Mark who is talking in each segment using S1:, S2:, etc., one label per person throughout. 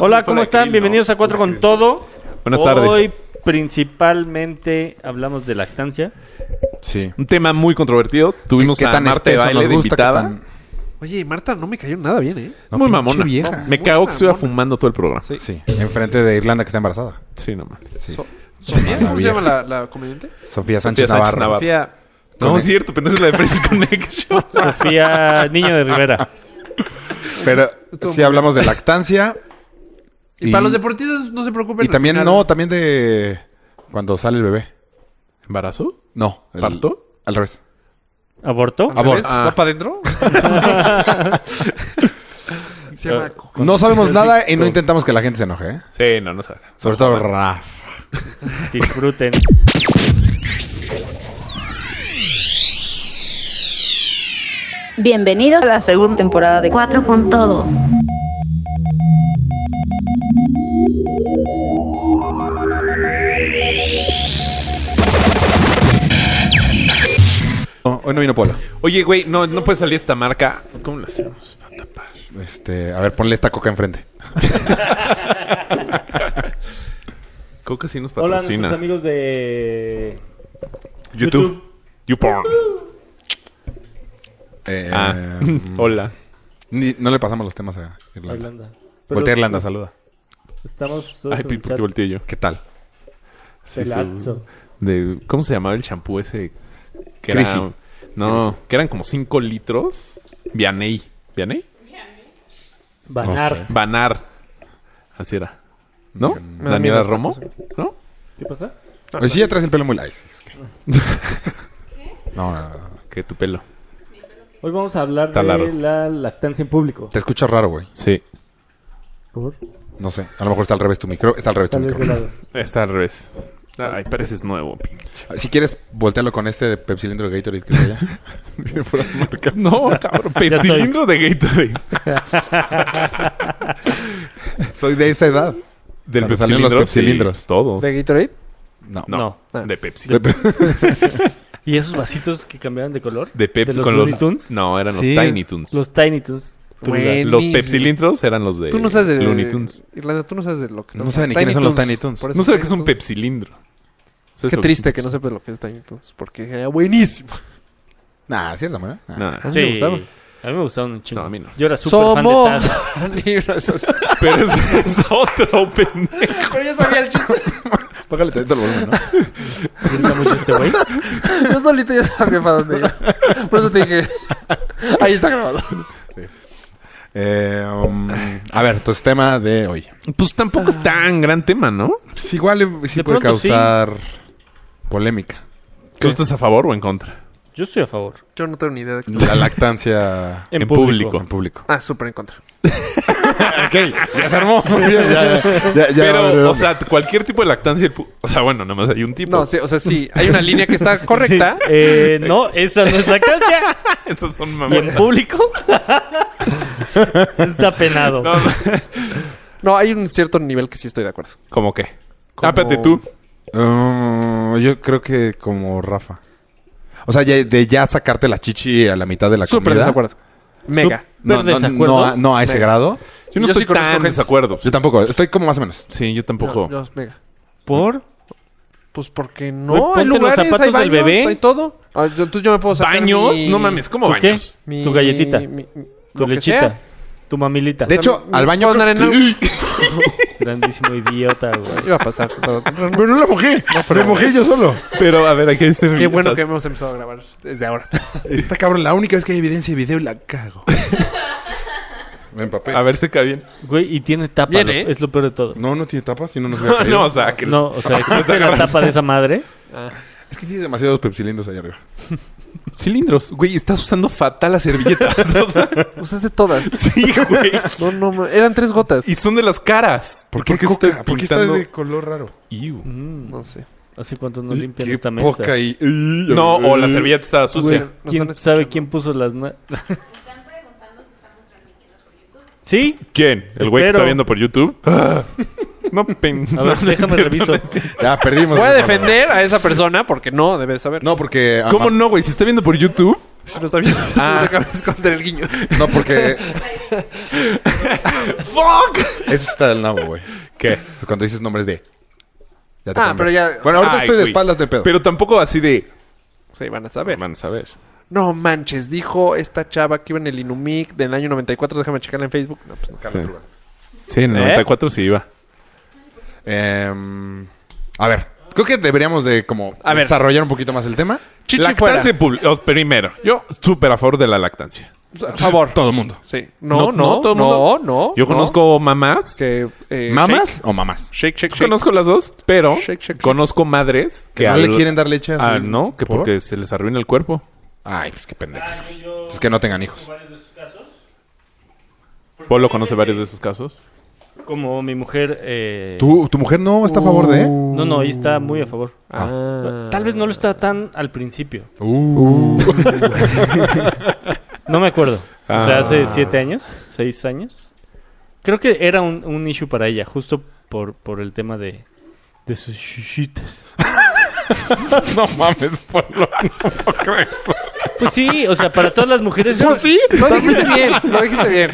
S1: Hola, ¿cómo están? Bienvenidos a Cuatro con Todo.
S2: Buenas tardes.
S1: Hoy principalmente hablamos de lactancia.
S3: Sí.
S2: Un tema muy controvertido. Tuvimos
S3: ¿Qué
S2: a
S3: tan
S2: Marta de
S3: espeso
S2: baile
S3: nos
S2: de
S3: gusta, qué
S2: invitada.
S3: tan-
S4: Oye, Marta no me cayó nada bien, ¿eh?
S3: No,
S2: muy
S3: pinche
S2: mamona.
S3: vieja.
S2: Me cago que estuviera fumando todo el programa. Sí,
S4: Sí.
S3: Sí. Enfrente de Irlanda que está embarazada.
S2: no mames.
S4: So-
S3: Mala
S4: ¿Sofía? ¿Cómo se
S3: vieja.
S4: llama la, la comediante?
S3: Sofía
S2: Sánchez
S3: Sánchez, Navarro.
S2: Navarro.
S4: Sofía.
S2: No, es cierto, pendejo es la de Fresh Connection.
S1: Sofía Niño de Rivera.
S3: Pero si hablamos de lactancia
S4: Y,
S3: Y-
S4: para los deportistas no se preocupen.
S3: y
S4: al
S3: también
S4: final-
S3: no, también de cuando sale el bebé.
S2: ¿Embarazo?
S3: No, el-
S2: ¿Parto?
S3: Al revés.
S1: ¿Aborto?
S4: ¿Al revés?
S3: Aborto.
S2: Ah.
S4: ¿Va para adentro? se llama Coco.
S3: eh, No sabemos nada y no intentamos que la gente se enoje, ¿eh?
S2: Sí, no, no sabe.
S3: Sobre todo Raf.
S1: Disfruten.
S5: Bienvenidos a la segunda temporada de Cuatro con Todo.
S3: No, hoy no vino Pola.
S2: Oye, güey, no, no puede salir esta marca. ¿Cómo la hacemos? para tapar?
S3: Este, a ver, ponle esta coca enfrente.
S2: Coca sí nos
S1: Hola, nuestros
S2: patrocina.
S1: amigos de
S2: YouTube. YouPorn.
S3: Eh,
S2: Ah,
S3: mm,
S2: hola.
S3: ni- no le pasamos los temas a Irlanda.
S1: Irlanda. Pero
S3: Voltea a Irlanda, saluda.
S1: Estamos todos
S2: Ay,
S1: en el
S2: porque
S1: chat.
S2: volteé yo.
S3: ¿Qué tal?
S2: Sí,
S1: Pelazo.
S2: su- de, ¿Cómo se llamaba el champú ese? Que
S3: Crisi.
S2: era, no, que eran como 5 litros. Vianey. ¿Vianey?
S1: Banar.
S3: No
S2: Banar. Así era. ¿No?
S4: da miedo eh.
S2: Daniela
S4: esta
S2: Romo. ¿No?
S1: ¿Qué pasa?
S4: Ah,
S3: Hoy sí ya traes el pelo muy light. No, no, no, no.
S2: Que tu pelo.
S1: Hoy vamos a hablar
S2: Está
S1: de
S2: largo.
S1: la lactancia en público.
S3: Te escuchas raro, güey.
S2: Sí.
S1: Por
S3: No sé. A lo mejor está al revés tu micro. Está al revés tu
S1: tal vez de
S3: micro.
S1: lado.
S2: Está al revés. Ay, pareces nuevo, pinche.
S3: Ah, Si quieres, voltealo con este de Pepsi Cilindro de Gatorade que está allá. Tiene puras marcas.
S2: No, cabrón. Pero
S1: soy.
S2: cilindro de Gatorade.
S3: Soy de esa edad.
S2: Del
S3: Cuando salieron los
S2: Pepsilindro, sí,
S3: Pepsilindros.
S2: Todo.
S4: ¿De Gatorade?
S3: No.
S2: No,
S4: No.
S2: de Pepsi.
S3: De-
S2: De,
S1: ¿Y esos vasitos que cambiaban de color?
S2: Pepsi
S1: ¿De los
S2: con
S1: Looney
S2: los...
S1: Tunes?
S2: No, eran
S3: Sí.
S2: los Tiny Tunes. Los,
S1: Los Tiny Toons.
S4: Güey, ni-
S2: Pepsilindros eran los de
S4: Tú no sabes de
S2: Looney Tunes.
S4: Irlanda, tú no sabes de lo
S3: No
S4: que estamos-
S3: saben ni quiénes son los Tiny Toons.
S4: por eso
S2: No sabes que es
S4: Tiny
S2: un
S4: Toons.
S2: Pepsilindro. ¿Sabes
S4: Qué
S2: lo
S4: triste que no sepas lo que es Tiny Toons, porque sería buenísimo.
S3: Nah, ¿cierto, manera. Nah.
S2: Nah.
S4: A mí me gustaban.
S1: A mí me gustaban un chingo.
S2: No, a mí no.
S1: Yo era súper fan de Taz.
S4: Libros.
S2: Pero ese es otro pendejo.
S4: Pero yo sabía el chiste.
S3: Págale tantito el volumen, ¿no?
S1: Grita mucho este güey.
S4: Yo solito ya sabía para dónde iba. Por eso te dije. Ahí está grabado.
S3: Eh, um, a ver, entonces tema de hoy.
S2: Pues tampoco es tan gran tema, ¿no?
S3: Pues igual eh, sí
S1: De
S3: puede
S1: pronto sí.
S3: causar polémica.
S2: ¿Tú estás a favor o en contra?
S1: Yo estoy a favor.
S4: Yo no tengo ni idea de qué está-
S3: La lactancia
S2: En público.
S3: en público.
S4: Ah, súper en contra.
S3: Ya se armó. ya, ya, ya, ya.
S2: Pero, o sea, cualquier tipo de lactancia... el pu- O sea, bueno, nada más hay un tipo.
S4: No, sí, o sea, sí, hay una línea que está correcta.
S1: Sí. Eh, no, esa no es la casa.
S2: Esos son
S1: Y en
S2: mamones.
S1: público. Está penado.
S2: No, no.
S4: No, hay un cierto nivel que sí estoy de acuerdo.
S2: ¿Cómo qué?
S4: Como-
S2: Tápate Ah, tú.
S3: Um, yo creo que como Rafa. O sea, ya- de ya sacarte la chichi a la mitad de la
S4: Súper
S3: comida.
S4: desacuerdo. Mega.
S3: No,
S1: Súper
S3: no,
S1: desacuerdo.
S3: no a- no a ese
S4: Mega.
S3: grado.
S2: Yo no
S4: Yo sí
S2: estoy
S4: conozco
S2: tan en
S4: gente-
S2: desacuerdo.
S3: Yo tampoco. Estoy como más o menos.
S2: Sí, yo tampoco.
S4: No, no, mega.
S1: ¿Por?
S4: Pues porque
S1: Güey,
S4: no,
S1: ponte
S4: hay
S1: los
S4: lugares,
S1: zapatos
S4: hay
S1: del
S4: baños,
S1: bebé.
S4: hay todo. Ah, yo- entonces yo me puedo sacar
S2: ¿Baños?
S4: mi-
S2: No mames, ¿cómo
S1: ¿Tú qué?
S2: baños?
S4: mi-
S1: Tu galletita.
S4: mi- mi-
S1: Tu
S4: lo que
S1: lechita.
S4: sea.
S1: Tu mamilita.
S3: De hecho,
S4: También-
S3: al baño.
S4: ¿Puedo
S3: creo
S4: andar
S3: que-
S1: Grandísimo idiota, güey.
S4: Iba a pasar. pero-
S3: Pero no la mojé. me mojé yo solo.
S2: Pero, a ver, aquí dice...
S4: Qué bueno que hemos empezado a grabar desde ahora.
S3: Está cabrón. La única vez que hay evidencia de video la cago. Me empapé.
S2: A ver, seca bien.
S1: Güey, y tiene tapa.
S4: Bien,
S1: lo-
S4: ¿eh?
S1: Es lo peor de todo.
S3: No, no tiene tapa, si no nos hubiera
S2: No,
S3: caído.
S2: o sea, que...
S1: No, o sea, existe la tapa de esa madre.
S3: Es que tienes demasiados pepsilindos allá arriba.
S2: Cilindros. Güey, estás usando fatal las servilletas. O sea,
S4: Usaste Pues todas.
S2: sí, güey.
S4: No, no, ma- eran tres gotas.
S2: Y son de las caras.
S3: ¿Por qué,
S2: estás
S3: coca? ¿Por qué está
S2: pintando-
S3: de color raro?
S2: Iu.
S1: Mm,
S4: No sé.
S1: Hace cuánto no limpian
S3: Qué
S1: esta mesa.
S3: poca y...
S2: No, o la servilleta estaba sucia.
S4: Güey. Nos
S1: ¿Quién
S4: están
S1: sabe
S4: escuchando.
S1: quién puso las... na- Sí,
S2: ¿Quién? ¿El güey que
S1: Espero.
S2: está viendo por YouTube? Ah. no, pen...
S1: a
S2: no,
S1: ver,
S2: no es
S1: déjame
S2: cierto,
S1: reviso.
S2: no es cierto.
S3: Ya, perdimos.
S4: Voy a
S3: esa palabra.
S4: defender a esa persona porque no debe saber.
S3: No, porque... ah,
S2: ¿Cómo no, güey? Si está viendo por YouTube,
S1: Si no está bien.
S2: Ah,
S4: Acabo de esconder el guiño.
S3: No, porque
S2: ¡Fuck!
S3: eso está del nabo, güey.
S2: ¿Qué?
S3: O sea, Cuando dices nombres de. Ya te
S4: Ah,
S3: cambian.
S4: pero ya-
S3: Bueno, ahorita
S2: Ay,
S3: estoy de
S2: güey.
S3: espaldas de pedo.
S2: Pero tampoco así de.
S4: Se van a saber.
S2: Van a saber.
S4: No manches, dijo esta chava que iba en el Inumic del año 94. Déjame checarla en Facebook. No, pues no.
S3: Carla
S2: Sí.
S3: Truba.
S2: Sí, en el
S1: ¿Eh?
S2: 94 sí iba.
S3: Em, a ver, creo que deberíamos de como
S4: A ver.
S3: desarrollar un poquito más el tema.
S4: Chichi
S2: lactancia
S4: fuera.
S2: pública. oh, primero, yo súper a favor de la lactancia.
S4: Por favor.
S3: Todo el mundo.
S4: Sí. No, no, no,
S2: todo el
S4: no,
S2: mundo- Yo
S4: no.
S2: conozco mamás.
S4: que eh,
S3: ¿Mamas o mamás?
S4: Shake, shake, shake.
S2: Conozco las dos, pero
S4: Shake, shake, shake.
S2: conozco madres que
S3: Que no le
S2: al-
S3: quieren dar leche a su-
S2: Ah, no, que
S3: ¿Por?
S2: porque se les arruina el cuerpo.
S3: Ay, pues qué pendejos. güey. Pues que no tengan hijos.
S2: Polo conoce varios de esos casos.
S1: Como mi mujer. eh,
S3: ¿Tu, tu mujer no está a favor de.
S1: No, no, ahí está muy a favor.
S4: Ah.
S1: Tal vez no lo está tan al principio.
S3: Uh.
S1: No me acuerdo. O sea,
S2: Ah.
S1: hace siete años, seis años. Creo que era un, un issue para ella, justo por, por el tema de, de sus chichitas.
S2: no mames, Polo.
S1: Pues sí, o sea, para todas las mujeres.
S2: sí?
S4: Lo dijiste bien, lo dijiste bien.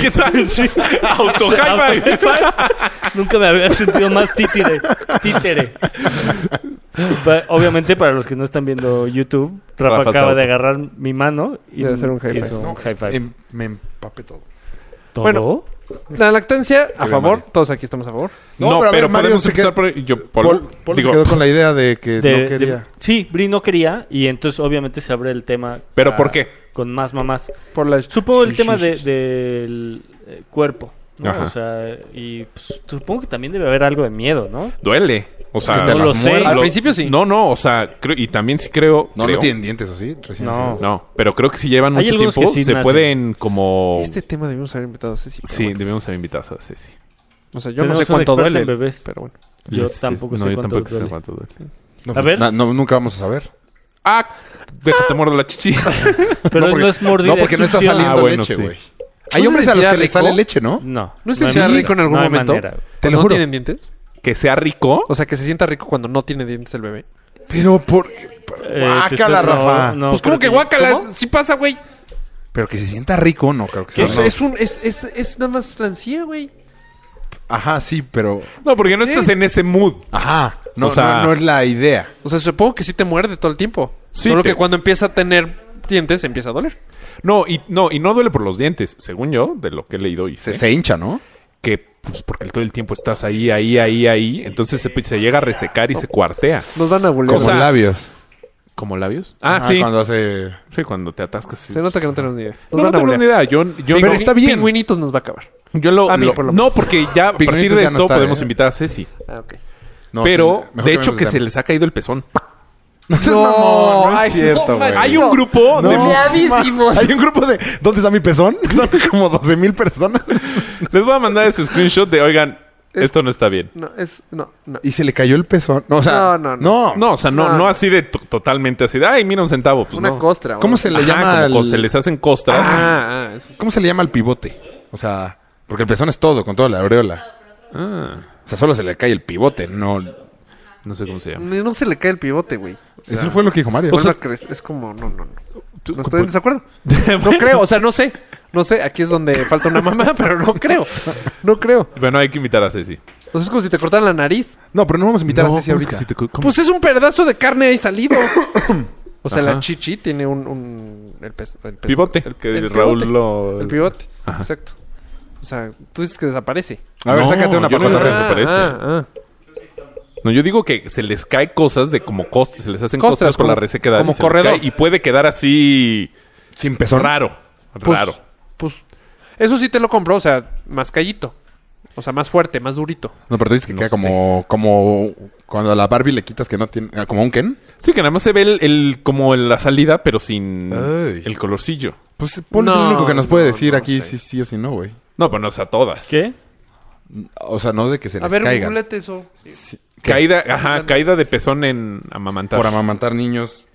S2: ¿Qué tal? Sí. Auto
S1: Auto-high Nunca me había sentido más títere. títere. Pa- Obviamente, para los que no están viendo YouTube, Rafa,
S2: Rafa
S1: acaba
S2: Sauto.
S1: de agarrar mi mano y
S4: De hacer un high five.
S1: hizo un high five.
S3: Em, me empapé todo.
S1: ¿Todo?
S4: bueno. La lactancia, a
S3: ve
S4: favor.
S3: mal.
S4: Todos aquí estamos a favor.
S2: No,
S3: No, pero a
S2: pero,
S3: ver, Mario
S2: podemos
S3: se
S2: empezar
S3: queda-
S2: por ahí. Yo, Polo,
S3: Paul, Paul
S2: digo,
S3: se quedó con la idea de que
S1: De-
S3: no quería.
S1: de- sí, Bri no quería y entonces obviamente se abre el tema.
S2: ¿Pero
S1: ah,
S2: por qué?
S1: Con más mamás.
S4: Por la...
S1: Supongo el tema de- del eh, cuerpo. ¿no?
S2: Ajá.
S1: O sea, y pues, supongo que también debe haber algo de miedo, ¿no?
S2: duele. O sea,
S3: Pues que
S1: No
S3: te las
S1: lo sé.
S3: muerden.
S4: Al principio sí.
S2: No, no, o sea, creo- y también sí creo.
S3: No,
S2: creo-
S3: no tienen dientes así, recién
S1: No.
S3: nacidos.
S2: No, pero creo que si llevan
S1: Hay
S2: mucho
S1: algunos
S2: tiempo,
S1: que sí
S2: se
S1: nacen.
S2: pueden como.
S4: Este tema debimos haber invitado a Ceci. pero
S2: Sí,
S4: bueno.
S2: debemos haber invitado a Ceci.
S4: O sea, yo no
S1: Tenemos
S4: sé
S1: un
S4: cuánto
S1: experto
S4: duele.
S1: en bebés.
S4: Pero bueno.
S1: Yo
S2: Sí,
S1: tampoco
S2: no,
S1: sé
S2: yo
S1: cuánto
S2: tampoco sé
S1: duele.
S2: cuánto duele.
S3: No,
S1: A
S3: pues,
S1: ver.
S3: na- no, nunca vamos a saber.
S2: Ah, déjate morder la chichi.
S1: Pero no,
S3: porque-
S1: es mordida.
S3: No, porque
S1: es
S3: no está
S1: succión.
S3: saliendo
S2: Ah, bueno,
S3: leche,
S2: sí.
S3: güey.
S4: ¿No
S1: Pues
S3: Hay
S4: se
S3: hombres a los
S4: sentía
S3: que les sale
S4: rico?
S3: leche, ¿no?
S1: No.
S4: No sé si
S1: hay
S4: sea
S1: manera.
S4: rico en algún
S1: No hay
S4: momento.
S1: manera.
S3: Te lo
S4: ¿No
S3: juro.
S4: tienen dientes?
S2: que sea rico.
S4: O sea, que se sienta rico cuando no tiene dientes el bebé.
S3: Pero por... por-
S1: Eh, te
S3: guácala,
S1: estoy- no,
S3: Rafa.
S1: no,
S4: pues como
S1: creo
S4: que guácala,
S1: ¿Cómo?
S4: si pasa, güey.
S3: Pero que se sienta rico, no creo que sea.
S4: Es,
S3: No.
S4: es un... Es, es, es nada más transía, güey.
S3: Ajá, sí, pero...
S2: No, porque no estás en ese mood.
S3: Ajá. No,
S2: O sea-
S3: no, no es la idea.
S4: O sea, supongo que sí te muerde todo el tiempo.
S2: Sí,
S4: Solo
S2: te-
S4: que cuando empieza a tener dientes empieza a doler.
S2: No, y no, y no duele por los dientes, según yo, de lo que he leído y sé.
S3: Se, se hincha, ¿no?
S2: Que pues, porque todo el tiempo estás ahí, ahí, ahí, ahí. Entonces se, se llega a resecar y se cuartea.
S4: Nos van a bulear.
S3: Como
S2: O sea-
S3: labios.
S2: ¿Como labios? Ah,
S3: Ajá,
S2: sí.
S3: Cuando hace...
S2: Sí, cuando te atascas. sí.
S4: Se nota que no tenemos ni idea. Nos
S2: No, no
S4: van a
S2: tengo
S4: bulear.
S2: ni idea. Yo, yo
S4: Pero
S2: no-
S3: está bien.
S4: Pingüinitos nos va a acabar.
S2: Yo lo,
S4: A mí,
S2: lo-
S4: por lo
S2: no, porque ya a partir
S3: Pingüinitos
S2: de
S3: ya no
S2: esto
S3: está,
S2: podemos
S3: ¿eh?
S2: invitar a Ceci.
S4: Ah, ok.
S3: No,
S2: pero,
S3: sí, mejor
S2: de hecho,
S3: cambiemos
S2: que
S3: de
S2: se
S3: tema.
S2: les ha caído el pezón.
S3: No, seas
S4: No,
S3: mamón, no
S4: ay,
S3: es cierto,
S4: no,
S3: güey.
S2: Hay un grupo de...
S4: Miadísimos.
S3: Hay un grupo de... ¿Dónde está mi pezón? Son como 12 mil personas.
S2: Les voy a mandar ese screenshot de, oigan,
S4: Es-
S2: esto no está bien.
S4: No, es... No, no.
S3: Y se le cayó el pezón. No, o sea...
S4: No, no, no.
S2: No, o sea, no,
S4: No.
S2: no así de to- totalmente así de, ay, mira un centavo. Pues
S4: Una
S2: no.
S4: costra. güey.
S3: ¿Cómo se le
S2: Ajá,
S3: llama
S2: como
S3: al-
S2: se les hacen costras.
S4: Ah, ah, eso sí.
S3: ¿Cómo se le llama al pivote? O sea, porque el pezón es todo, con toda la aureola.
S2: Ah,
S3: O sea, solo se le cae el pivote, no...
S2: no sé cómo se llama.
S4: No se le cae el pivote, güey.
S3: Eso fue lo que dijo Mario.
S4: Vuelve a crecer. es como... No, no, no. No estoy
S2: Pues,
S4: en desacuerdo. No creo. O sea, no sé. No sé. Aquí es donde falta una mamá, pero no creo. No creo.
S2: Bueno, hay que invitar a Ceci.
S4: O sea, es como si te cortaran la nariz.
S3: No, pero no vamos a invitar a
S2: ¿cómo
S3: Ceci
S2: es
S3: ahorita.
S2: que si te cu- cómo?
S4: Pues es un pedazo de carne ahí salido. O sea, la
S2: Ajá.
S4: chichi tiene un... un- el, pez- el pez-
S2: pivote.
S4: el-
S2: que
S4: el
S2: Raúl
S4: pivote.
S2: lo...
S4: El pivote.
S2: Ajá.
S4: Exacto. O sea, tú dices que desaparece.
S3: A ver,
S2: No,
S3: sácate una
S2: yo no digo
S3: para cotorrear.
S2: nada. desaparece.
S4: ah, ah.
S2: No, yo digo que se les cae cosas de como costas. Se les hacen costas,
S4: Costras,
S2: por
S4: como-
S2: la resequedad.
S4: como
S2: y se les
S4: corredor.
S2: cae Y puede quedar así...
S3: Sin pezón.
S2: Raro.
S4: Pues,
S2: Raro.
S4: Pues, eso sí te lo compró, o sea, más callito. O sea, más fuerte, más durito.
S3: No, pero tú dices que
S2: No
S3: queda como, como cuando a la Barbie le quitas que no tiene, ah, como un Ken.
S2: Sí, que nada más se ve el, el- como la salida, pero sin
S3: Ay.
S2: el colorcillo.
S3: Pues Paul es
S4: No,
S3: el único que nos puede
S4: no,
S3: decir
S4: no
S3: aquí si
S4: sé.
S3: sí o si no, güey.
S2: No, pero no es a todas.
S1: ¿Qué?
S3: O sea, no de que se
S4: A
S3: les
S4: ver,
S3: caigan.
S4: googleate eso.
S3: Sí. ¿Qué?
S2: Caída, ajá, caída de pezón en amamantar.
S3: Por amamantar niños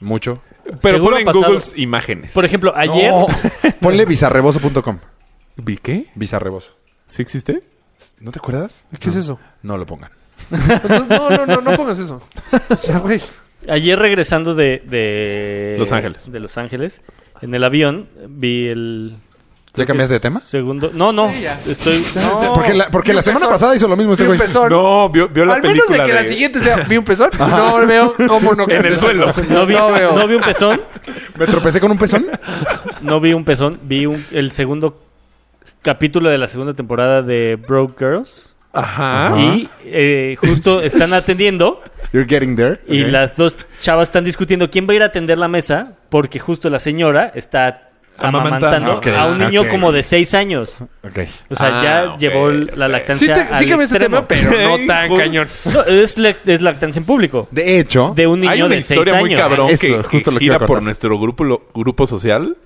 S3: mucho.
S2: pero
S1: Seguro
S2: pon en
S1: pasado.
S2: Google imágenes.
S1: Por ejemplo, ayer.
S3: No. Ponle bizarreboso.com.
S2: ¿Vi qué?
S3: Bizarreboso.
S2: ¿Sí existe?
S3: ¿No te acuerdas?
S4: ¿Qué es eso?
S3: No lo pongan.
S4: Entonces, no, no, no, no pongas eso. O sea, güey.
S1: Ayer regresando de, de-
S2: Los Ángeles.
S1: De Los Ángeles. En el avión vi el. creo que
S3: cambiaste de
S1: es
S3: tema?
S1: Segundo. No, no.
S4: Sí, ya.
S1: Estoy.
S3: Porque la, porque
S4: vi
S3: la
S4: un
S3: semana
S4: pezón,
S3: pasada hizo lo mismo este
S4: vi un
S3: güey.
S4: pezón.
S2: No, vio, vio la
S4: Al menos de
S2: película
S4: que la siguiente sea vi un pezón, no veo cómo no.
S2: En el suelo.
S1: No vi,
S4: No veo.
S1: no vi un pezón.
S3: Me tropecé con un pezón.
S1: No vi un pezón. Vi un- el segundo capítulo de la segunda temporada de Broke Girls.
S3: Ah.
S4: Ajá.
S1: Y eh, justo están atendiendo.
S3: You're getting there.
S1: Y
S3: Ok.
S1: las dos chavas están discutiendo quién va a ir a atender la mesa. Porque justo la señora está
S2: Amamantando.
S1: amamantando
S3: Ok,
S1: a un niño
S3: ok.
S1: como de seis años.
S3: Ok.
S1: O sea,
S4: Ah,
S1: ya
S4: ok,
S1: llevó el-
S2: ok.
S1: la
S4: Sí,
S1: lactancia.
S4: te, sí
S1: al
S4: que me este
S1: extremo.
S4: tema, pero no tan
S2: Hijo.
S4: cañón.
S1: No, es, la- es lactancia en público.
S3: De hecho,
S1: De un niño
S2: Hay una
S1: de seis
S2: historia
S1: años.
S2: muy cabrón
S3: Eso,
S2: que,
S3: justo
S2: que gira
S3: lo quiero
S2: por
S3: contar.
S2: nuestro grupo, lo- grupo social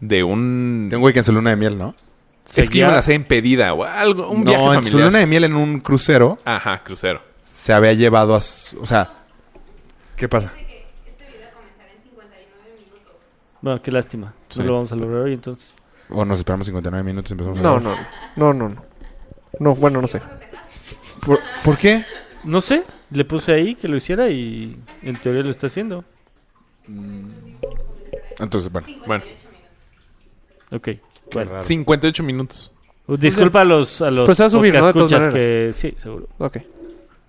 S2: de un...
S3: tengo un güey que en su luna de miel, ¿no?
S2: Es que
S1: Seguía-
S2: yo me la sé en pedida o algo, un
S3: no,
S2: viaje
S3: en su
S2: familiar.
S3: luna de miel en un crucero
S2: Ajá, crucero.
S3: se había llevado a... su- O sea... ¿Qué pasa?
S1: Bueno, qué lástima.
S2: Sí.
S1: No lo vamos a lograr hoy entonces.
S3: O Oh, nos esperamos 59 minutos y empezamos a...
S4: No,
S3: hablar.
S4: no, no, no, no. No, bueno, no sé.
S3: ¿Por, por qué?
S1: No sé, le puse ahí que lo hiciera y en teoría lo está haciendo.
S3: Entonces, bueno.
S2: Bueno,
S1: Ok. Bueno.
S3: raro.
S2: 58 minutos.
S1: Uh, Disculpa a los, a los
S4: Pues se va a subir, ¿no? De todas
S1: podcastcuchas que
S4: maneras.
S1: sí, seguro.
S4: Ok.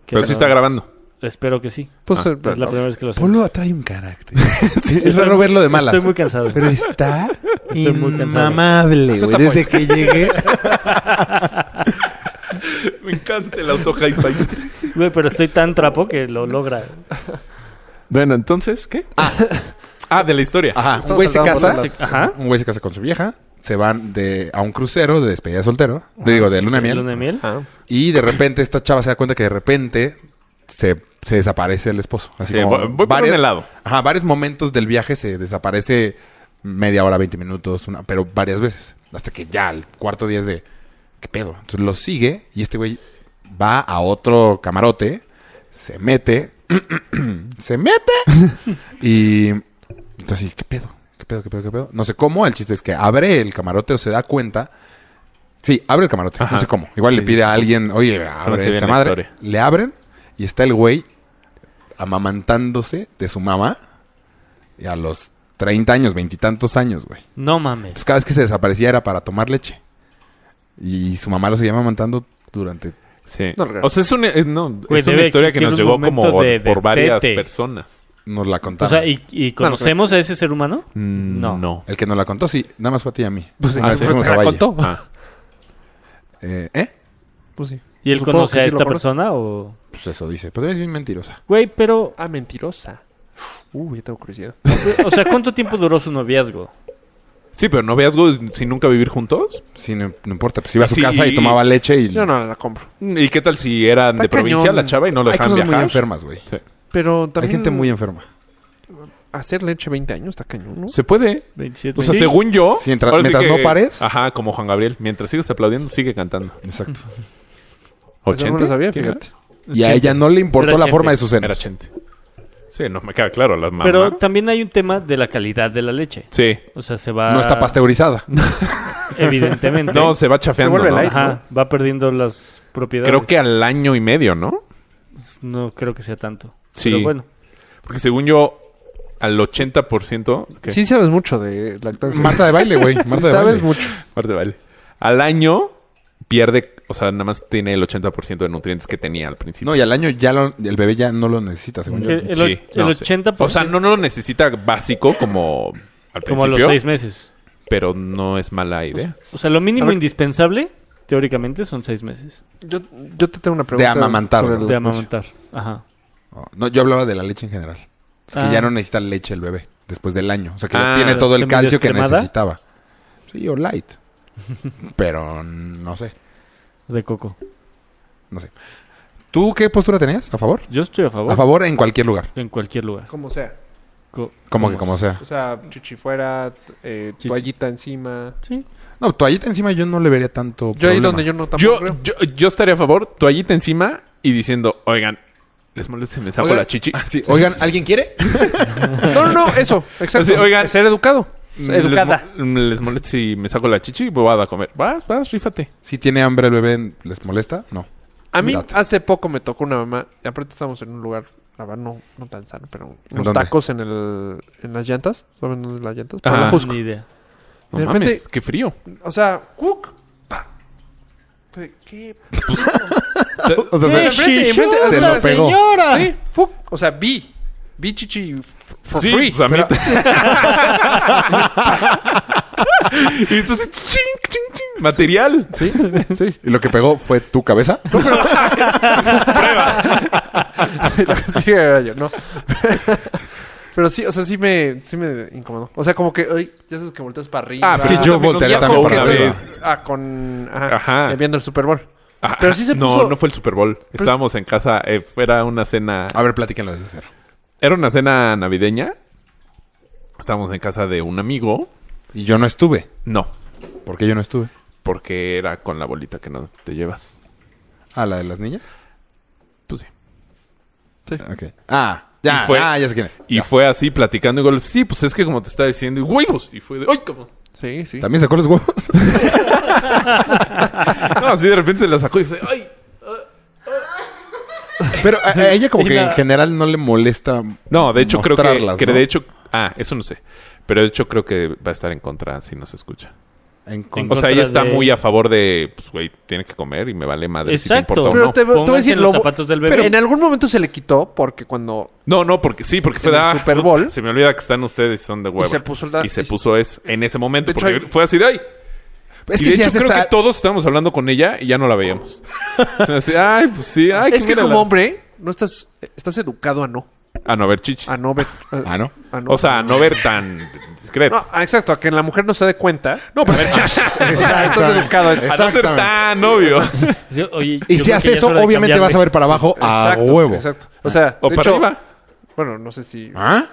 S1: Que
S2: Pero sí está grabando.
S1: Espero que sí.
S4: Pues, eh,
S1: Es la primera vez que lo hacemos.
S3: Polo atrae un carácter. Sí, es raro verlo de malas.
S1: Estoy muy cansado.
S3: Pero está
S1: Estoy muy cansado.
S3: inmamable, güey. Desde que llegué...
S2: Me encanta el auto hi-fi.
S1: Güey, pero estoy tan trapo que lo logra.
S2: bueno, entonces, ¿qué? Ah, de la historia.
S3: Ajá, un
S4: Estamos
S3: güey se
S4: saltando por
S3: casa.
S4: las-
S1: Ajá.
S2: ¿Ah?
S3: Un güey se casa con su vieja. Se van de, a un crucero de despedida de soltero. digo, de luna de miel.
S1: Luna de miel.
S4: Ah.
S3: Y de repente esta chava se da cuenta que de repente se, se desaparece el esposo. Así
S2: Sí,
S3: como
S2: voy- voy por un helado.
S3: Ajá, varios momentos del viaje se desaparece media hora, 20 minutos, una, pero varias veces. Hasta que ya el cuarto día es de ¿qué pedo? Entonces lo sigue y este güey va a otro camarote, se mete, se mete y entonces ¿qué pedo? ¿Qué pedo? ¿Qué pedo? ¿Qué pedo? No sé cómo, el chiste es que abre el camarote o se da cuenta. Sí, abre el camarote,
S2: Ajá.
S3: no sé cómo. Igual le
S2: Sí,
S3: pide a alguien, oye,
S2: Ahora sí
S3: abre esta
S2: viene la
S3: madre.
S2: historia.
S3: Le abren y está el güey amamantándose de su mamá y a los 30 años, veintitantos años, güey.
S1: No mames.
S3: Entonces cada vez que se desaparecía era para tomar leche. Y su mamá lo seguía amamantando durante...
S2: Sí.
S4: No lo creo.
S2: o sea, es una, eh, no,
S1: Güey,
S2: es una
S1: debe
S2: historia que
S1: existir
S2: nos
S1: un
S2: llegó como
S1: momento de
S2: por varias
S1: destete.
S2: personas.
S3: Nos la
S1: O
S3: contaron.
S1: sea, ¿y, y conocemos a ese ser humano?
S2: Mm,
S1: No.
S2: No.
S3: El que nos la contó, sí. Nada más fue a ti y a mí.
S4: Pues sí,
S3: Ah,
S4: pues,
S3: sí,
S4: te
S3: fuimos a
S4: la
S3: Valle.
S4: contó.
S2: Ah,
S3: Eh, ¿eh?
S4: Pues sí.
S1: ¿Y él
S4: Supongo
S1: conoce
S4: que
S1: a
S4: sí lo
S1: esta
S4: conoce.
S1: persona o...?
S3: Pues eso dice. Pues es bien mentirosa.
S1: Güey, pero...
S4: Ah, mentirosa. Uy, ya tengo curiosidad.
S1: O sea, ¿cuánto tiempo duró su noviazgo?
S2: sí, pero noviazgo es sin nunca vivir juntos.
S3: Sí, no, no importa. Pues iba a su
S2: Sí,
S3: casa y
S2: y-
S3: tomaba leche y...
S4: Yo no la compro.
S2: ¿Y qué tal si eran
S4: Está
S2: de provincia
S4: cañón.
S2: la chava y no lo
S3: Hay
S2: dejaban
S3: cosas muy
S2: viajar?
S3: enfermas, güey.
S2: Sí.
S4: Pero
S3: Hay
S4: también.
S3: gente muy enferma.
S4: Hacer leche 20 años está cañón, ¿no?
S2: Se puede.
S1: 27.
S2: O sea,
S1: Sí.
S2: según yo.
S3: Sí, entra-
S2: ahora
S3: mientras no pares.
S2: Ajá, como Juan Gabriel. Mientras sigas aplaudiendo, sigue cantando.
S3: Exacto.
S4: Eso Pues no lo
S2: 80,
S4: sabía,
S2: ¿quién
S4: fíjate.
S3: Y a ella no le importó
S1: Era
S3: la
S1: gente.
S3: forma de sus
S2: Era, Era
S3: senos.
S2: 80. Sí, no me queda claro. Las mamás.
S1: Pero también hay un tema de la calidad de la leche.
S2: Sí.
S1: O sea, se va...
S3: No está pasteurizada.
S1: Evidentemente.
S2: No, se va chafeando.
S4: vuelve
S2: ¿no?
S4: light.
S1: Ajá, va perdiendo las propiedades.
S2: Creo que al año y medio, ¿no?
S1: No creo que sea tanto.
S2: Sí.
S1: Pero bueno.
S2: Porque según yo, al 80%. ¿qué?
S4: Sí sabes mucho de lactancia.
S3: Marta de baile, güey. Marta
S4: Sí
S3: de
S4: sabes
S3: baile.
S4: mucho.
S2: Aparte, vale. Al año pierde, o sea, nada más tiene el 80% de nutrientes que tenía al principio.
S3: No, y al año ya lo- el bebé ya no lo necesita, según
S1: Que
S3: yo.
S1: el, o-
S2: Sí,
S1: el
S2: no, sí.
S1: 80%...
S2: O sea, no, no lo necesita básico como al principio.
S1: Como a los seis meses.
S2: Pero no es mala
S3: Pues,
S2: idea.
S1: O sea, lo
S4: A
S1: mínimo
S4: ver.
S1: indispensable, teóricamente, son seis meses
S4: Yo, yo te tengo una pregunta.
S3: amamantar,
S4: sobre
S3: ¿no?
S4: la
S1: de
S4: lactancia.
S1: amamantar. Ajá.
S3: Oh, No, yo hablaba de la leche en general. Es que
S1: Ah.
S3: ya no necesita leche el bebé después del año. O sea, que
S2: Ah,
S3: ya tiene todo el
S1: ¿se medio
S3: calcio que
S1: descremada?
S3: necesitaba. Sí, o light. Pero no sé,
S1: De coco.
S3: no sé. ¿Tú qué postura tenías? ¿A favor?
S1: Yo estoy a favor.
S3: A favor en cualquier lugar.
S1: En cualquier lugar.
S4: Como sea.
S1: Co-
S3: Como que como sea.
S4: O sea, chichi fuera, eh,
S1: Chichi.
S4: toallita encima.
S1: Sí.
S3: No, toallita encima yo no le vería tanto
S4: Yo ahí
S3: problema.
S4: donde yo no tampoco
S2: Yo,
S4: creo.
S2: yo, yo estaría a favor, toallita encima y diciendo, oigan, ¿les molesta si me saco
S3: Oigan-
S2: la chichi?
S3: Ah, sí. Oigan, ¿alguien quiere?
S4: No, no, no, eso. Exacto.
S2: Así, oigan.
S4: Ser educado.
S2: ¿Les,
S4: Pues, Educada.
S2: mo- ¿Les molesta si me saco la chichi? Voy a dar a comer. Vas, vas, rífate.
S3: Si tiene hambre el bebé, ¿les molesta? No.
S4: A mí
S3: Date.
S4: hace poco me tocó una mamá. Aparte estamos en un lugar la verdad no, no tan sano, pero
S3: ¿En
S4: unos
S3: dónde?
S4: tacos en el, en las llantas, ¿saben dónde es las llantas?
S2: Ajá.
S4: Puebla Jusco.
S1: Ni idea.
S2: No
S4: De
S2: mames,
S4: repente-
S2: qué frío.
S4: O sea, ¡cuc! pa. Fue, ¿Qué?
S3: O sea,
S4: Sí,
S3: se-
S4: Pues enfrente, enfrente,
S3: Se
S4: hasta
S3: lo
S4: la
S3: pegó.
S4: señora. Sí, fuck. O sea, vi. Vi chichi f- for
S2: sí,
S4: free.
S2: pues a mí-
S3: Pero-
S2: y entonces, ching, ching, ching, material.
S4: Sí, sí.
S3: ¿Y lo que pegó fue tu cabeza?
S4: Lo que sí era yo, no. Pero sí, o sea, sí me, sí me incomodó. O sea, como que, ay, ya sabes que volteas para arriba.
S2: Ah,
S3: Es que yo
S2: voltearía
S3: voltearía también
S4: Como que
S3: para
S2: una
S3: arriba.
S2: vez.
S4: Ah, con... Ajá. eh,
S2: Ajá.
S4: Viendo el Super Bowl.
S2: Ah,
S4: Pero sí se puso-
S2: No, no fue el Super Bowl. Estábamos en casa, eh, era una cena...
S3: A ver, platíquenlo desde cero.
S2: Era una cena navideña. Estábamos en casa de un amigo.
S3: Y yo no estuve.
S2: No,
S3: ¿Por qué yo no estuve?
S2: porque era con la bolita que no te llevas.
S3: ¿Ah, la de las niñas?
S2: Pues sí.
S3: Ok. Ah, ya,
S2: Y fue-
S3: ah, ya sé quién es.
S2: Y fue así platicando y golf. Sí, pues es que como te estaba diciendo, y huevos. Y fue de, ¡ay, cómo!
S4: Sí, sí.
S3: ¿También sacó los huevos?
S2: No, así de repente se la sacó y fue de, ¡ay!
S3: Pero a, a ella como
S1: Y
S3: que en
S1: la-
S3: general no le molesta
S2: No, de hecho creo que,
S3: mostrarlas,
S2: que
S3: ¿no?
S2: de hecho, ah, eso no sé. Pero de hecho creo que va a estar en contra si nos escucha.
S3: En
S1: En
S2: O
S3: contra.
S2: sea, ella
S1: contra
S2: está
S1: de-
S2: muy a favor de, pues güey, tiene que comer y me vale madre si te
S1: Exacto.
S2: importa o
S4: Pero
S2: no.
S4: te, te voy a
S1: Pónganse
S4: decir,
S1: en los
S4: lo-
S1: zapatos del bebé.
S4: pero en algún momento se le quitó porque cuando...
S2: No, no, porque sí, porque fue
S4: En el
S2: de, ah,
S4: Super Bowl.
S2: Se me olvida que están ustedes y son de huevo.
S4: se puso la-
S2: y se
S4: y-
S2: puso eso en ese momento.
S4: De hecho,
S2: porque
S4: hay-
S2: fue así de ay.
S3: Es
S2: y
S3: que
S2: de
S3: si
S2: hecho,
S3: haces
S2: creo
S3: a-
S2: que todos estábamos hablando con ella y ya no la veíamos. O sea, así, ay, pues sí, ay,
S4: es que
S2: mira
S4: como
S2: la-
S4: hombre, no estás... Estás educado a no.
S2: A no ver chichis.
S4: A no ver...
S3: Ah, ¿no?
S4: a no-
S2: O sea, a no ver tan discreto.
S4: No, ah, exacto. A que la mujer no se dé cuenta.
S3: No, pero...
S4: estás educado a eso.
S2: a no ser tan obvio.
S1: Sí, oye,
S3: Y
S1: yo creo que
S3: si
S1: ya
S3: haces
S1: es
S3: eso,
S1: hora de
S3: obviamente
S1: cambiarle.
S3: vas a ver para abajo a
S4: exacto,
S3: huevo.
S4: Exacto. O sea,
S2: Ah. O
S4: de
S2: para
S4: hecho,
S2: arriba.
S4: Bueno, no sé si...
S3: ¿Ah?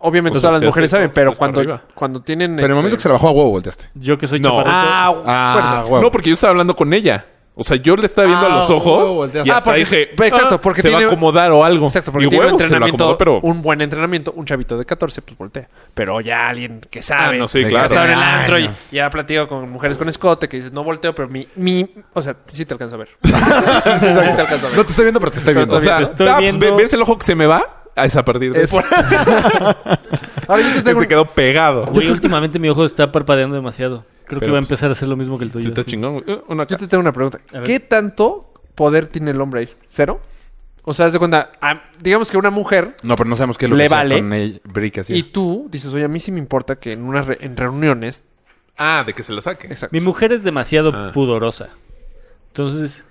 S4: Obviamente
S2: O sea,
S4: todas
S2: si
S4: las
S2: haces
S4: mujeres
S2: eso,
S4: saben, pero
S2: pues, para
S4: cuando,
S2: arriba.
S4: cuando tienen...
S3: Pero en el momento que
S4: este,
S3: se la bajó a huevo, volteaste.
S1: Yo que soy
S2: No.
S1: chaparrito.
S4: Ah,
S3: Ah,
S4: fuerza.
S3: huevo.
S2: No, porque yo estaba hablando con ella. O sea, yo le estaba viendo
S3: Ah,
S2: a los ojos
S3: huevo, volteaste.
S2: y
S3: Ah,
S2: hasta
S4: porque-
S2: dije,
S4: pero exacto,
S2: "Ah,
S4: porque
S2: se va a
S4: tiene-
S2: acomodar o algo.
S4: Exacto, porque
S2: y
S4: tiene un
S2: huevo, se lo
S4: entrenamiento,
S2: acomodó, pero
S4: un buen entrenamiento, un chavito de 14, pues voltea. Pero ya alguien que sabe.
S2: Ah, no, sí,
S4: que
S2: claro.
S4: ha estado en el
S3: Ay,
S4: antro y
S3: no.
S4: ya platico con mujeres con escote que dices, no volteo, pero mi, mi, o sea, sí te alcanzo a ver. sí te alcanzo a
S3: No
S4: ver.
S3: te estoy viendo, pero te estoy
S4: Pero
S3: viendo.
S2: O sea,
S1: Te estoy
S2: ah, pues,
S1: viendo.
S2: ve- ¿ves el ojo que se me va? Ah, Es a partir de eso.
S4: Ahora yo te
S2: Que
S4: tengo
S2: se
S4: un-
S2: quedó pegado.
S1: Güey, últimamente mi ojo está parpadeando demasiado. Creo que
S2: Pero,
S1: va a
S2: pues,
S1: empezar a hacer lo mismo que el
S2: Sí,
S1: tuyo.
S2: está
S1: sí.
S2: chingón, güey. Eh, Una ca-
S4: yo te tengo una pregunta.
S1: A ver.
S4: ¿Qué tanto poder tiene el hombre ahí? ¿Cero? O sea, haz de cuenta, a- digamos que una mujer
S3: No, pero no sabemos qué es lo
S4: Le
S3: que sea
S4: vale.
S3: con el brick así.
S4: y tú dices, oye, a mí sí me importa que en unas re- en reuniones.
S2: Ah, de que se lo saque.
S4: Exacto.
S1: Mi mujer es demasiado
S2: Ah.
S1: pudorosa. Entonces,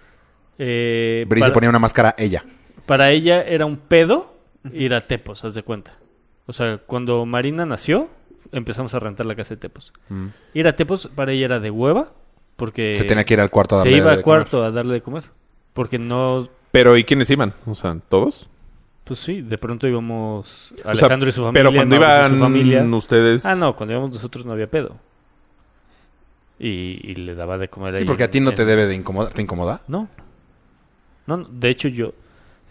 S1: eh,
S3: Bri se
S1: para,
S3: ponía una máscara ella.
S1: para ella era un pedo ir a Tepos, haz de cuenta. O sea, cuando Marina nació, empezamos a rentar la casa de Tepos. Ir a Tepos para ella era de hueva, porque
S3: Mm.
S4: Eh,
S3: Se tenía que ir al cuarto a
S1: se
S3: darle
S1: iba
S3: de
S1: al
S3: comer.
S1: cuarto a darle de comer. Porque no,
S2: Pero ¿y quiénes iban? O sea, ¿todos?
S1: pues sí, de pronto íbamos
S2: O sea,
S1: Alejandro y su familia.
S2: Pero cuando
S1: Mauricio y
S2: iban
S1: su familia.
S2: ustedes...
S1: Ah, no, cuando íbamos nosotros no había pedo. Y, y le daba de comer
S3: Sí,
S1: ahí
S3: porque a
S1: en-
S3: ti no
S1: en-
S3: te debe de incomodar. ¿Te incomoda?
S1: No. No, no, de hecho yo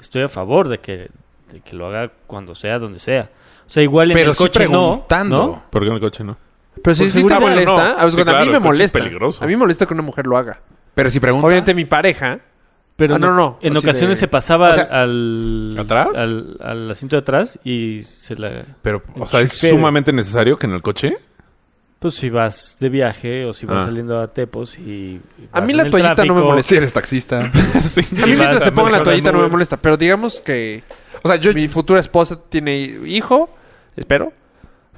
S1: estoy a favor de que, de que lo haga cuando sea, donde sea. O sea, igual en
S3: Pero
S1: el
S3: sí
S1: coche no,
S3: preguntando.
S1: no.
S2: ¿Por qué en el coche no?
S4: Pero si
S2: Por
S4: sí te
S2: seguridad,
S4: molesta,
S2: Pues no.
S4: haz de
S2: Sí,
S4: cuenta, a
S2: claro, el
S4: mí
S2: coche
S4: me
S2: es
S4: molesta.
S2: peligroso.
S4: A mí me molesta que una mujer lo haga.
S3: Pero si pregunta...
S4: Obviamente mi pareja.
S1: Pero
S4: Ah,
S1: en-
S4: no, no,
S1: en
S4: así
S1: ocasiones
S4: de-
S1: se pasaba
S4: o sea,
S1: al,
S2: ¿atrás?
S1: Al, al asiento de atrás y se la...
S2: Pero, o sea, ¿es
S1: Pero-
S2: sumamente necesario que en el coche?
S1: Pues si vas de viaje o si vas
S2: Ah.
S1: saliendo a Tepos y...
S4: A
S1: vas
S4: mí
S1: en
S4: la
S1: el
S4: toallita no me
S1: tráfico,
S4: molesta.
S3: Si eres taxista.
S2: sí.
S4: A mí
S1: Y vas
S4: mientras
S1: a
S4: se ponga la
S1: mejorar
S4: toallita no me
S1: mucho.
S4: molesta, pero digamos que
S3: O sea, yo...
S4: mi futura esposa tiene hijo, espero.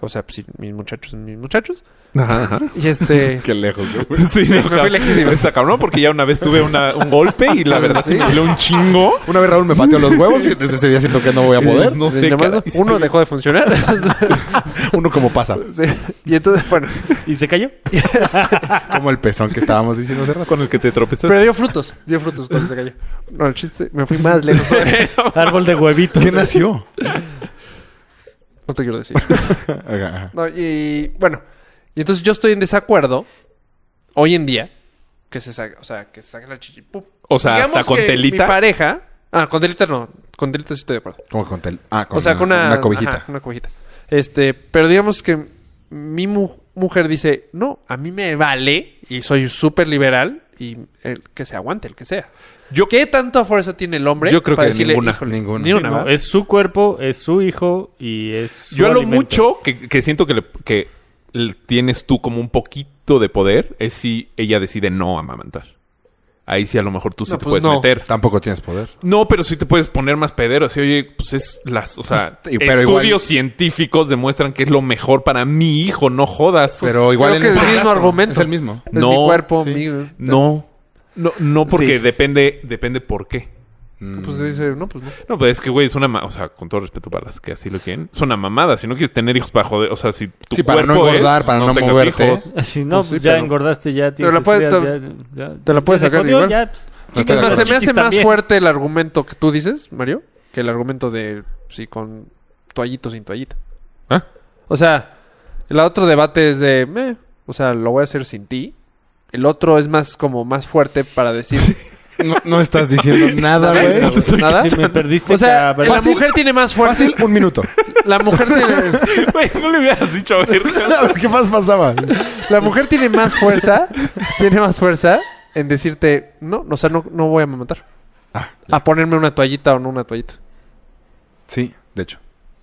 S4: O sea, pues, sí, mis muchachos son mis muchachos.
S2: Ajá, ajá.
S4: Y este...
S3: Qué lejos, güey.
S2: Sí, no,
S4: fui
S2: cabrón.
S4: lejísimo.
S2: Está cabrón porque ya una vez tuve una- un golpe y la verdad se me
S4: Sí.
S2: dio un chingo.
S3: Una vez Raúl me pateó los huevos y desde ese día siento que no voy a poder.
S2: Pues no sé,
S4: nada más
S2: caray.
S4: uno dejó de funcionar.
S3: Uno como pasa.
S4: Sí. Y entonces, bueno,
S1: ¿Y se cayó?
S3: Como el pezón que estábamos diciendo hace rato.
S2: Con el que te tropezaste.
S4: pero dio frutos. Dio frutos cuando se cayó. No, el chiste, me fui más lejos.
S1: Árbol de huevitos.
S3: ¿Qué nació?
S4: No te quiero decir.
S3: Ajá, ajá.
S4: No, y bueno, y entonces yo estoy en desacuerdo hoy en día que se saque, o sea, que se saque la chichi. pum.
S2: O sea,
S4: Digamos
S2: hasta con
S4: que
S2: telita.
S4: Mi pareja, ah, con telita no, con telita sí estoy de acuerdo.
S3: ¿Cómo que con tel- Ah, con
S4: o sea, con una,
S3: cobijita.
S4: ajá, una cobijita. Este, pero digamos que mi mu- mujer dice, "No, a mí me vale y soy súper liberal y el que se aguante, el que sea.
S2: Yo-
S4: ¿Qué tanta fuerza tiene el hombre?
S2: Yo creo que ninguna.
S4: "Híjole,
S3: Ninguna.
S4: Ni una.
S1: No,
S4: ¿verdad?".
S1: es su cuerpo, es su hijo y es su
S2: Yo a lo
S1: alimento.
S2: mucho que, que siento que, le- que le tienes tú como un poquito de poder es si ella decide no amamantar. Ahí sí a lo mejor tú sí
S4: No,
S2: te
S4: pues
S2: puedes
S4: no.
S2: meter.
S3: Tampoco tienes poder.
S2: No, pero sí te puedes poner más pedero. Así, oye, pues es las... O sea,
S3: Pues, pero
S2: estudios
S3: igual-
S2: científicos demuestran que es lo mejor para mi hijo. No jodas.
S3: pero igual
S4: Pues creo que
S3: en este
S4: es el mismo argumento.
S3: Es el mismo.
S4: Es mi cuerpo, mi-
S2: No. No, no porque depende, depende por qué.
S4: Pues dice, no, pues no.
S2: No, pero es que, güey, es una... ma- O sea, con todo respeto para las que así lo quieren. Es una mamada. Si no quieres tener hijos para joder... O sea, si tu
S3: Sí, para no
S2: cuerpo es,
S3: engordar,
S2: pues
S3: para no
S2: tengas
S3: moverte.
S1: Así, no,
S4: Pues sí,
S1: ya
S4: pero-
S1: engordaste, ya
S4: Te
S1: tienes
S4: la puede-
S1: estrías, ya- ya-
S4: te la
S1: si
S4: puedes
S1: se
S4: sacar
S1: jodió,
S4: igual.
S1: ya, pues,
S3: No estoy de
S4: O sea,
S3: acuerdo.
S4: se me hace
S1: Chiquis
S4: más
S1: también.
S4: fuerte el argumento que tú dices, Mario, que el argumento de si con toallito o sin toallita.
S2: ¿Ah?
S4: O sea, el otro debate es de, "Meh, o sea, lo voy a hacer sin ti. El otro es más como más fuerte para decir.
S3: No, no estás diciendo nada,
S4: No te
S3: güey.
S4: estoy ¿Nada?
S1: Si me perdiste,
S4: O sea,
S1: cabrón.
S4: la mujer tiene más fuerza.
S3: Fácil, un minuto.
S4: La mujer tiene,
S2: Güey, no le hubieras dicho a ver.
S3: A ver, ¿Qué más pasaba?
S4: la mujer tiene más fuerza. tiene más fuerza en decirte, no, o sea, no, no voy a matar. a ponerme una toallita o no una toallita.
S3: Sí, de hecho.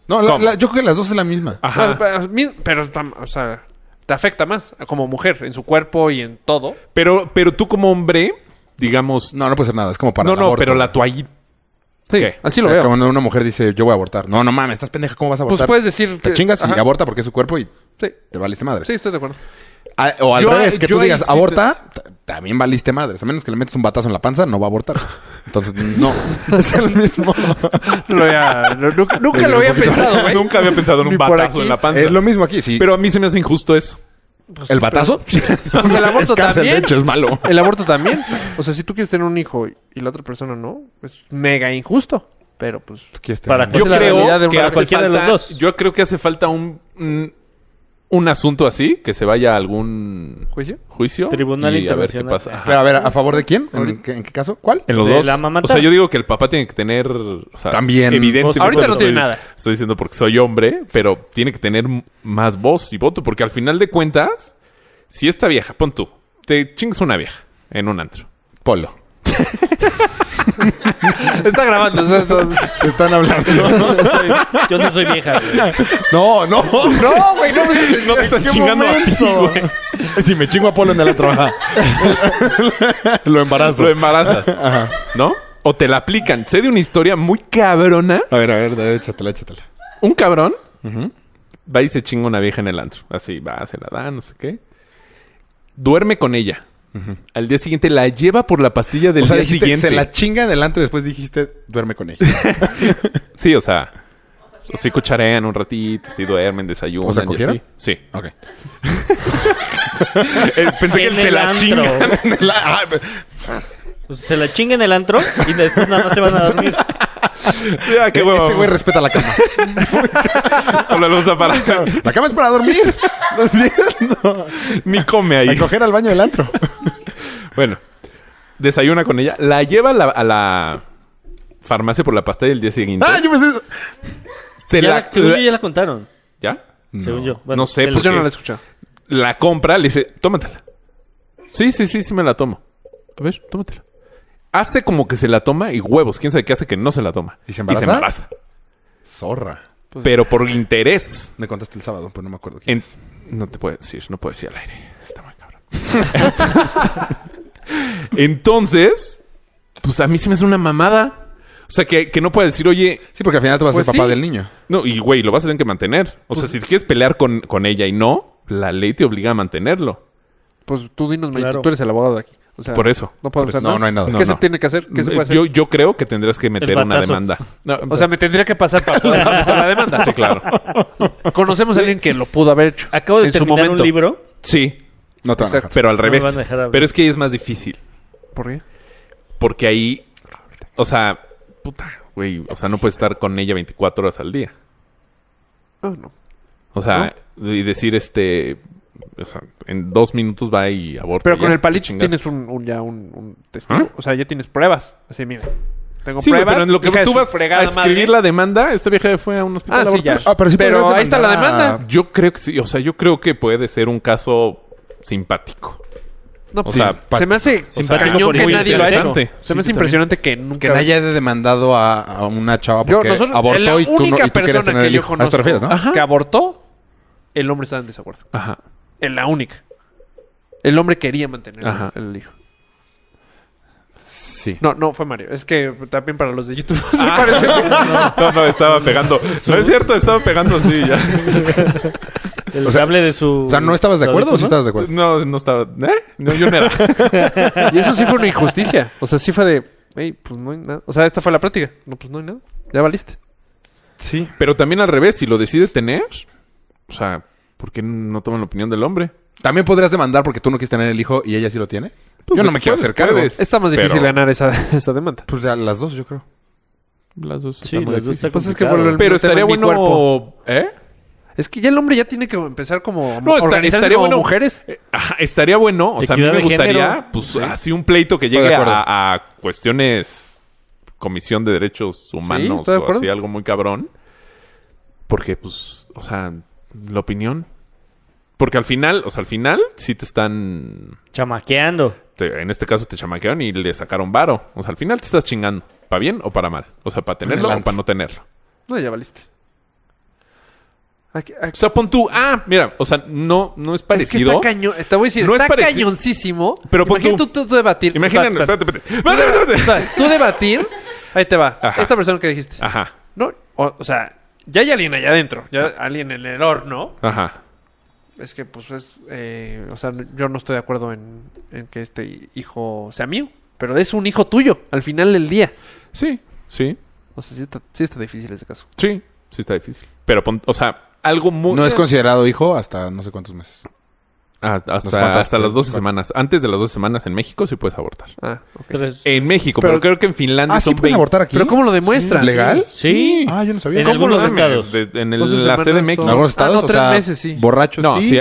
S3: No, la-
S2: ¿Cómo?
S3: la- yo creo que las dos es la misma.
S4: No, pero, mi- pero tam- o sea, te afecta más como mujer en su cuerpo y en todo.
S2: Pero, pero tú como hombre, digamos...
S3: No, no puede ser nada. Es como para
S2: no,
S3: el
S2: no,
S3: aborto.
S2: pero la toallita...
S4: Sí,
S2: ¿Qué?
S4: así
S3: O
S4: lo
S3: sea,
S4: veo.
S3: Cuando una mujer dice, yo voy a abortar. No, no mames, estás pendeja, ¿cómo vas a
S4: Pues
S3: abortar?
S4: puedes decir
S3: Te
S4: que-
S3: chingas y
S4: ajá.
S3: aborta porque es su cuerpo y
S4: Sí,
S3: te valiste madre.
S4: sí, estoy de acuerdo.
S3: A- o al
S2: Yo-
S3: revés, que
S2: yo
S3: tú
S2: ahí
S3: digas,
S2: sí te-
S3: aborta, t- también valiste madres. A menos que le metes un batazo en la panza, no va a abortar. Entonces, no. es el mismo.
S4: nunca, lo había pensado, ¿eh? güey.
S2: Nunca había pensado en
S4: Ni
S2: un
S4: por
S2: batazo
S4: aquí.
S2: en la panza.
S3: es lo mismo aquí. Sí.
S2: Pero a mí se me hace injusto eso.
S3: ¿El batazo?
S4: Pues el aborto
S3: Es cáncer,
S4: también.
S3: De hecho, es malo.
S4: El aborto también. O sea, si tú quieres tener un hijo y y la otra persona no, es mega injusto. Pero pues.
S1: Para
S2: Yo
S4: Esa es la realidad
S2: creo
S4: de
S2: que
S4: una-
S2: hace
S1: cualquiera de
S2: falta,
S1: los dos.
S2: Yo creo que hace falta un, un, un asunto así, que se vaya a algún
S4: ¿Juicio? Pues
S2: juicio.
S1: Tribunal
S2: y a ver qué
S1: internacional.
S2: pasa. Ajá.
S3: Pero a ver, ¿a favor de quién? ¿En, qué, en qué caso? ¿Cuál?
S2: En los
S1: de
S2: dos.
S1: la mamanta.
S2: o sea, yo digo que el papá tiene que tener. O sea,
S3: También.
S2: Evidente.
S1: Voz. Ahorita
S4: no tiene nada.
S2: Estoy diciendo porque soy hombre, pero tiene que tener m- más voz y voto. Porque al final de cuentas, si esta vieja, pon tú, te chingas una vieja en un antro.
S3: Polo.
S4: Está grabando. o sea, entonces-
S3: Te están hablando.
S1: No, no soy- yo no soy vieja, güey.
S3: No, no. No, güey, no me
S2: No te están chingando a ti, güey.
S3: Si me chingo a Polo en el otro, ajá. Lo embarazo.
S2: Lo em- embarazas. ¿No? O te la aplican. Sé de una historia muy cabrona.
S3: A ver, a ver, échatela, échatela.
S2: Un cabrón va y se chinga una vieja en el antro. Así va, se la da, no sé qué. Duerme con ella. Al día siguiente la lleva por la pastilla del
S3: o sea,
S2: día
S3: dijiste,
S2: siguiente.
S3: se la chinga delante, después dijiste, duerme con ella.
S2: Sí, o sea, o sí cucharean un ratito, sí duermen, desayunan
S3: O sea,
S2: y
S3: ¿cogieron?
S2: así. Sí.
S3: ok.
S2: Eh, Pensé que
S1: En
S2: él se
S1: el
S2: la
S1: antro.
S2: chinga.
S3: La- ah,
S1: O
S3: ay,
S1: sea, Pues, se la chinga en el antro y después nada más se van a dormir.
S2: Ya, qué huevo.
S3: e- Ese güey respeta la cama.
S2: Solo lo usa para...
S3: La cama es para dormir. No es cierto.
S2: Ni come
S3: Y
S2: ahí.
S3: coger al baño del antro.
S2: Bueno, desayuna con ella. La lleva a la, a la farmacia por la pastilla del día siguiente.
S3: Ah, yo pensé.
S2: se
S1: Ya
S2: la...
S1: la- según yo ya la contaron.
S2: ¿Ya?
S1: Según yo.
S2: No sé,
S1: en
S2: pues
S1: la-
S4: Yo no lo he escuchado.
S2: la compra, le dice, tómatela. Sí, sí, sí, sí me la tomo. A ver, tómatela. Hace como que se la toma y huevos, quién sabe qué hace que no se la toma.
S3: ¿Y se embaraza?
S2: Y se embaraza.
S3: Zorra.
S1: Pues,
S2: Pero por interés.
S3: Me contaste el sábado, pero no me acuerdo. quién.
S2: En- No te puedo decir, no puedo decir al aire. Está muy cabrón. Entonces, pues a mí se me hace una mamada. O sea, que, que no pueda decir, oye,
S3: Sí, porque al final tú vas
S4: Pues
S3: a ser papá
S4: sí.
S3: del niño.
S2: no, y güey, lo vas a tener que mantener. O
S1: Pues
S2: sea, si te quieres pelear con, con ella y no, la ley te obliga a mantenerlo.
S4: Pues tú dinos, Mayito,
S1: Claro.
S4: tú eres el abogado de aquí. O sea,
S2: Por eso.
S4: No podemos
S2: Por
S4: hacer
S3: eso. No,
S4: nada.
S3: no hay nada.
S4: ¿Qué
S2: No,
S4: se
S2: no.
S4: tiene que hacer? ¿Qué se puede hacer?
S2: Yo, yo creo que tendrás que meter una
S1: batazo.
S2: demanda. No,
S4: O sea, me tendría que pasar para poder- para la demanda.
S2: sí, claro.
S4: Conocemos a alguien que lo pudo haber hecho.
S1: Acabo de
S4: en su
S1: terminar un
S4: momento.
S1: libro.
S2: Sí,
S3: No te van a
S4: Exacto.
S3: dejar.
S2: pero al revés.
S1: van a dejar hablar.
S2: pero es que es más difícil.
S4: ¿Por qué?
S2: Porque ahí, o sea, puta, güey, o sea, no puedes estar con ella 24 horas al día.
S4: Ah, no.
S2: O sea, y decir este, o sea, en dos minutos va y aborta.
S4: Pero
S2: y
S4: con
S2: ya,
S4: el palito
S2: te chingaste.
S4: tienes un, un- ya un, un testigo.
S2: ¿Ah?
S4: O sea, ya tienes pruebas. Así, mira. Tengo
S2: Sí, güey,
S4: pruebas.
S2: pero en lo que
S4: hija de
S2: tú
S4: su
S2: vas a
S4: fregada
S2: escribir
S4: madre.
S2: la demanda, esta vieja fue a un hospital. a
S4: Ah, sí,
S2: abortar.
S4: ya.
S3: Ah, pero sí podrías
S4: ahí está la
S3: demandar a-
S4: demanda.
S2: Yo creo que sí, o sea, yo creo que puede ser un caso simpático.
S4: No, pues,
S2: sea,
S4: sí.
S3: pa-
S4: se me hace
S1: simpático
S4: cañón
S1: por
S4: que
S1: muy
S4: nadie lo ha hecho.
S2: interesante.
S4: Se me
S2: Sí,
S4: hace impresionante que nunca...
S3: Que nadie haya demandado a, a una chava
S4: Yo,
S3: porque
S4: nosotros,
S3: abortó
S4: la
S3: y tú no- y tú
S4: única
S3: querías tener
S4: persona que
S3: el
S4: yo
S3: hijo. A eso
S4: conozco
S3: te refieres, ¿no?
S4: que abortó, el hombre estaba en desacuerdo.
S2: Ajá.
S4: Es la única. El hombre quería mantener
S2: Ajá.
S4: el hijo.
S3: Sí.
S4: No, no, fue Mario. Es que también para los de YouTube se
S2: Ah.
S4: parece.
S2: No, no, estaba pegando. No es cierto, estaba pegando así ya.
S1: El
S3: O sea,
S1: cable de su...
S3: O sea, ¿no estabas de acuerdo o
S1: audífonos?
S3: sí estabas de acuerdo?
S2: No, no estaba. ¿Eh? No, yo no era.
S4: Y eso sí fue una injusticia. O sea, sí fue de, "Ey, pues no hay nada. O sea, esta fue la práctica. No, pues no hay nada. Ya valiste.
S3: Sí.
S2: Pero también al revés, si lo decide tener, o sea, ¿por qué no toman la opinión del hombre?
S3: También podrías demandar porque tú no quieres tener el hijo y ella sí lo tiene.
S2: Pues,
S3: yo no me quiero
S2: puedes,
S3: hacer cargo.
S2: puedes.
S4: Está más difícil
S2: Pero-
S4: ganar esa, esa demanda.
S3: Pues a las dos, yo creo.
S2: Las dos.
S1: Sí,
S2: están muy
S1: las dos
S2: difíciles.
S1: está
S4: Pues es que
S1: complicado.
S4: vuelve el-
S2: Pero
S4: No tengo
S2: estaría
S4: en mi
S2: bueno.
S4: cuerpo.
S2: ¿Eh?
S4: Es que ya el hombre ya tiene que empezar como
S2: No,
S4: no,
S2: esta-
S4: organizarse
S2: estaría
S4: como
S2: bueno.
S4: mujeres.
S2: Eh, ajá, estaría bueno. O sea, a mí
S1: Equidad
S2: me
S1: de género.
S2: gustaría, pues, así un pleito que
S3: Estoy de
S2: llegue
S3: acuerdo.
S2: a, a cuestiones. Comisión de Derechos Humanos
S4: estoy de
S2: o
S4: acuerdo.
S2: así, algo muy cabrón. Porque, pues, o sea, la opinión. Porque al final, o sea, al final sí te están.
S1: Chamaqueando.
S2: te- en este caso te chamaquearon y le sacaron varo. O sea, al final te estás chingando. ¿Para bien o para mal? O sea, para tenerlo o
S3: Adelante.
S2: para no tenerlo.
S4: No, ya valiste. Aquí-
S2: O
S4: aquí-
S2: sea, pon tú. Ah, mira, o sea, no, no es
S4: es que
S2: parecido.
S4: está cañón. Te voy a decir,
S2: No es
S4: está
S2: pareci-
S4: cañoncísimo.
S2: Pero pon
S4: Imagínate
S2: tú-
S4: tú, tú debatir.
S2: Imagina,
S4: Espérate, espérate.
S2: espérate, espérate. Espérate, espérate,
S4: O
S2: espérate.
S4: sea, tú debatir. Ahí te va.
S2: Ajá. Ah.
S4: Esta persona que dijiste.
S2: Ajá,
S4: No, o, o sea, ya hay alguien allá adentro. Ya
S2: Ah.
S4: alguien en el horno.
S2: ajá.
S4: Es que, pues, es. eh, o sea, no- yo no estoy de acuerdo en, en que este hijo sea mío. Pero es un hijo tuyo al final del día.
S2: Sí, sí,
S4: O sea, sí está, sí está difícil ese caso.
S2: sí. Sí está difícil. Pero, pon- o sea, algo muy...
S3: No es considerado hijo hasta no sé cuántos meses.
S2: Ah,
S3: Nos
S2: hasta,
S3: contaste.
S2: hasta las 12 semanas. Antes de las 12 semanas en México sí puedes abortar.
S4: Ah, ok.
S1: Tres.
S2: En México, pero,
S4: Pero-
S2: creo que en Finlandia
S3: Ah,
S2: son
S3: sí puedes
S2: 20.
S3: abortar aquí.
S4: Pero ¿cómo lo demuestras?
S3: ¿Legal?
S1: Sí.
S3: Ah, yo no sabía.
S1: En
S3: ¿Cómo?
S1: algunos
S2: No mames,
S1: estados.
S2: de- en el-
S4: 12
S2: la
S4: semanas
S2: CDMX.
S4: son-
S3: En algunos
S4: Ah, no,
S3: estados, o
S4: tres
S3: sea,
S4: meses, sí.
S3: borracho
S2: No, sí.
S3: sí.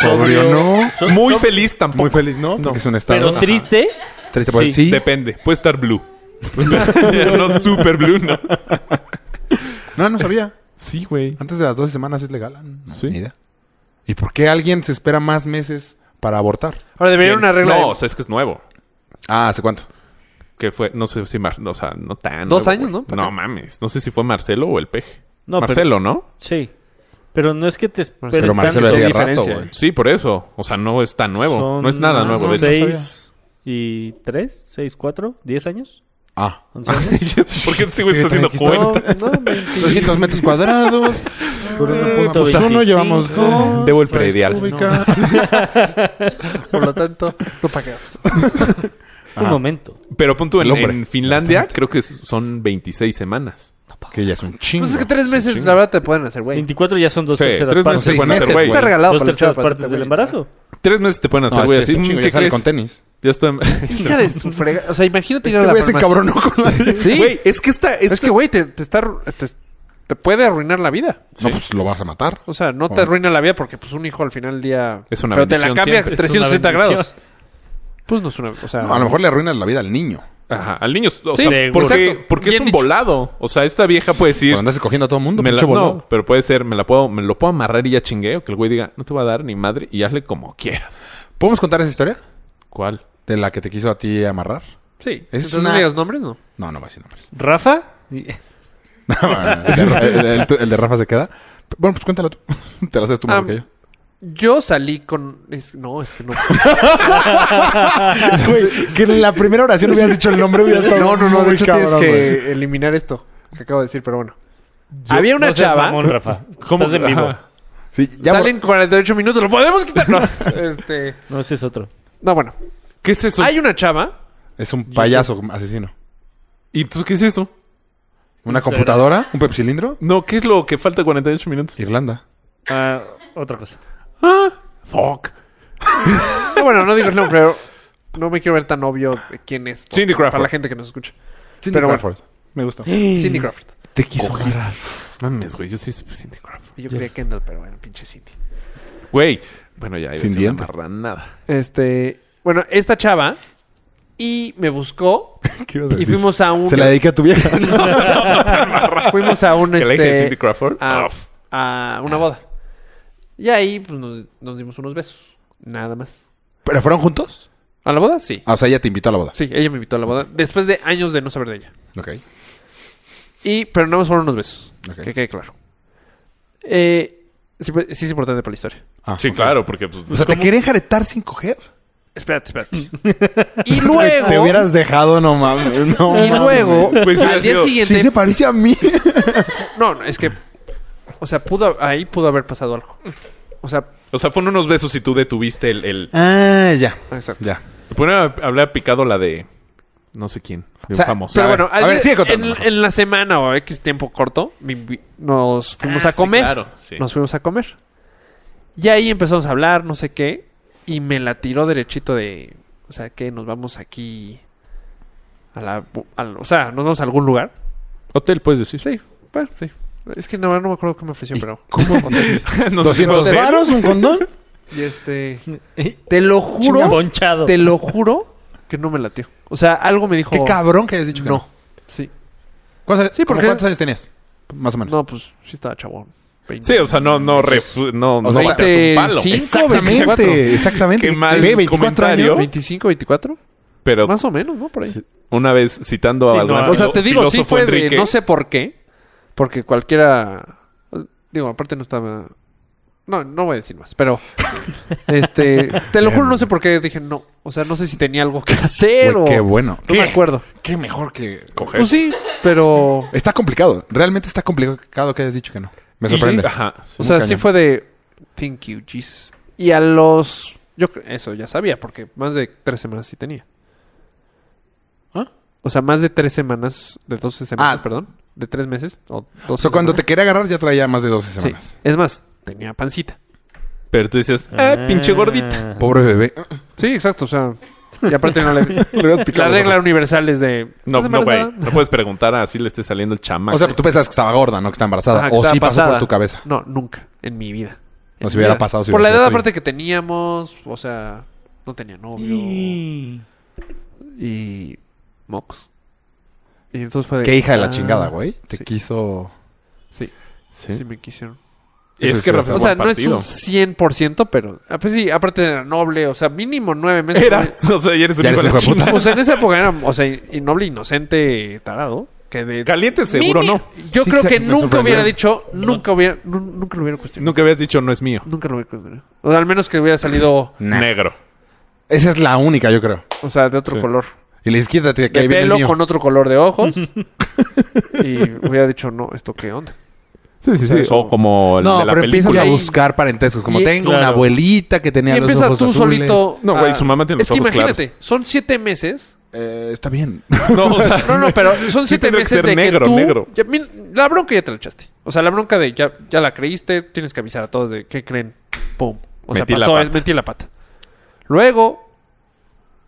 S3: Sobrio no.
S1: So-
S2: muy
S1: so-
S2: feliz tampoco.
S3: Muy feliz, ¿no? Porque es un estado.
S1: Pero
S3: Ajá.
S1: triste.
S3: Triste, pues,
S1: Sí.
S3: sí.
S2: Depende. Puede estar blue. no super blue, ¿no?
S3: No, no sabía.
S2: Sí, güey.
S3: Antes de las 12 semanas es legal. Ah, No,
S2: Sí.
S3: Ni idea. ¿Y por qué alguien se espera más meses para abortar?
S4: Ahora debería haber una regla.
S2: No,
S4: de
S2: o sea, es que es nuevo.
S3: Ah, ¿hace cuánto?
S2: Que fue, no sé si Mar, no, o sea, no tan.
S4: Dos
S2: nuevo,
S4: años,
S2: güey.
S4: ¿no? ¿Para
S2: No
S4: qué?
S2: mames. No sé si fue Marcelo o el peje.
S1: No, pero-
S2: Marcelo, ¿no?
S1: Sí. Pero no es que te esperes
S4: Pero
S3: Pero Marcelo
S1: tanto.
S3: ya tiene
S4: son
S3: rato,
S4: diferencia,
S3: güey.
S2: Sí, por eso. O sea, no es tan nuevo.
S1: Son
S2: no es nada nuevo, de hecho.
S1: Seis y tres, seis, cuatro, diez años.
S3: Ah.
S1: once años.
S2: ¿Por qué este güey está haciendo
S3: Tranquilo.
S2: cuentas?
S1: No, no,
S3: 200 metros cuadrados. Por una
S1: Punto
S3: pues uno,
S1: 25.
S3: llevamos dos. Pues,
S2: Debo el
S3: Tres
S2: predial.
S3: cúbicas.
S4: Por lo tanto, no pagas.
S1: Un momento.
S2: Pero pon tú, en,
S3: El hombre.
S2: en Finlandia creo que son 26 semanas.
S3: Que ya es un chingo.
S4: Pues es que tres meses, la verdad, te pueden hacer, güey.
S1: 24 ya son dos
S2: Sí,
S1: terceras
S2: tres
S1: partes.
S2: meses,
S3: seis
S2: bueno,
S3: meses,
S2: pero, güey,
S4: Está regalado
S1: Dos
S4: para el
S1: terceras
S4: chavo,
S1: partes
S4: este
S1: del
S4: güey.
S1: embarazo.
S2: Tres meses te pueden hacer,
S3: No,
S2: güey.
S3: sí, es
S2: así,
S3: un
S2: mm,
S3: chingo,
S2: ¿qué
S3: ya sale
S2: crees?
S3: con tenis.
S2: Ya estoy...
S4: Hija de su frega. O sea, imagínate ir a
S3: Este
S4: la
S3: güey se
S4: farmacia.
S3: encabronó con la...
S4: Sí.
S2: Güey, es que esta...
S4: es que, güey, te, te está. Te, te puede arruinar la vida.
S3: No, pues lo vas a matar.
S4: O sea, no te
S3: Bueno.
S4: arruina la vida porque, pues, un hijo al final del día.
S2: Es una
S4: Pero te la
S2: bendición
S4: cambia
S2: siempre. Es
S4: 360
S1: una bendición.
S4: grados. Pues no es una. O sea,
S3: No, a lo mejor le arruinas la vida al niño.
S2: Ajá, al niño... O
S4: Sí,
S2: sea,
S1: seguro.
S2: porque,
S4: Exacto.
S2: porque es
S4: Bien
S2: un
S4: dicho.
S2: volado. O sea, esta vieja puede decir...
S3: Cuando andas cogiendo a todo mundo,
S2: Me la,
S3: pinche volado.
S2: no, pero puede ser, me la puedo, me lo puedo amarrar y ya chingué, o que el güey diga, no te va a dar ni madre, y hazle como quieras.
S3: ¿Podemos contar esa historia?
S2: ¿Cuál?
S3: De la que te quiso a ti amarrar.
S4: Sí.
S3: Es
S4: Entonces no
S3: una-
S4: digas nombres, ¿no.
S3: No, no va a decir nombres.
S1: Rafa.
S3: el, de- el- el- el de Rafa se queda. Bueno, pues cuéntala tú. Te la haces tú mejor
S4: Ah,
S3: que yo.
S4: Yo salí con. es- No, es que no.
S3: ah, Güey, que en la primera oración hubieras dicho el nombre, hubiera estado
S4: no, no, no. De
S3: muy
S4: hecho,
S3: cabrón,
S4: tienes que
S3: güey.
S4: eliminar esto que acabo de decir, pero bueno. Había una
S1: No seas
S4: chava.
S1: mamón, Rafa.
S2: ¿Cómo?
S1: Estás en vivo.
S2: Ajá.
S3: Sí, ya
S4: salen 48 minutos, lo podemos quitar. No, este,
S1: No, ese es otro.
S4: no bueno.
S2: ¿Qué es eso?
S4: Hay una chava.
S3: vol- Es un payaso asesino.
S2: ¿Y tú qué es eso?
S3: Una computadora, un pepsilindro,
S2: No, ¿qué es lo que falta 48 minutos?
S3: Irlanda.
S1: Ah, otra cosa.
S2: Ah. Fuck.
S4: no, bueno, no digo el nombre, pero no me quiero ver tan obvio de quién es. por-
S2: Cindy Crawford.
S4: Para la gente que nos escucha.
S3: Cindy
S4: Pero bueno.
S3: Crawford. Me gusta.
S4: Cindy Crawford.
S3: Te quiso
S2: Mames, güey, yo soy Cindy Crawford.
S4: Y Yo quería Kendall, pero bueno, pinche Cindy.
S2: Güey. Bueno, ya,
S3: Sin
S2: sin
S3: diente.
S2: nada.
S4: Este, bueno, esta chava y me buscó
S3: ¿Qué ibas a
S4: y
S3: decir?
S4: fuimos a un
S3: Se la dedica a tu vieja.
S4: fuimos a un
S2: ¿Que la hija de Cindy
S4: este
S2: Crawford?
S3: ah.
S2: Ah,
S4: a,
S2: Uf.
S4: a una boda. Y ahí pues, nos, nos dimos unos besos, nada más.
S3: ¿Pero fueron juntos?
S4: ¿A la boda? Sí.
S3: Ah, o sea, ella te invitó a la boda.
S4: Sí, ella me invitó a la boda. Después de años de no saber de ella.
S3: Ok.
S4: Y, pero nada más fueron unos besos.
S3: Ok.
S4: Que quede claro. Eh, sí, pues, sí es importante para la historia.
S3: Ah,
S2: Sí,
S3: ok.
S2: claro, porque pues,
S3: O sea, ¿te
S2: ¿cómo?
S3: quería jaretar sin coger?
S4: Espérate, espérate. y luego.
S3: Te hubieras dejado, no mames. No
S4: Y
S3: mames.
S4: luego,
S2: Pues, hubiera
S4: al día
S2: sido-
S4: siguiente.
S3: Sí se parece a mí.
S4: No, no, es que. O sea, pudo, ahí pudo haber pasado algo. O sea,
S2: O sea, fueron unos besos y tú detuviste el... el...
S3: Ah, ya.
S4: exacto.
S3: Ya.
S2: Primero habría picado la de... No sé quién. De un
S3: O sea,
S2: famoso.
S3: a
S4: Pero
S3: ver,
S4: bueno, al
S3: a ver,
S4: día-
S3: sigue contando,
S4: en,
S3: mejor.
S4: en la semana o X tiempo corto, me invi- nos fuimos
S2: Ah,
S4: a
S2: sí,
S4: comer.
S2: claro, sí.
S4: Nos fuimos a comer. Y ahí empezamos a hablar, no sé qué. Y me la tiró derechito de. O sea, que nos vamos aquí. A la, al- o sea, nos vamos a algún lugar.
S2: Hotel, puedes decir.
S4: Sí, bueno, sí. Es que no, no me acuerdo qué me ofreció, pero.
S2: no sé si fue
S3: 200
S2: hotel.
S3: varos, un condón.
S4: Y este. Te lo juro.
S1: Ponchado.
S4: Te lo juro que no me latió. O sea, algo me dijo.
S3: Qué cabrón que hayas dicho que no.
S4: No. Sí.
S3: ¿Cuántos,
S4: Sí,
S3: como
S4: porque-
S3: ¿Cuántos años tenías? Más o menos.
S4: No, pues sí estaba chabón.
S2: Sí, o sea, no, no, refu- no, no
S3: sea,
S2: matas un palo.
S4: 25,
S3: exactamente,
S4: 24.
S3: exactamente.
S2: Qué mal
S3: Ve, 24
S2: comentario.
S3: años.
S4: 25, 24.
S2: Pero
S4: Más o menos, ¿no? Por ahí.
S2: una vez citando a
S1: Sí,
S2: algún
S1: no,
S2: filo-
S4: O sea, te digo, sí
S2: filósofo
S4: fue de
S2: Enrique,
S4: no sé por qué. Porque cualquiera. Digo, aparte no estaba. No, no voy a decir más, pero. Este. Te lo juro, no sé por qué dije no. O sea, no sé si tenía algo que hacer
S3: Güey,
S4: o.
S3: qué bueno.
S4: No
S3: ¿Qué?
S4: me acuerdo.
S3: Qué mejor que
S2: coger.
S4: Pues sí, pero.
S3: Está complicado. Realmente está complicado que hayas dicho que no. Me
S2: Y-
S3: sorprende.
S2: Ajá.
S4: O sea, sí
S3: cañón.
S4: fue de Thank you, Jesus. Y a los. Yo cre- eso ya sabía, porque más de tres semanas sí tenía.
S3: ¿Ah?
S4: O sea, más de tres semanas, de 12 semanas,
S3: Ah.
S4: perdón. De tres meses o 12
S3: O sea, cuando te
S4: semanas.
S3: quería agarrar ya traía más de 12
S4: Sí.
S3: semanas.
S4: Es más, tenía pancita.
S2: Pero tú dices, ah, pinche gordita.
S3: Pobre bebé.
S4: Sí, exacto. O sea, y aparte no le.
S3: Le hubieras picado
S4: La
S3: los
S4: regla
S3: ojos.
S4: universal es de.
S2: No,
S4: ¿estás
S2: no, güey.
S4: embarazada?
S2: No puedes preguntar así le esté saliendo el chamaco.
S3: O sea, tú pensabas que estaba gorda, no que estaba embarazada.
S4: Ajá, que
S3: o
S4: estaba
S3: sí pasó
S4: pasada.
S3: por tu cabeza.
S4: No, nunca. En mi vida.
S3: O
S4: En
S3: si
S4: mi
S3: hubiera
S4: vida.
S3: pasado, si
S4: Por la
S3: hubiera
S4: edad,
S3: sido tuyo.
S4: aparte que teníamos. O sea, no tenía novio. y Mox. Y entonces fue de,
S3: Qué hija de la
S4: ah,
S3: chingada, güey. Te
S4: sí.
S3: quiso.
S4: Sí,
S2: Sí.
S4: sí, me quisieron.
S2: Y es
S3: Eso
S2: que
S3: sí,
S2: Rafa
S4: o
S2: es
S4: sea,
S2: buen
S4: no es
S2: partido.
S4: un 100%, pero... ah, Pues sí, aparte era noble, o sea, mínimo nueve meses.
S2: Eras, o sea, ya eres un
S3: Ya
S2: hijo
S3: eres
S2: de
S3: un
S2: la
S3: hijo de puta.
S2: chingada.
S4: O sea, en esa época era, o sea, y noble, inocente, tarado. Que de...
S2: Caliente seguro
S4: Mini-
S2: no.
S4: Yo
S3: Sí,
S4: creo
S3: claro,
S4: que
S3: me
S4: nunca
S3: sorprendió.
S4: hubiera dicho, nunca hubiera, nu- nunca lo hubiera cuestionado.
S2: Nunca habías dicho no es mío.
S4: Nunca lo hubiera cuestionado. O sea, al menos que hubiera salido,
S3: Nah.
S2: Negro.
S3: Esa es la única, yo creo.
S4: o sea, de otro
S2: Sí.
S4: color.
S3: Y la izquierda te
S4: De
S3: que viene el
S4: pelo,
S3: mío.
S4: con otro color de ojos. y hubiera dicho, no, ¿esto qué onda?
S2: Sí, sí,
S4: sea,
S2: sí.
S4: eso-
S2: O como el
S3: No,
S2: de la
S3: pero empiezas
S2: película.
S3: a
S4: Y ahí-
S3: buscar parentescos. Como
S4: y-
S3: tengo una
S1: claro.
S3: abuelita que tenía
S4: Y
S3: los
S4: empieza
S3: ojos
S4: tú
S3: azules.
S4: solito.
S2: No, güey,
S4: a-
S2: su mamá tiene los
S4: Es que
S2: ojos claros.
S4: imagínate, son siete meses.
S3: Eh, está bien.
S2: No, o sea,
S4: No, no, pero son
S2: Sí
S4: siete
S2: tendría que
S4: meses
S2: ser
S4: de
S2: negro,
S4: que tú.
S2: negro.
S4: ya, mira, la bronca ya te la echaste. O sea, la bronca de ya, ya la creíste, tienes que avisar a todos de qué creen. Pum. O sea,
S2: Metí la
S4: pasó,
S2: pata.
S4: metí la pata. Luego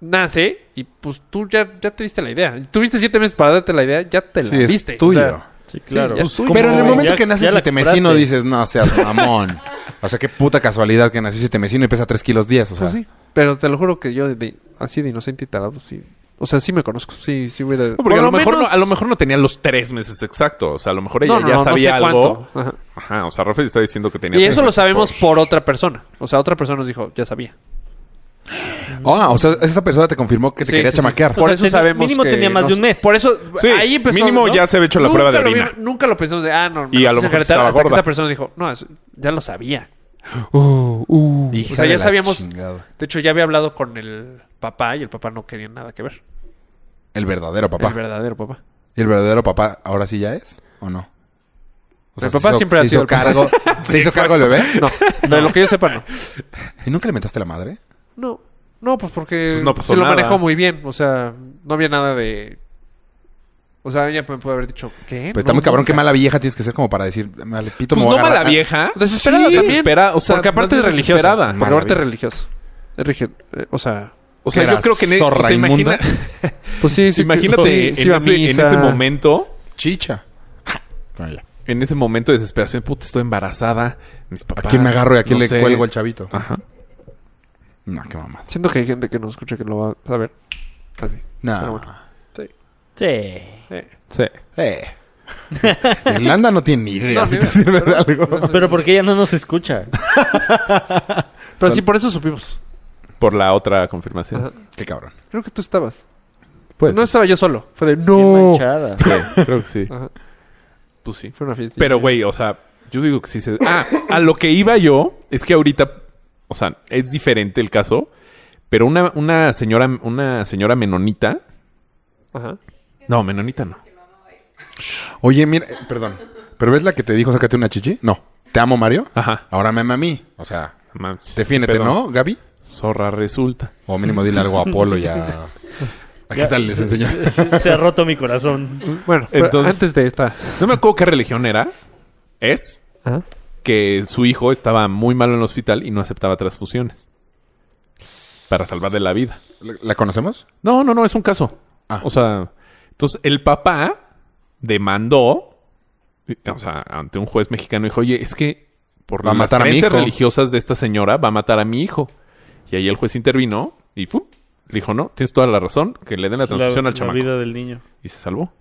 S4: nace y pues tú ya, ya te diste la idea. Tuviste siete meses para darte la idea, ya te la
S3: Sí,
S4: diste.
S3: es
S4: O
S3: tuyo.
S4: sea,
S1: Sí,
S4: claro.
S1: claro.
S4: Pues, ¿cómo,
S3: Pero en el
S4: güey?
S3: momento que nace Sitemecino dices, no seas mamón. o sea, qué puta casualidad que nació Sitemecino y pesa 3 kilos 10. O sea,
S4: pues sí. Pero te lo juro que yo, de- de- así de inocente y tarado, sí. O sea, sí me conozco. Sí, sí hubiera.
S2: No, porque
S4: por
S2: a lo, mejor no,
S4: menos-
S2: a lo mejor no tenía los tres meses exactos. O sea, a lo mejor ella
S4: No, no,
S2: ya
S4: no, no
S2: sabía
S4: sé
S2: algo.
S4: cuánto. Ajá.
S2: Ajá, o sea, Rafael está diciendo que tenía pues,
S4: Y
S2: tres
S4: eso lo
S2: meses
S4: sabemos por otra persona. O sea, otra persona nos dijo, ya sabía.
S3: Ah, o sea, esa persona te confirmó que te
S4: Sí,
S3: quería
S4: sí, sí.
S3: chamaquear.
S4: Por
S1: sea,
S4: eso
S1: ten-
S4: sabemos
S1: mínimo
S4: que
S1: tenía más de
S4: nos-
S1: un mes.
S4: Por eso
S2: Sí,
S4: ahí empezó.
S2: mínimo
S4: ¿no?
S2: ya se había hecho la
S4: Nunca
S2: prueba de
S4: lo
S2: orina.
S4: vimos- nunca lo pensamos de, ah, no, me
S2: Y
S4: la
S2: a lo
S4: quise
S2: mejor
S4: jaretar",
S2: estaba
S4: hasta que
S2: gorda.
S4: esta persona dijo, no, eso- ya lo sabía.
S3: Hija
S4: o sea,
S3: de
S4: ya
S3: la
S4: sabíamos-
S3: chingada.
S4: De hecho, ya había hablado con el papá y el papá no quería nada que ver.
S3: El verdadero papá.
S4: El verdadero papá.
S3: ¿Y el verdadero papá ahora sí ya es? ¿O no? O
S4: El papá
S3: hizo-
S4: siempre ha
S3: hizo
S4: sido el papá.
S3: cargo. ¿Se hizo cargo el bebé?
S4: No, de lo que yo sepa, no.
S3: ¿Y nunca le mentaste la madre?
S4: No, no, pues porque
S2: Pues no pasó
S4: se lo
S2: nada.
S4: manejó muy bien. O sea, no había nada de... O sea, ella me puede haber dicho, ¿qué?
S3: Pues
S4: No,
S3: está muy cabrón,
S4: nunca".
S3: qué mala vieja tienes que ser como para decir, "Vale, pito,
S2: Pues
S3: me
S2: no
S3: voy a agarrar Ah,
S2: mala
S3: a-
S2: vieja.
S4: Ah, Desesperada
S2: Sí,
S4: también.
S2: desespera- o sea,
S4: porque aparte
S2: más
S4: es
S2: bien
S4: religiosa.
S2: desesperada.
S4: Porque aparte es
S3: Maravilla.
S4: religiosa. Es relig- eh, o sea,
S2: O sea,
S3: ¿Que
S2: yo
S3: era
S2: creo que... en- e- o
S3: zorra
S2: sea, imagina-
S3: inmunda?
S4: pues sí, sí
S2: imagínate
S4: sí, sí
S2: en,
S4: iba a
S2: ese, en
S4: misa.
S2: ese momento...
S3: Chicha.
S4: Ah,
S3: Bueno, ya.
S2: En ese momento de desesperación. Puta, estoy embarazada. Mis
S3: ¿A
S2: papás...
S3: quién me agarro y a quién
S2: no
S3: le
S2: sé.
S3: cuelgo el chavito?
S2: Ajá.
S3: No, qué mamada.
S4: Siento que hay gente que nos escucha que lo va a saber. Así.
S3: No.
S4: Pero bueno. Sí.
S1: Sí.
S4: Eh.
S2: Sí.
S3: Eh. Irlanda no tiene ni idea
S4: No,
S3: si
S4: ni
S3: te
S4: idea,
S3: sirve de
S4: pero-
S3: algo.
S1: Pero porque ella no nos escucha.
S4: Pero sí, por eso supimos.
S2: por la otra confirmación.
S4: Ajá.
S3: Qué cabrón.
S4: Creo que tú estabas.
S2: Pues,
S4: no estaba yo solo. Fue de
S6: Bien
S4: no.
S6: manchada.
S2: sí, creo que sí.
S4: Ajá.
S2: Pues sí.
S4: Fue una fiesta.
S2: Pero, güey, o sea, yo digo que sí se... Ah, a lo que iba yo es que ahorita, o sea, es diferente el caso, pero una, una señora, una señora menonita...
S4: Ajá.
S2: No, menonita no.
S3: Oye, mira, eh, perdón. ¿Pero ves la que te dijo sácate una chichi? No. ¿Te amo, Mario?
S2: Ajá.
S3: Ahora me ama a mí. O sea,
S2: Mames,
S3: defiéndete,
S2: pedo.
S3: ¿no, Gaby?
S2: Zorra resulta.
S3: O mínimo dile algo a Apolo y a... ¿A qué tal les enseñó?
S1: Se, se ha roto mi corazón.
S4: Bueno, pero
S2: Entonces-
S4: antes de esta.
S2: No me acuerdo qué religión era. Es
S4: Ajá.
S2: que su hijo estaba muy malo en el hospital y no aceptaba transfusiones. Para salvarle la vida.
S3: ¿La la conocemos?
S2: No, no, no, es un caso.
S3: Ah.
S2: O sea, entonces el papá demandó, o sea, ante un juez mexicano dijo, oye, es que por
S3: Va a
S2: las
S3: matar a mi
S2: creencias
S3: hijo".
S2: religiosas de esta señora va a matar a mi hijo. Y ahí el juez intervino y ¡fu! le dijo, no, tienes toda la razón, que le den la transfusión al chamaco.
S1: vida del niño.
S2: Y se salvó.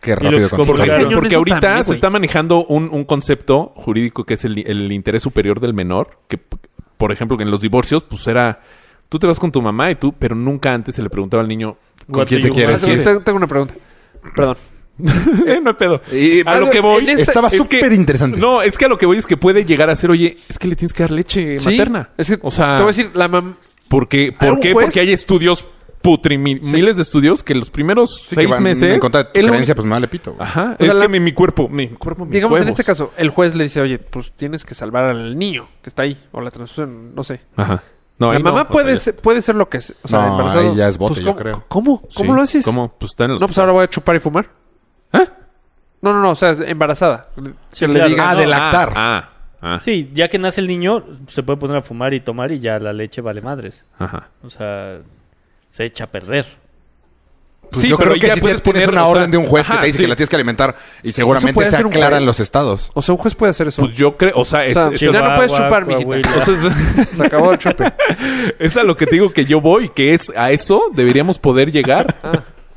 S3: Qué
S1: los
S3: rápido.
S1: cobros.
S2: Porque,
S3: contestaste.
S1: Claro.
S2: porque
S4: Señor, eso
S2: ahorita
S4: también,
S2: se
S4: güey.
S2: está manejando un, un concepto jurídico que es el, el interés superior del menor, que p- por ejemplo que en los divorcios pues era, tú te vas con tu mamá y tú, pero nunca antes se le preguntaba al niño,
S3: ¿Con
S1: What
S3: quién
S1: do
S3: te
S1: you
S3: quieres
S1: want?
S3: ir?
S4: Tengo, tengo una pregunta. Perdón.
S2: Eh, no hay pedo.
S3: Y-
S2: a lo que voy.
S4: en este esta-
S3: Estaba
S2: es que-
S3: súper interesante.
S2: No, es que a lo que voy es que puede llegar a ser, oye, es que le tienes que dar leche
S4: Sí,
S2: materna.
S4: Es que
S2: o sea,
S4: te voy a decir, la mamá.
S2: ¿por qué?
S4: ¿Hay
S2: ¿Por
S4: un
S2: qué?
S4: juez?
S2: Porque hay estudios putri, mi- miles de estudios que los primeros
S3: Sí, que
S2: seis
S3: van
S2: meses.
S3: En contra de tu
S2: el-
S3: creencia, pues me le pito. güey.
S2: Ajá.
S4: O sea,
S2: es
S4: la-
S2: que mi, mi cuerpo, mi cuerpo, mis
S4: Digamos en
S2: huevos.
S4: este caso, el juez le dice, oye, pues tienes que salvar al niño que está ahí. O la transfusión, no sé.
S2: Ajá. No,
S4: la
S2: ahí no,
S4: mamá
S2: o sea,
S4: puede,
S2: ya-
S4: ser, puede ser lo que es. O sea,
S3: No,
S4: embarazado.
S3: ahí ya es bote,
S4: Pues,
S3: yo
S4: ¿cómo-
S3: creo.
S4: ¿Cómo? ¿Cómo
S2: Sí,
S4: lo haces?
S2: ¿Cómo? Pues está en los...
S4: No, pues ahora voy a chupar y fumar.
S2: ¿Ah?
S4: No, no, no. O sea, embarazada.
S1: Sí,
S4: que le
S1: claro.
S4: diga.
S3: Ah,
S1: no,
S3: de lactar.
S2: Ah, ah,
S1: Sí, ya que nace el niño, se puede poner a fumar y tomar y ya la leche vale madres.
S2: Ajá.
S1: O sea, se echa a perder.
S3: Pues
S2: Sí,
S3: yo
S2: pero
S3: creo que
S2: ya
S3: si
S2: puedes
S3: puedes poner
S2: poner,
S3: una
S2: o sea,
S3: orden de un juez que
S2: ajá,
S3: te dice
S2: sí.
S3: que la tienes que alimentar y seguramente
S4: puede
S3: se
S4: ser un
S3: aclaran
S4: juez.
S3: los estados.
S4: O sea, un juez puede hacer eso.
S2: Pues yo creo, o sea, es,
S4: o sea,
S2: es-
S1: sí.
S4: ya no puedes
S1: Chihuahua,
S4: chupar, mijita.
S1: Coahuila.
S2: entonces-
S4: Se acabó el chupe.
S2: Es a lo que te digo que yo voy, que es a eso deberíamos poder llegar.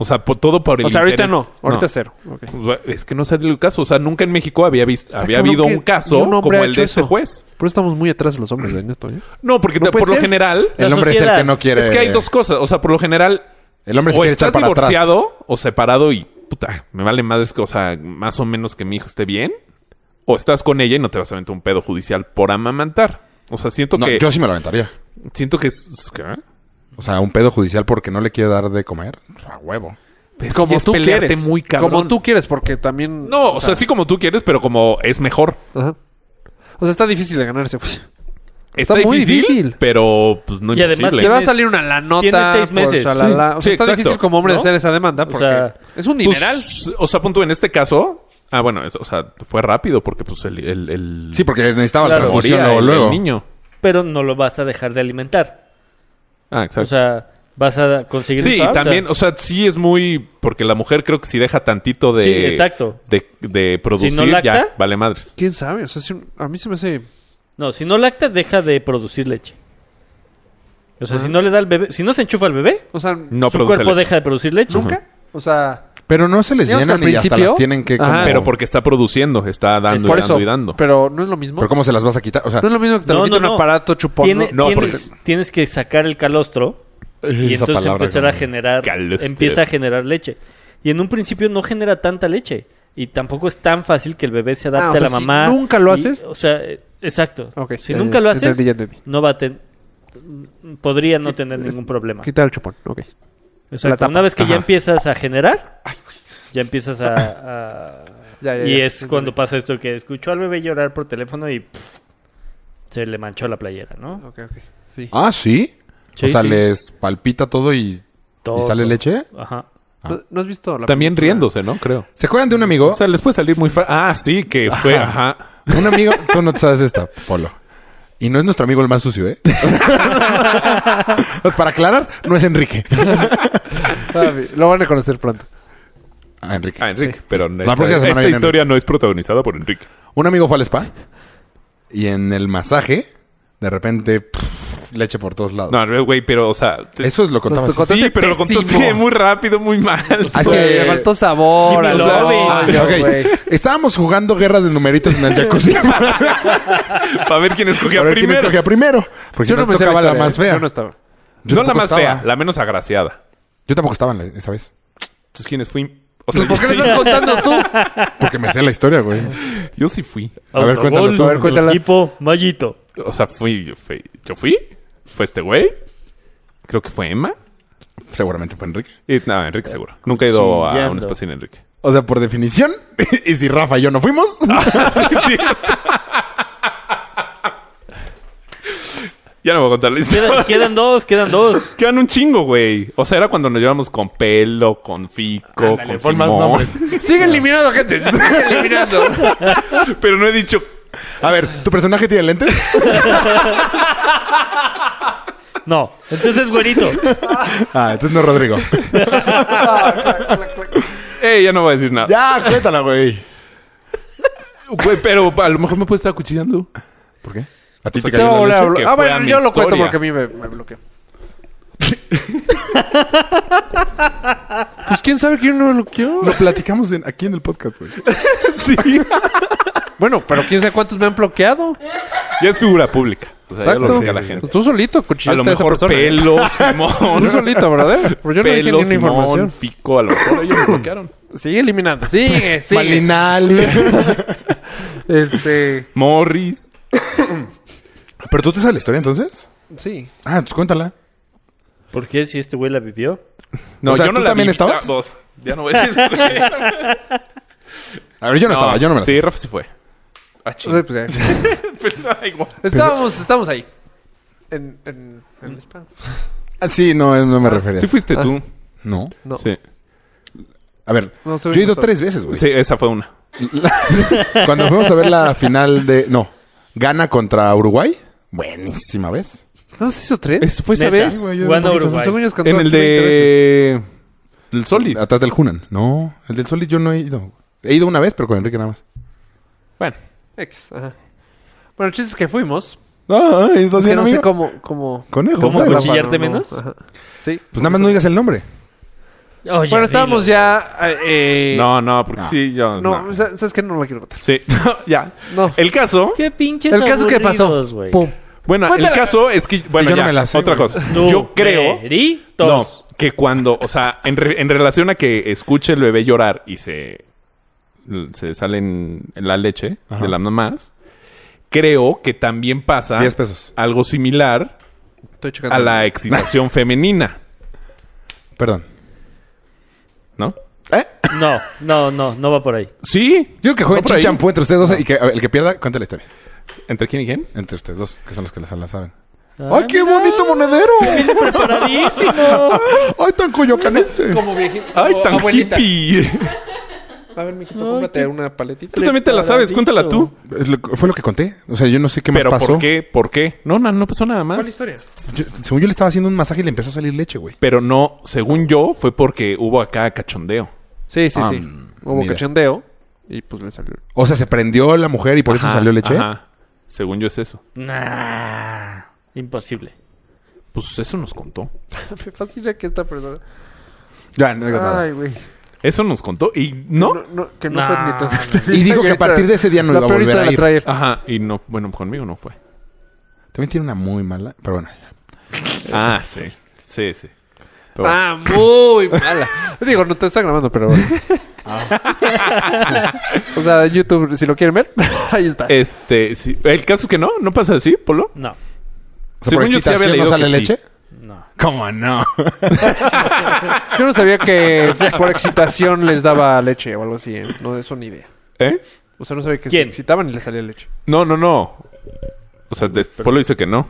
S2: O sea, por, todo por el
S4: Ah. O sea, ahorita
S2: interés. Pues,
S4: no. Ahorita cero. Ok.
S2: Es que no salió el caso. O sea, nunca en México había visto,
S4: Está
S2: había
S4: cabrón
S2: habido
S4: que
S2: un caso
S4: ni un hombre
S2: como
S4: ha
S2: el
S4: hecho
S2: de este
S4: eso.
S2: juez.
S4: Por eso estamos muy atrás los hombres de esto, ¿eh?
S2: No, porque
S4: No
S2: te-
S4: puede
S2: por lo
S4: ser.
S2: general...
S1: La
S3: El hombre es el
S1: sociedad.
S3: que no quiere...
S2: Es que hay dos cosas. O sea, por lo general,
S3: El hombre se
S2: o
S3: quiere echar
S2: estás
S3: para atrás.
S2: divorciado o separado y puta, me vale madres que, o sea, más o menos que mi hijo esté bien. O estás con ella y no te vas a aventar un pedo judicial por amamantar. O sea, siento
S3: No,
S2: que...
S3: yo sí me lo aventaría.
S2: Siento que es... ¿qué?
S3: O sea, un pedo judicial porque no le quiere dar de comer. O sea, huevo.
S2: Es que ya es pelearte muy cabrón.
S4: Como tú quieres, porque también.
S2: No, o sea, sí como tú quieres, pero como es mejor.
S4: Ajá. O sea, está difícil de ganarse, pues.
S2: Está,
S4: Está muy
S2: difícil,
S4: difícil.
S2: pero pues no
S1: Y además
S2: imposible.
S4: Te va a
S1: Tienes-
S4: salir una la nota.
S1: tienes seis meses.
S4: O sea, la- la- o sea,
S2: Sí,
S4: está
S2: exacto.
S4: difícil como hombre
S2: ¿No?
S4: hacer esa demanda porque
S1: sea,
S4: es un
S2: Pues,
S4: dineral.
S2: o sea, punto en este caso... Ah, bueno, es- o sea, fue rápido porque pues el... el, el
S3: Sí, porque necesitaba
S1: Claro.
S3: la transfusión
S2: moría
S3: luego.
S2: el- el
S3: luego.
S2: niño.
S1: Pero no lo vas a dejar de alimentar.
S2: Ah, exacto.
S1: O sea, vas a conseguir...
S2: Sí,
S1: eso, ah, o sea,
S2: también, o sea, sí es muy... Porque la mujer creo que si deja tantito de...
S1: Sí, exacto.
S2: De, de producir,
S1: Si no lacta-
S2: ya, vale madres.
S4: ¿Quién sabe? O sea, si- a mí se me hace.
S1: No, si no lacta, deja de producir leche. O sea, si no le da al bebé... Si no se enchufa al bebé,
S4: O sea,
S2: Ah. No
S1: su
S2: produce
S1: cuerpo
S2: leche.
S1: deja de producir leche.
S2: Nunca.
S4: o sea,
S3: Pero no se les
S4: Digamos que
S3: llenan
S4: al
S3: y hasta
S4: principio-
S3: las tienen que...
S4: Ajá.
S3: como-
S2: Pero porque está produciendo, está dando
S4: por
S2: y dando
S4: eso.
S2: y dando.
S4: Pero no es lo mismo.
S3: ¿Pero cómo se las vas a quitar? O sea,
S4: No es lo mismo que te lo
S1: No,
S4: quite
S1: no,
S4: un
S1: no.
S4: aparato chupón.
S1: Tiene-
S2: No,
S1: tienes, tienes que sacar el calostro y
S3: esa
S1: entonces
S3: palabra
S1: empezar a
S3: como-
S1: generar,
S2: Calostro.
S1: empieza a generar leche. Y en un principio no genera tanta leche. Y tampoco es tan fácil que el bebé se adapte
S4: Ah, o sea,
S1: a la
S4: si
S1: mamá.
S4: nunca lo
S1: y-
S4: haces.
S1: o sea, eh, exacto.
S4: Ok,
S1: si
S4: ya,
S1: nunca
S4: ya,
S1: lo
S4: ya
S1: haces,
S4: entendí, ya entendí.
S1: no va a tener... Podría no tener ningún problema.
S4: Quitar el chupón. Ok.
S1: Exacto.
S4: la tapa.
S1: Una vez que
S2: Ajá.
S1: ya empiezas a generar, ya empiezas a... a-
S4: Ya, ya,
S1: y
S4: ya,
S1: es
S4: entendí.
S1: cuando pasa esto que escuchó al bebé llorar por teléfono y pff, se le manchó la playera, ¿no?
S4: Ok, ok. Sí.
S3: Ah, ¿sí?
S1: Sí,
S3: o sea,
S1: sí.
S3: les palpita todo y...
S1: Todo.
S3: ¿Y sale leche?
S1: Ajá.
S4: ¿No, no has visto la
S2: También
S4: película?
S2: riéndose, ¿no? Creo.
S3: ¿Se acuerdan de un amigo?
S2: O sea, les puede salir muy fácil. Ah, sí, que fue, ajá.
S3: Un amigo... Tú no te sabes esta, Polo. Y no es nuestro amigo el más sucio, ¿eh? Pues para aclarar, no es Enrique.
S4: Ah, vi- Lo van a conocer pronto.
S3: Ah, Enrique.
S2: Ah, Enrique. Pero esta,
S3: próxima semana
S2: esta
S3: viene
S2: historia no es protagonizada por Enrique.
S3: Un amigo fue al spa y en el masaje, de repente, pff, leche por todos lados.
S2: No, no, güey, pero, o sea... te-
S3: Eso es lo contaba.
S4: Nos tocó-
S2: sí,
S4: contaste
S2: pero lo contaste
S4: pésimo.
S2: muy rápido, muy mal.
S3: Ah, es
S4: Güey,
S3: que-
S4: le faltó sabor.
S1: Jimmy
S4: al
S1: Lovell.
S4: rollo,
S3: Ah, ok.
S4: güey.
S3: Estábamos jugando guerra de numeritos en el jacuzzi.
S2: Para ver quién escogía
S3: Para ver quién
S2: primero.
S3: escogía primero. Porque
S4: Yo
S3: no
S4: me sé la
S3: tocaba la
S4: historia,
S3: más
S4: ¿eh?
S3: fea.
S4: Yo no estaba.
S3: Yo
S2: no la
S3: tampoco
S2: más
S3: estaba.
S2: fea, la menos agraciada.
S3: Yo tampoco estaba en la- esa vez.
S2: Entonces, ¿quiénes fui? O sea,
S4: Pues, ¿Por qué
S2: yo,
S4: le
S2: sí,
S4: estás contando tú?
S3: Porque me sé la historia, güey.
S2: yo sí fui.
S3: A ver, cuéntalo
S1: Autogol,
S3: tú, a ver,
S1: del
S3: cuéntala.
S1: Equipo Mallito.
S2: O sea, fui, yo fui. ¿Yo fui? ¿Fue este güey? Creo que fue Emma.
S3: Seguramente fue Enrique.
S2: Y, no, Enrique seguro. Nunca he ido a
S1: Chillando.
S2: un espacio en Enrique.
S3: O sea, por definición, y si Rafa y yo no fuimos,
S2: Ya no voy a contar la historia.
S1: Quedan, quedan dos, quedan dos.
S2: Quedan un chingo, güey. O sea, era cuando nos llevamos con Pelo, con Fico,
S3: Ándale,
S2: con
S3: pon más
S2: Simón.
S3: nombres.
S4: Sigue eliminando gente, sigue eliminando.
S2: Pero no he dicho...
S3: A ver, ¿tu personaje tiene lentes?
S1: No, entonces güerito.
S3: Ah, entonces no es Rodrigo.
S2: Eh, ya no voy a decir nada.
S3: ya, cuéntala, güey.
S2: Güey, pero a lo mejor me puede estar cuchillando.
S3: ¿Por qué? A ti
S2: O sea,
S3: te
S2: te
S3: cayó
S2: va a
S3: la
S2: volar,
S3: leche?
S2: bro. que
S4: Ah,
S2: fue a
S4: bueno,
S2: mi
S4: yo lo cuento
S2: historia.
S4: porque a mí me, me bloqueó. pues quién sabe quién lo bloqueó.
S3: Lo platicamos en- aquí en el podcast, güey.
S2: Sí.
S4: Bueno, pero quién sabe cuántos me han bloqueado.
S2: ya es figura pública. O sea, ya Eh, lo
S4: Exacto.
S2: saca la
S3: Sí, sí,
S2: gente.
S4: Pues tú solito
S2: A
S4: cuchillaste
S2: lo
S4: a, esa
S2: mejor
S4: persona.
S2: Pelo, Simón.
S4: Tú solito, brother. Pero yo no dije
S2: Pelo,
S4: ni una
S2: Simón,
S4: información.
S2: Fico, a lo mejor ellos me bloquearon.
S4: Sigue eliminando. Sigue, sigue.
S3: Malinali.
S4: Este.
S2: Morris.
S3: ¿Pero tú te sabes la historia entonces?
S4: Sí.
S3: Ah, entonces cuéntala.
S1: ¿Por qué si este güey la vivió?
S3: O sea, ¿tú también estabas?
S2: Ah, Dos. Ya no voy a decir.
S3: A ver, yo no, estaba, yo no me la
S2: Sí, Rafa sí fue. Ah,
S4: O
S2: chido.
S4: sea, pues, ya.
S2: Pero da igual.
S4: estábamos, estábamos ahí. En, en, en el spa.
S3: Ah, sí, no, no me refería.
S2: Sí fuiste tú.
S3: No.
S4: No.
S2: Sí.
S3: A ver,
S4: No,
S3: yo
S4: soy
S3: he ido
S4: nosotros.
S3: tres veces, güey.
S2: Sí, esa fue una.
S3: Cuando fuimos a ver la final de... No. Gana contra Uruguay. Buenísima vez.
S4: ¿No se hizo tres?
S2: Es- ¿Fue esa
S1: Neta.
S2: vez?
S3: güey, yo
S1: Guana
S3: un poquito-
S1: Uruguay.
S4: Según ellos cantó
S2: En el
S4: aquí 20 veces.
S2: de... El Solid.
S3: Atrás del Hunan. No, el del Solid yo no he ido. He ido una vez, pero con Enrique nada más.
S2: Bueno.
S4: Ex, ajá. Bueno, el chiste es que fuimos.
S3: Ah, esto
S4: Es
S3: sí,
S4: que no sé
S3: amigo.
S4: cómo... cómo...
S3: Conejo.
S1: ¿Cómo
S3: fue,
S4: Rafa,
S3: ¿no?
S1: cuchillo? ¿Cuchillarte
S4: no, no,
S1: menos?
S4: ajá. Sí.
S3: Pues nada más no digas el nombre.
S1: Oye,
S4: Bueno, estábamos
S1: dilo.
S4: ya... eh, eh,
S2: No, no, porque sí, yo...
S4: No,
S2: No.
S4: sa- sabes que no la quiero contar.
S2: Sí. ya.
S4: No.
S3: Eh,
S2: El caso...
S1: Qué pinches
S4: El caso que pasó.
S1: aburridos, güey.
S4: Pum.
S2: Bueno,
S4: Cuéntala.
S2: el caso es que... Bueno,
S3: yo no
S2: ya,
S3: me la sé,
S2: otra
S3: güey.
S2: cosa. Yo creo... No,
S1: Numeritos.
S2: que cuando, o sea, en, re- en relación a que escuche el bebé llorar y se, se salen la leche
S3: Ajá.
S2: de las mamás, creo que también pasa
S3: 10 pesos.
S2: algo similar
S4: Estoy checando.
S2: a la excitación femenina,
S3: Perdón.
S2: ¿no?
S3: ¿Eh?
S1: No, no, no, no va por ahí.
S2: Sí.
S3: Yo que jueguen
S2: por ahí.
S3: champú entre ustedes dos y que a ver, el que pierda cuente la historia.
S2: ¿Entre quién y quién?
S3: Entre ustedes dos, que son los que la saben.
S1: Ah,
S3: ¡Ay, qué bonito monedero!
S1: Preparadísimo.
S3: ¡Ay, tan coyocanense!
S4: Como viejito.
S2: ¡Ay, tan
S4: Oh, abuelita.
S2: hippie!
S4: A ver, mijito, cómprate una paletita.
S2: Tú también te la sabes, cuéntala tú.
S3: Es lo- Fue lo que conté. O sea, yo no sé qué más
S2: Pero
S3: pasó.
S2: ¿por qué? ¿Por qué? No, no, no pasó nada
S4: ¿Cuál
S2: más.
S4: historia?
S3: Yo- según yo le estaba haciendo un masaje y le empezó a salir leche, güey.
S2: Pero no, según yo, fue porque hubo acá cachondeo.
S4: Sí, sí, sí.
S3: Um,
S4: Hubo
S3: mira.
S4: cachondeo y pues le salió.
S3: O sea, se prendió la mujer y por eso
S2: Ajá,
S3: salió leche.
S2: Ajá. Según yo es eso.
S1: Nah, imposible.
S2: Pues eso nos contó.
S4: Me fascina que esta persona.
S3: Ya, no digas nada.
S4: Ay, güey.
S2: Eso nos contó y no.
S4: No, no, que no
S1: Nah.
S4: fue ni tan-
S3: Y dijo que a partir de ese día no
S4: La
S3: iba a
S4: peor
S3: volver a
S4: historia
S3: ir.
S4: la trae él.
S2: Ajá, y no, bueno, conmigo no fue.
S3: También tiene una muy mala. Pero bueno.
S2: Ah, sí. Sí, sí. Pero bueno.
S4: Ah, muy mala. Digo, no te está grabando, pero bueno. o sea, YouTube, si lo quieren ver, ahí está.
S2: Este, sí. El caso es que no, no pasa así, Polo.
S1: No,
S3: O sea,
S2: Según
S3: por
S2: yo sí había
S3: excitación,
S2: leído
S3: ¿No sale
S2: que sí.
S3: leche?
S1: no.
S3: ¿Cómo no?
S4: Yo no sabía que por excitación les daba leche o algo así. ¿eh? No, eso ni idea.
S2: ¿Eh?
S4: O sea, no sabía que se
S1: ¿Quién?
S4: excitaban y les salía leche.
S2: No, no, no. O sea, des- Polo dice que no.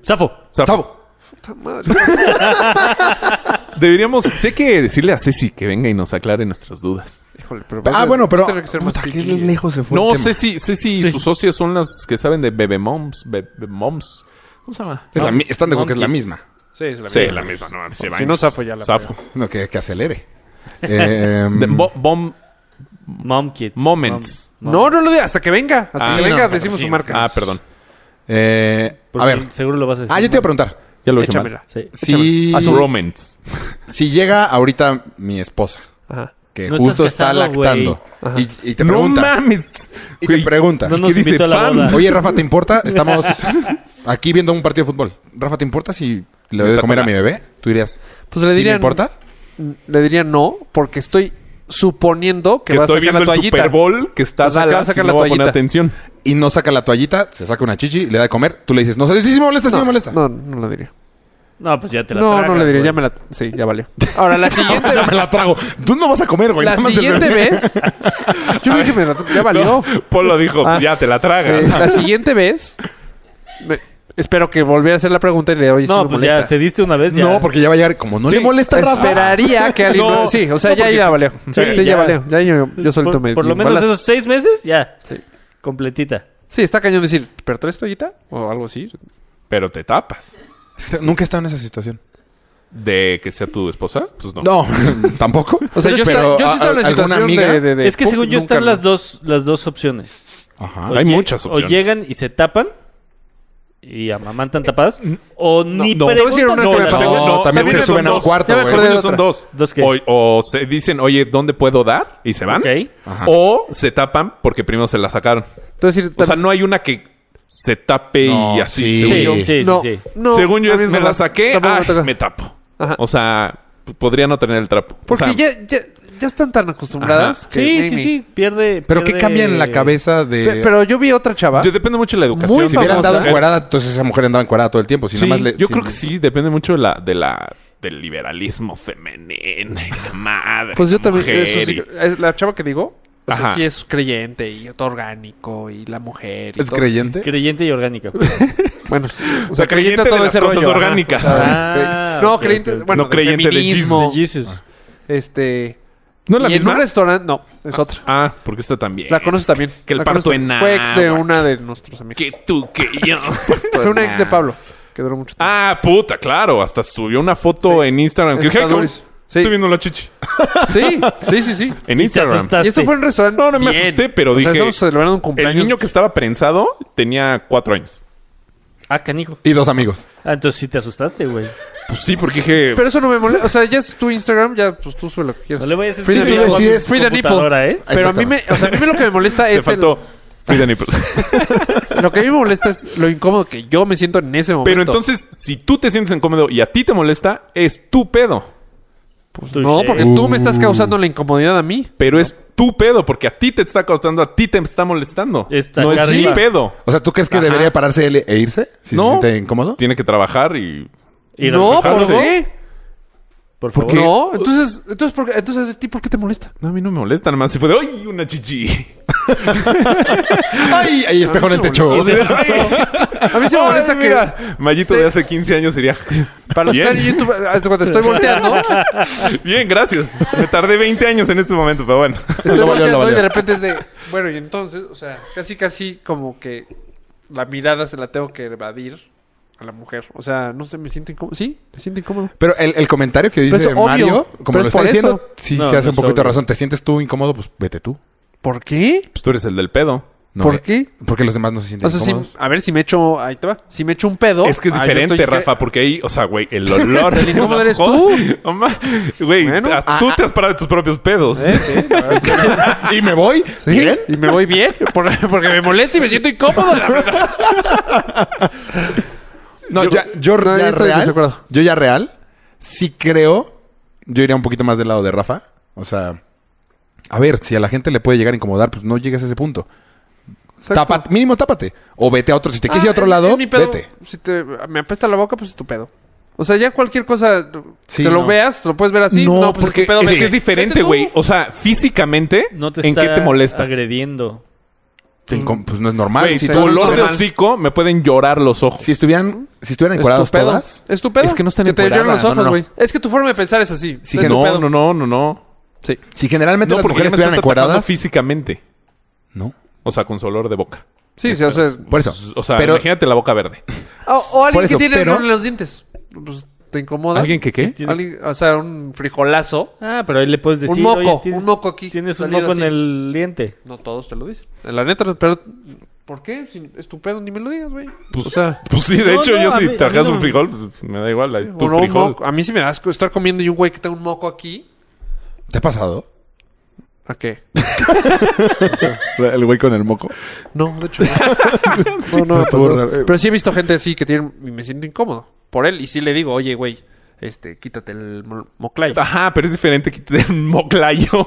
S1: Safo.
S2: Zafo.
S3: Tavo.
S4: Puta madre.
S2: Deberíamos, sé que decirle a Ceci que venga y nos aclare nuestras dudas.
S4: Híjole, pero
S2: Pues
S4: vas
S3: Ah,
S4: a-
S3: bueno, pero.
S4: Tiene que ser más
S3: Puta, qué
S4: piqui. ¿eh?
S3: lejos se fue. el
S2: No,
S3: tema.
S2: Ceci, Ceci y sus socias son las que saben de bebemoms, bebemoms. ¿Cómo se llama?
S3: Es la mi- Están de acuerdo que es la
S1: Monkeys.
S3: misma.
S4: Sí, es la
S2: Sí,
S4: misma.
S2: la misma, no, mames,
S4: Si no, Zafo ya la
S2: Zafo.
S3: No, que, que acelere. Eh,
S2: De bo- bom-
S1: Mom Kids.
S2: Moments.
S1: Mom-
S4: No, no lo digas. Hasta que venga. Hasta
S2: Ah,
S4: que
S2: no,
S4: venga,
S3: pero
S4: decimos
S3: sí,
S4: su marca.
S2: Ah, perdón.
S3: eh,
S1: Porque
S3: a ver.
S1: Seguro lo vas a decir.
S3: Ah, yo te iba a preguntar.
S2: Ya lo dije mal.
S4: Échamela.
S1: Sí.
S3: Si,
S2: A su romance.
S3: si llega ahorita mi esposa
S4: Ajá.
S3: que
S1: No
S3: justo
S1: estás
S3: está
S1: casado, güey.
S3: lactando.
S4: Ajá.
S3: Y, y te pregunta.
S2: No mames.
S3: y te
S2: Güey,
S3: pregunta.
S1: No
S2: ¿qué
S1: nos
S2: dice
S1: invitó a la
S2: Pan?
S1: boda.
S3: Oye, Rafa, ¿te importa? Estamos aquí viendo un partido de fútbol. Rafa, ¿te importa si le doy de
S2: Exacto.
S3: comer a mi bebé? Tú dirías.
S4: Pues le
S3: ¿sí
S4: dirían-
S3: me importa?
S4: Le diría no, porque estoy suponiendo que,
S2: Que
S4: va a
S2: estoy
S4: sacar
S2: viendo
S4: la
S2: el
S4: toallita.
S2: Super Bowl que está
S4: O sea, que va a
S2: Dallas y
S4: sacar la
S2: no va a poner
S4: toallita.
S2: atención.
S3: Y no saca la toallita, se saca una chichi, le da de comer. Tú le dices, no sé, sí, sí me molesta, sí me molesta.
S4: No, no le diría.
S1: No, pues ya te la
S4: No,
S1: tragas,
S4: no le diría.
S1: güey.
S4: Ya me la... Sí, ya valió. Ahora, la siguiente...
S3: Ya me la trago. Tú no vas a comer, güey.
S4: la
S3: nada más el
S4: siguiente
S3: bebé.
S4: vez... Yo dije, me la- ya valió.
S2: No, Polo dijo, "Pues
S4: Ah.
S2: ya te la
S4: Eh,
S2: tragas.
S4: la siguiente vez... me- Espero que volviera a hacer la pregunta y le diga, oye, sí
S1: No,
S4: me
S1: pues ya
S4: molesta.
S1: cediste una vez. Ya.
S3: No, porque ya va a llegar. Como no
S4: Sí,
S3: le molesta a Rafa.
S4: Esperaría que alguien...
S2: No,
S4: sí, o sea,
S2: no,
S4: ya,
S2: porque-
S4: ya valió. Sí,
S1: Sí,
S4: ya.
S1: ya.
S4: valió. Ya yo, yo solito
S1: por,
S4: me...
S1: por
S4: di
S1: lo
S4: un
S1: menos
S4: balazo.
S1: esos seis meses, ya.
S4: Sí.
S1: Completita.
S4: Sí, está cañón decir, ¿pero traes toallita? O algo así.
S2: Pero te tapas.
S3: Nunca he estado en esa situación.
S2: ¿De que sea tu esposa? Pues no.
S3: No, tampoco.
S4: O sea, yo,
S3: Pero,
S4: estaba- yo sí estaba en la
S3: ¿a- alguna
S4: situación
S3: amiga?
S4: de, de- de-
S1: es que según yo
S4: nunca
S1: están
S4: lo-
S1: las dos, las dos opciones.
S3: Ajá.
S1: O
S2: Hay
S1: lle-
S2: muchas opciones.
S1: O llegan y se tapan y amamantan tapadas. O ni
S4: Eh, no. Te voy a decir
S1: preguntan.
S4: una
S1: No,
S4: que me
S1: no,
S4: pasó.
S1: no.
S3: No, también
S2: según
S3: se
S2: yo son
S3: suben a un
S2: dos.
S3: cuarto,
S2: Ya me
S4: güey.
S2: acordé de
S4: Según yo
S2: otra.
S4: son
S1: dos. ¿Dos qué?
S2: O, o se dicen, oye, ¿dónde puedo dar? Y se van.
S1: Ok.
S3: Ajá.
S2: O se tapan porque primero se la sacaron.
S4: Te voy a decir,
S2: O sea, no hay una que se tape
S3: No,
S2: y así.
S3: sí.
S2: Según yo,
S1: Sí, sí,
S4: no,
S1: sí, sí.
S4: no,
S2: Según yo
S4: a
S2: es,
S4: mí no
S2: me la
S4: va-
S2: saqué,
S4: tampoco me
S2: ay,
S4: toca.
S2: me tapo.
S4: Ajá.
S2: O sea, p- podría no tener el trapo. O
S4: Porque
S2: sea,
S4: ya, ya, ya están tan acostumbradas. que
S1: Sí, sí,
S4: maybe.
S1: sí. Pierde.
S3: Pero ¿qué
S1: pierde-
S3: cambia en la cabeza de.
S4: Pe- Pero ¿eh? yo vi otra chava.
S2: yo- depende mucho de la educación.
S4: Muy
S2: Si
S3: si hubieran
S4: famosa.
S3: dado encuerada, entonces esa mujer andaba encuerada todo el tiempo. Si
S2: Sí,
S3: nada más le-
S2: yo
S3: si-
S2: creo que sí, depende mucho de la, de la, del liberalismo femenino. y la madre.
S4: Pues yo también.
S2: mujer
S4: eso sí,
S2: y-
S4: es la chava que digo. O sea,
S2: Ajá.
S4: sí es creyente y todo orgánico y la mujer. y
S3: ¿Es
S4: todo.
S3: creyente?
S1: Creyente y orgánica.
S4: Bueno, sí. o
S2: O sea, creyente de las cosas
S4: ajá.
S2: orgánicas.
S1: Ah,
S4: Cre- no,
S1: ok,
S4: creyente.
S1: ok.
S4: Bueno,
S2: No creyente de
S4: feminismo,
S1: De Jesus.
S4: Este.
S2: ¿No es la
S4: y en un
S2: misma?
S4: restaurante, no, es otra.
S2: Ah, porque está también.
S4: La conoces también.
S2: Que el
S4: La
S2: parto
S4: conoces
S2: en
S4: Fue ex de
S2: agua.
S4: una de nuestros amigos.
S2: Que tú, que yo.
S4: Fue una ex de Pablo, que duró mucho tiempo.
S2: ah, puta, claro. Hasta subió una foto
S4: Sí.
S2: en Instagram. Que,
S4: Está
S2: dije, "Ay, cabrón,
S4: durísimo. Sí.
S2: Estoy viendo la chichi.
S4: Sí, sí, sí, sí.
S2: En
S1: Y te
S2: Instagram.
S1: asustaste.
S4: Y esto fue en un restaurante.
S2: No, no me
S4: bien.
S2: asusté, pero
S4: O sea,
S2: dije,
S4: estamos celebrando un
S2: El
S4: cumpleaños.
S2: niño que estaba prensado tenía cuatro años.
S1: Ah, canijo.
S3: Y dos amigos.
S1: Ah, entonces sí te asustaste, güey.
S2: Pues sí, porque dije.
S4: Pero eso no me molesta. O sea, ya es tu Instagram, ya pues tú sube lo que quieras.
S1: No le vayas a
S3: Frida,
S1: escribir
S3: tú
S1: algo a mi
S3: decides-
S4: Free the nipple.
S1: computadora, ¿eh?
S4: Pero a mí, me, o sea, a mí lo que me molesta
S2: te
S4: es. el-
S2: faltó. Free the nipple.
S4: lo que a mí me molesta es lo incómodo que yo me siento en ese momento.
S2: Pero entonces, si tú te sientes incómodo y a ti te molesta, es tu pedo.
S1: Pues
S4: No, porque tú me estás causando la incomodidad a mí.
S2: Pero es tu pedo, porque a ti te está causando, a ti te está molestando.
S1: Está
S2: no es
S1: acá
S2: mi
S1: arriba.
S2: pedo.
S3: O sea, ¿tú crees que
S2: Ajá.
S3: debería pararse él e irse? Si
S2: No.
S3: se siente incómodo.
S2: Tiene que trabajar y.
S4: No, ¿por
S2: rezagarse.
S4: qué?
S1: Por favor.
S2: Porque-
S4: No, entonces, entonces, ¿por qué, entonces, ¿a ti por qué te molesta?
S2: No, a mí no me molesta, nada más si fue de ¡ay! Una chichi.
S3: ¡Ay!
S4: Ah,
S3: Hay espejo en el techo.
S4: A mí se me molesta que.
S2: Mallito de hace 15 años sería.
S4: Para los que están en
S2: Bien.
S4: YouTube, hasta cuando estoy volteando,
S2: Bien, gracias. Me tardé 20 años en este momento, pero bueno.
S4: estoy
S3: Lo valió, lo
S4: volteando y
S3: valió.
S4: de repente es de. Bueno, y entonces, o sea, casi, casi como que la mirada se la tengo que evadir a la mujer. O sea, no sé, me siento incómodo. Sí, me siento incómodo.
S3: Pero el, el comentario que dice
S4: Pero es obvio.
S3: Mario,
S4: Pero
S3: como lo
S4: es
S3: está
S4: por
S3: diciendo,
S4: eso.
S3: sí
S1: No,
S3: se hace
S1: no
S3: un
S1: es
S3: poquito de
S1: obvio.
S3: razón. ¿Te sientes tú incómodo? Pues vete tú.
S4: ¿Por qué?
S2: Pues tú eres el del pedo.
S3: No,
S4: ¿Por
S3: eh,
S4: qué?
S3: Porque los demás no se sienten
S4: O sea, si,
S3: incómodos.
S4: a ver, si me echo. Ahí te va. Si me echo un pedo.
S2: Es que es
S4: ah, yo
S2: diferente,
S4: estoy-
S2: Rafa, porque ahí, o sea, güey, el olor.
S4: El incómodo
S2: No
S4: eres
S2: jodas. No ma- Güey,
S4: Bueno. ah,
S2: a- tú te has parado de tus propios pedos.
S3: ¿Y me voy?
S4: ¿Sí? Y me voy bien. por- porque me molesta y me siento incómodo. la verdad.
S3: No, ya, yo
S4: No,
S3: ya
S4: yo estoy en
S3: real.
S4: desacuerdo.
S3: Yo ya real. Sí creo. Yo iría un poquito más del lado de Rafa. O sea, a ver, si a la gente le puede llegar a incomodar, pues no llegues a ese punto. Tápate- mínimo tápate. O vete a otro. Si te quieres ir a
S4: Ah,
S3: otro
S4: es-
S3: lado,
S4: es mi pedo.
S3: vete.
S4: Si te, me apesta la boca, pues es tu pedo. O sea, ya cualquier cosa
S3: Sí,
S4: te lo
S3: no.
S4: veas, te lo puedes ver así. No, pues es tu pedo. Este,
S2: es
S4: vete.
S2: que es diferente,
S4: Vete tú.
S2: güey. O sea, físicamente,
S1: No te
S2: ¿en
S1: está
S2: qué te molesta?
S1: agrediendo.
S3: Te incom- pues no es normal.
S2: Güey,
S3: si,
S2: tu
S4: tú-
S3: todas-
S2: olor de
S4: normal.
S2: hocico me pueden llorar los ojos.
S3: si estuvieran, si estuvieran
S4: Es tu
S3: encuadrados
S4: pedo.
S3: todas.
S4: Es tu pedo.
S2: Es que no están
S4: te lloran
S3: encueradas,
S4: los ojos,
S3: no, no, no.
S4: güey. Es que tu forma de pensar es así.
S3: Sí,
S4: es
S3: que
S4: tu
S2: no,
S4: pedo.
S2: no, no, no, no.
S4: Sí.
S3: Si generalmente
S2: No,
S3: las
S2: porque ya me
S3: mujeres
S2: estás
S3: estuvieran
S2: atacando
S3: encuadradas.
S2: físicamente.
S3: No.
S2: O sea, con su olor de boca.
S4: Sí, sí, o sea.
S3: Por eso.
S2: Pues, O sea,
S3: pero,
S2: imagínate la boca verde.
S4: O, o alguien
S3: Por eso,
S4: que tiene
S3: pero-
S4: en los dientes. Pues te incomoda.
S2: ¿Alguien que qué?
S1: tiene-
S4: Alguien- o sea, un frijolazo.
S1: Ah, pero ahí le puedes decir.
S4: moco,
S1: "Oye,
S4: un moco aquí,
S1: Tienes un
S4: salido
S1: moco en
S4: así".
S1: el diente.
S4: No todos te lo dicen. La neta, no, pero. ¿Por qué? Si es tu pedo, ni me lo digas, güey.
S2: Pues,
S4: o sea.
S2: pues sí, de
S1: No,
S2: hecho,
S1: no,
S2: yo
S1: a
S2: si
S1: mí- a
S2: trajeras
S1: mí no
S2: un
S1: me-
S2: frijol, pues, me da igual. ahí, tu
S4: o no, un
S2: frijol.
S4: moco. A mí sí me da asco estar comiendo y un güey que tenga un moco aquí.
S3: ¿te ha pasado?
S4: ¿A qué?
S3: El güey con el moco.
S4: No, de hecho. no. No, no,
S3: eso estuvo
S4: pasó.
S3: raro.
S4: Pero sí he visto gente así que tiene. Y me siento incómodo por él. Y sí le digo, oye, güey, este, quítate el mo- moclayo.
S2: Ajá, pero es diferente que te den moclayo.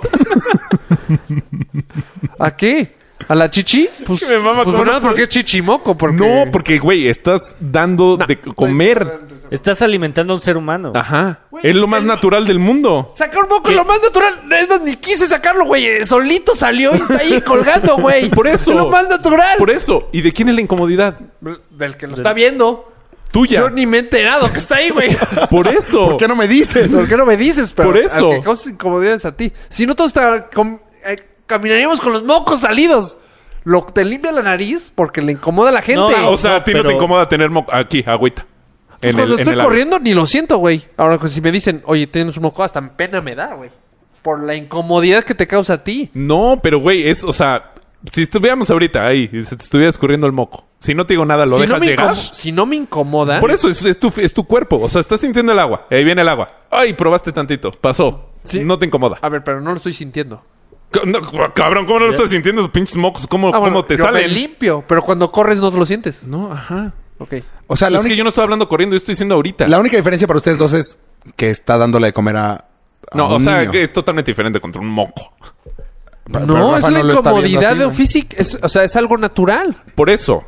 S4: ¿A qué? ¿A la chichi? Pues,
S2: Que me mama
S4: pues,
S2: cómo
S4: nada,
S2: no-
S4: porque es chichimoco. Porque...
S2: No, porque, güey, estás dando de comer.
S1: Estás alimentando a un ser humano.
S4: Ah,
S2: Ajá. es lo más natural del mundo.
S4: Sacar un moco es lo más natural. Es más, ni quise sacarlo, güey. eh, Solito salió y está ahí colgando, güey.
S2: Por eso.
S4: Es lo más natural.
S2: Por eso. ¿Y de quién es la incomodidad?
S4: e- Del que lo está viendo.
S2: Tuya.
S4: Yo ni me he enterado que está ahí, güey.
S2: Por eso.
S3: ¿Por qué no me dices?
S4: ¿Por qué no me dices? Pero
S2: Por eso.
S4: al que causes incomodidades a ti. Si no, todos tra- com- eh, caminaríamos con los mocos salidos. Lo te limpia la nariz porque le incomoda a la gente.
S1: No,
S2: O sea, a ti no
S1: pero-
S2: te incomoda tener mo- aquí, agüita.
S4: Pues
S2: En
S4: cuando
S2: el- en
S4: estoy
S2: el agua.
S4: corriendo ni lo siento, güey. Ahora, pues, si me dicen, oye, tienes un moco, hasta pena me da, güey. Por la incomodidad que te causa a ti.
S2: No, pero güey, es, o sea, si estuviéramos ahorita ahí, y se te estuviera escurriendo el moco. Si no te digo nada, lo
S4: si, no
S2: dejas
S4: me ¿eh?
S2: llegar.
S4: incomo- si no me incomoda.
S2: Por eso es, es tu, es tu cuerpo. O sea, estás sintiendo el agua. Ahí viene el agua. Ay, probaste tantito. Pasó.
S4: Sí.
S2: No te incomoda.
S4: A ver, pero no lo estoy sintiendo.
S2: C- no, c- cabrón, ¿cómo no lo estás sintiendo esos pinches mocos? ¿Cómo,
S4: Ah, bueno,
S2: cómo te
S4: yo
S2: salen?
S4: me limpio, pero cuando corres no lo sientes.
S2: No, ajá.
S4: Ok.
S3: O sea,
S2: Es
S3: la
S2: que
S3: única,
S2: yo no estoy hablando corriendo, yo estoy diciendo ahorita.
S3: la única diferencia para ustedes dos es que está dándole de comer a. a
S2: No,
S3: un
S2: o sea,
S3: niño.
S2: que es totalmente diferente contra un moco.
S3: Pa- pero Rafa
S4: No, es la
S3: lo está viendo
S4: incomodidad
S3: así,
S4: de
S3: ¿no?
S4: física. Es- o sea, es algo natural.
S2: Por eso,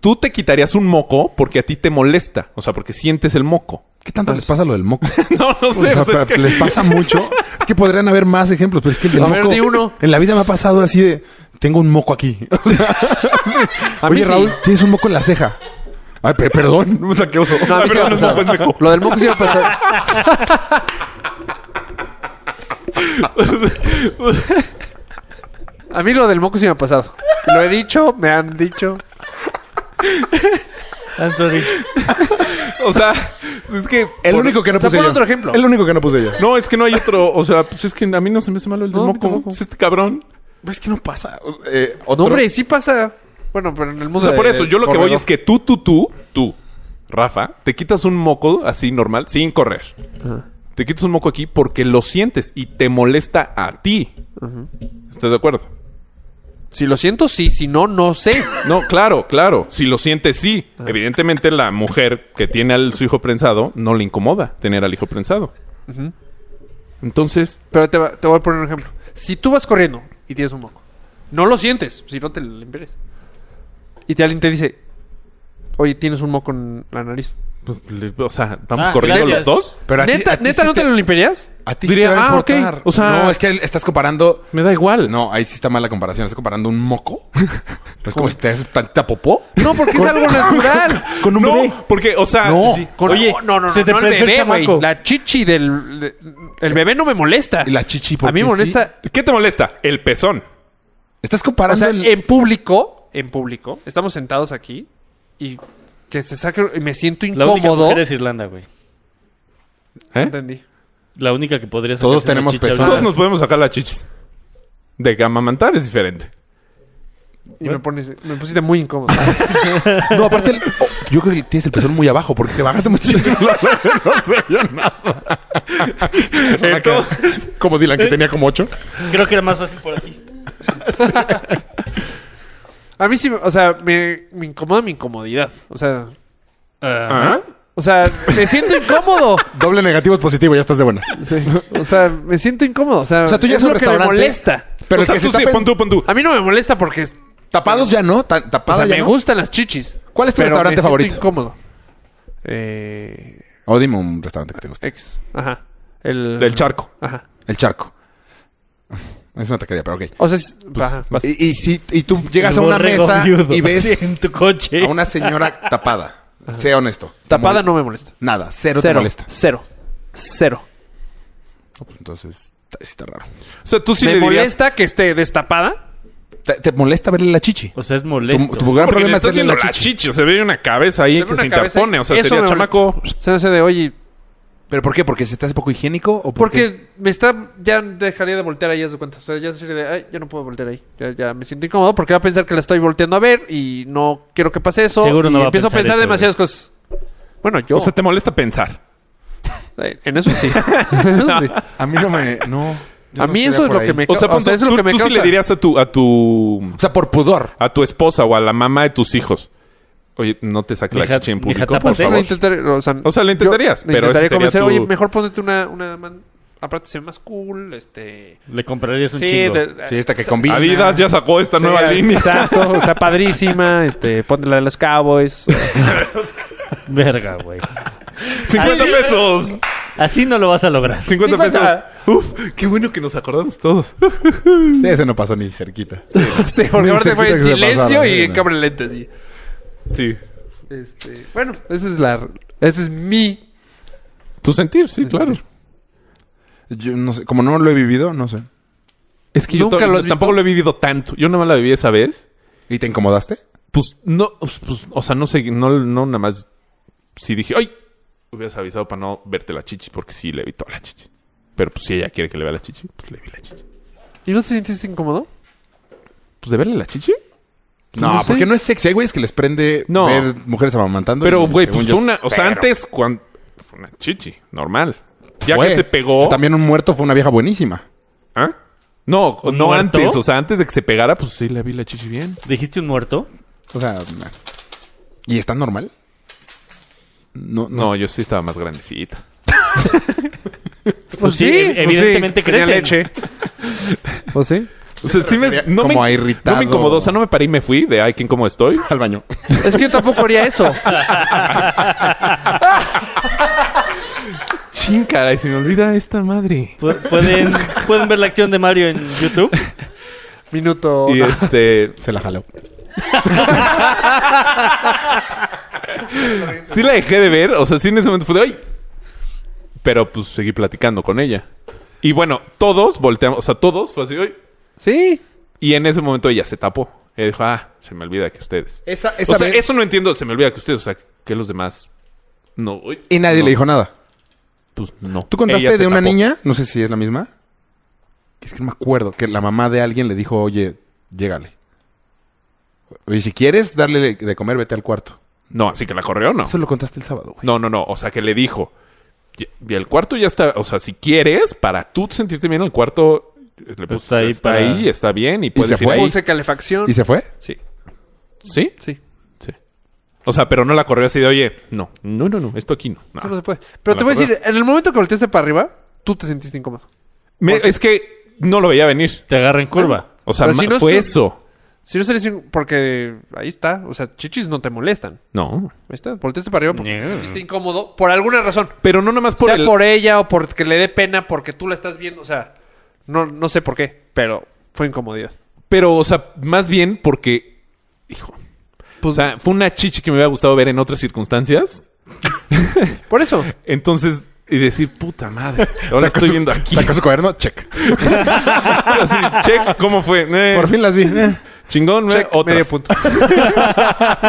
S2: tú te quitarías un moco porque a ti te molesta. O sea, porque sientes el moco.
S3: ¿Qué tanto les pasa lo del moco?
S2: No, no
S3: O
S2: sé.
S3: sea,
S2: o sea, es
S3: pa-
S2: que-
S3: les pasa mucho. Es que podrían haber más ejemplos, pero es que el del
S4: A ver,
S3: moco.
S4: di uno.
S3: En la vida me ha pasado así de. Tengo un moco aquí.
S4: A mí
S3: Oye,
S4: sí.
S3: Raúl, tienes un moco en la ceja. Ay, pe- perdón. O sea, qué oso.
S4: No, a mí sí me ha
S2: Perdón,
S4: pasado.
S2: es moco, es meco.
S4: Lo del moco sí me ha pasado. A mí lo del moco sí me ha pasado. Lo he dicho, me han dicho.
S1: I'm sorry.
S2: O sea, es que.
S3: El
S2: por-
S3: único que no
S4: O sea,
S3: puse
S4: pon
S3: yo.
S4: otro ejemplo.
S3: El único que no puse yo.
S2: No, es que no hay otro. O sea, pues es que a mí no se me hace malo el del
S4: No, a mí
S2: moco.
S4: tampoco.
S2: Es este cabrón.
S3: Es que no pasa. Eh,
S4: No,
S3: otro.
S4: hombre, sí pasa. Bueno, pero en el
S2: O
S4: mundo.
S2: sea, por
S4: de-
S2: eso, yo lo que
S4: corredor.
S2: voy es que tú, tú, tú, tú, Rafa, te quitas un moco así normal, sin correr. Te quitas un moco aquí porque lo sientes y te molesta a ti. ¿Estás de acuerdo?
S4: Si lo siento, sí. Si no, no sé.
S2: No, claro, claro. Si lo sientes, sí. Evidentemente, la mujer que tiene a su hijo prensado no le incomoda tener al hijo prensado. Entonces,
S4: Pero te, va- te voy a poner un ejemplo. Si tú vas corriendo y tienes un moco, no lo sientes, si no te lo limpias. Y te, alguien te dice, oye, tienes un moco en la nariz.
S2: pues, le- o sea, vamos
S1: Ah,
S2: corriendo
S1: gracias.
S2: los dos.
S3: Pero a ti-
S4: ¿Neta,
S3: a ti
S4: neta
S3: sí
S4: no te, lo limpiarías?
S3: A ti
S2: Diría,
S3: sí te va a
S2: ah, ok.
S3: importar.
S2: O sea-
S3: no, es que estás comparando.
S2: Me da igual.
S3: No, ahí sí está mal la comparación. Estás comparando un moco. No es como si te haces tantita popó.
S4: No, porque es algo natural.
S3: Con un
S2: no,
S3: bebé.
S2: porque, o sea,
S3: No.
S2: Ah, sí.
S4: Con-
S1: Oye,
S4: oh, no, no, no,
S1: se te
S4: no el
S1: prensó el
S4: bebé, güey.
S1: chamaco.
S4: La chichi del... de- el bebé no me molesta.
S3: Y la chichi, ¿por
S4: A mí
S3: qué
S4: me molesta...
S2: ¿qué te molesta? El pezón.
S3: Estás
S4: O
S3: comparando
S4: sea, eh,
S3: el-
S4: en público, en público, estamos sentados aquí y que se saque... y Me siento
S1: La única
S4: incómodo.
S1: mujer es Irlanda, güey.
S2: ¿Eh?
S4: Entendí.
S1: La única que podría
S3: Todos
S1: sacarse una
S3: tenemos
S1: chicha
S3: pezones.
S2: Todos
S1: ahorita.
S2: nos podemos sacar las chichis. De que amamantar es diferente.
S4: Y me, pones, me pusiste muy incómodo.
S3: No, aparte, el- oh, yo creo que tienes el pezón muy abajo porque te bajaste muchísimo. no sé yo nada.
S2: Entonces-
S3: como Dylan,
S4: eh,
S3: que tenía como ocho.
S1: Creo que era más fácil por aquí.
S4: A mí sí, me- o sea, me, me incomoda mi incomodidad. O sea, eh.
S2: ¿Ah?
S4: o sea, me siento incómodo.
S3: Doble negativo es positivo, ya estás de buenas.
S4: O sea, me siento incómodo. O sea,
S3: O sea, tú ya
S4: Ah, es
S3: es un
S4: lo que me
S3: restaurante.
S4: molesta.
S3: Pero
S2: o sea,
S3: que se
S2: tú sí,
S3: tapen-
S2: pon tú, pon tú.
S4: A mí no me molesta porque, o
S3: Tapados ya no, ta- tapadas
S4: sea,
S3: ya no.
S4: me gustan las chichis.
S3: ¿Cuál es tu
S4: pero
S3: restaurante
S4: me siento
S3: favorito?
S4: incómodo. Eh,
S3: O dime un restaurante que te guste.
S4: ex. Ajá. El,
S2: Del charco.
S4: Ajá.
S3: El charco. Es una taquería, pero ok.
S4: O sea, es-
S1: Pues,
S4: ajá. vas.
S3: Y, y si y tú llegas
S1: El
S3: a una
S1: borrego
S3: mesa
S1: viudo.
S3: y
S1: Sí, en
S3: ves
S1: tu coche.
S3: a una señora tapada. Sea honesto.
S4: tapada no me molesta.
S3: Nada, cero, te
S4: Cero.
S3: molesta.
S4: Cero. Cero.
S3: No, pues entonces, ta- sí está raro.
S2: O sea, tú sí
S4: me
S2: le dirías...
S4: molesta que esté destapada.
S3: ¿Te, te molesta verle la chichi?
S1: O sea, es
S3: Tu,
S1: molesto.
S3: tu
S2: Porque le
S3: gran problema es
S2: estás
S3: verle
S2: viendo
S3: la
S2: la
S3: chichi.
S2: chichi. O sea, ve una cabeza ahí que se interpone. O sea,
S4: Eso
S2: sería
S4: me
S2: chamaco...
S4: molesta. Se me hace de, oye,
S3: ¿Pero por qué? ¿Porque se te hace poco higiénico? ¿O por qué?
S4: Porque me está. Ya dejaría de voltear ahí, haz de cuenta. O sea, ya sería de. Ay, ya no puedo voltear ahí. Ya, ya me siento incómodo porque va a pensar que la estoy volteando a ver y no quiero que pase eso.
S1: Seguro
S4: y
S1: no va a
S4: empiezo a
S1: pensar
S4: pensar
S1: eso,
S4: demasiadas cosas. Bueno, yo.
S2: O sea, te molesta pensar.
S4: eh, En eso sí. En eso sí.
S3: A mí no me... No. Yo
S4: A
S3: no
S4: mí
S3: estaría
S4: eso es
S3: por
S4: lo
S3: ahí.
S4: que me
S2: O sea, pues, pon
S4: causa-
S2: tú,
S4: eso es lo
S2: tú-
S4: que me
S2: tú sí
S4: causa-
S2: le dirías a tu, a tu,
S3: O sea, por pudor.
S2: a tu esposa o a la mamá de tus hijos. Oye, no te saques la
S1: Mija-
S2: chicha en
S1: mija,
S2: público, por
S1: tápate.
S4: Lo
S2: favor.
S4: intentaré, o sea,
S2: O sea, lo intentarías,
S4: yo
S2: pero
S4: intentaría
S2: ese sería
S4: convencer,
S2: tu-
S4: oye, mejor ponete una, una man- aparte se ve más cool, este...
S1: Le comprarías un chingo.
S4: de-
S3: Sí, esta que combina.
S2: Adidas ya sacó esta
S4: Sí,
S2: nueva
S4: ah,
S2: línea.
S4: Exacto, está padrísima, este, ponte la de los Cowboys.
S1: Verga, güey.
S2: 50 pesos.
S1: Así no lo vas a lograr.
S2: 50 pesos.
S4: Cincuenta.
S2: Uf, qué bueno que nos acordamos todos.
S3: Sí, ese no pasó ni cerquita.
S4: sí, porque
S3: Ni
S4: aparte
S3: se
S4: fue
S3: quita
S4: en
S3: que se
S4: silencio
S3: pasara,
S4: y
S3: sí,
S4: en
S3: no.
S4: cámara lenta. así.
S2: Sí.
S4: Este, bueno, esa es la esa es mi
S2: Tu sentir, sí, claro.
S3: Yo no sé, como no lo he vivido, no sé.
S2: Es que yo
S4: ¿Nunca
S2: to-
S4: lo has visto?
S2: tampoco lo he vivido tanto. Yo nada más la viví esa vez.
S3: ¿Y te incomodaste?
S2: Pues no, pues, o sea, no sé, no, no nada más. Sí dije, ¡ay! Hubieras avisado para no verte la chichi, porque sí le vi toda la chichi. Pero pues si ella quiere que le vea la chichi, pues le vi la chichi.
S4: ¿Y no te sentiste incómodo?
S2: Pues de verle la chichi.
S3: No,
S4: no sé.
S3: porque no es sexy. Hay güeyes que les prende
S2: No.
S3: ver mujeres amamantando.
S2: Pero,
S3: y,
S2: güey,
S3: según
S2: pues
S3: yo,
S2: tú una. O sea,
S3: cero.
S2: antes, cuando. Fue una chichi, normal. Ya
S3: Fue. Pues,
S2: que se pegó.
S3: También un muerto fue una vieja buenísima.
S2: ¿Ah? No,
S1: ¿Un
S2: no
S1: muerto?
S2: antes. O sea, antes de que se pegara, pues sí le vi la chichi bien.
S1: ¿Dijiste un muerto?
S3: O sea, na- ¿y está normal? No, no.
S2: No, yo sí estaba más grandecita.
S1: Pues sí, ev- evidentemente
S4: tenía
S1: crecen.
S4: ¿O sí?
S2: O sea, sí me. No
S3: como
S2: me,
S3: irritado.
S2: No me incomodó. O sea, no me paré y me fui de ay, qué incómodo estoy.
S3: Al baño.
S4: Es que yo tampoco haría eso.
S2: Chin, caray, se me olvida esta madre.
S1: Pu- Pueden, pueden ver la acción de Mario en YouTube.
S4: Minuto.
S2: Y este.
S3: Se la jaló.
S2: Sí la dejé de ver. O sea, sí en ese momento fue de ay. Pero pues seguí platicando con ella. Y bueno, todos volteamos. O sea, todos fue así, ay.
S4: Sí.
S2: Y en ese momento ella se tapó. Ella dijo, ah, se me olvida que ustedes.
S3: Esa,
S2: o sea, eso no entiendo, se me olvida que ustedes, o sea, que los demás. No, uy,
S3: Y nadie
S2: no,
S3: le dijo nada.
S2: Pues no.
S3: Tú contaste
S2: Ella
S3: de
S2: se
S3: una
S2: tapó.
S3: niña, no sé si es la misma. que Es que no me acuerdo que la mamá de alguien le dijo, oye, llégale. Oye, si quieres darle de comer, vete al cuarto.
S2: No, así que la corrió, no.
S3: Eso lo contaste el sábado, güey.
S2: No, no, no. O sea, que le dijo. "Y- Y el cuarto ya está. O sea, si quieres, para tú sentirte bien, el cuarto eh, le puso,
S1: Está ahí
S2: está,
S1: para-
S2: ahí, está bien y puedes
S3: se
S2: ir
S3: fue?
S2: ahí.
S4: Puse calefacción.
S3: ¿Y se fue?
S4: Sí,
S2: Sí,
S4: sí.
S2: sí. O sea, pero no la corrió así de, oye, no, no, no, no, esto aquí no. no".
S4: Eso no se puede. Pero
S2: No me
S4: te voy a
S2: acuerdo.
S4: decir, en el momento que volteaste para arriba, tú te sentiste incómodo.
S2: Me- es que no lo veía venir.
S1: Te agarra en curva.
S2: O sea,
S4: Pero
S2: ma-
S4: si no
S2: fue
S4: estu-
S2: eso.
S4: Si no serías in- porque ahí está, o sea, chichis no te molestan.
S2: No.
S4: Ahí está, volteaste para arriba porque
S1: Yeah.
S4: te sentiste incómodo por alguna razón.
S2: Pero no nada más por
S4: sea
S2: el...
S4: por ella o porque le dé pena porque tú la estás viendo, o sea, no, no sé por qué, pero fue incomodidad.
S2: Pero, o sea, más bien porque. Hijo.
S4: Pues
S2: o sea, fue una chichi que me hubiera gustado ver en otras circunstancias.
S4: Por eso.
S2: Entonces, y decir, puta madre. Ahora
S3: Saca
S2: estoy
S3: su-
S2: viendo aquí.
S3: Saca su cuaderno, check.
S2: Así, check, ¿cómo fue? Eh,
S3: Por fin las vi. Eh.
S2: Chingón, eh,
S4: Check,
S2: otras.
S4: medio punto.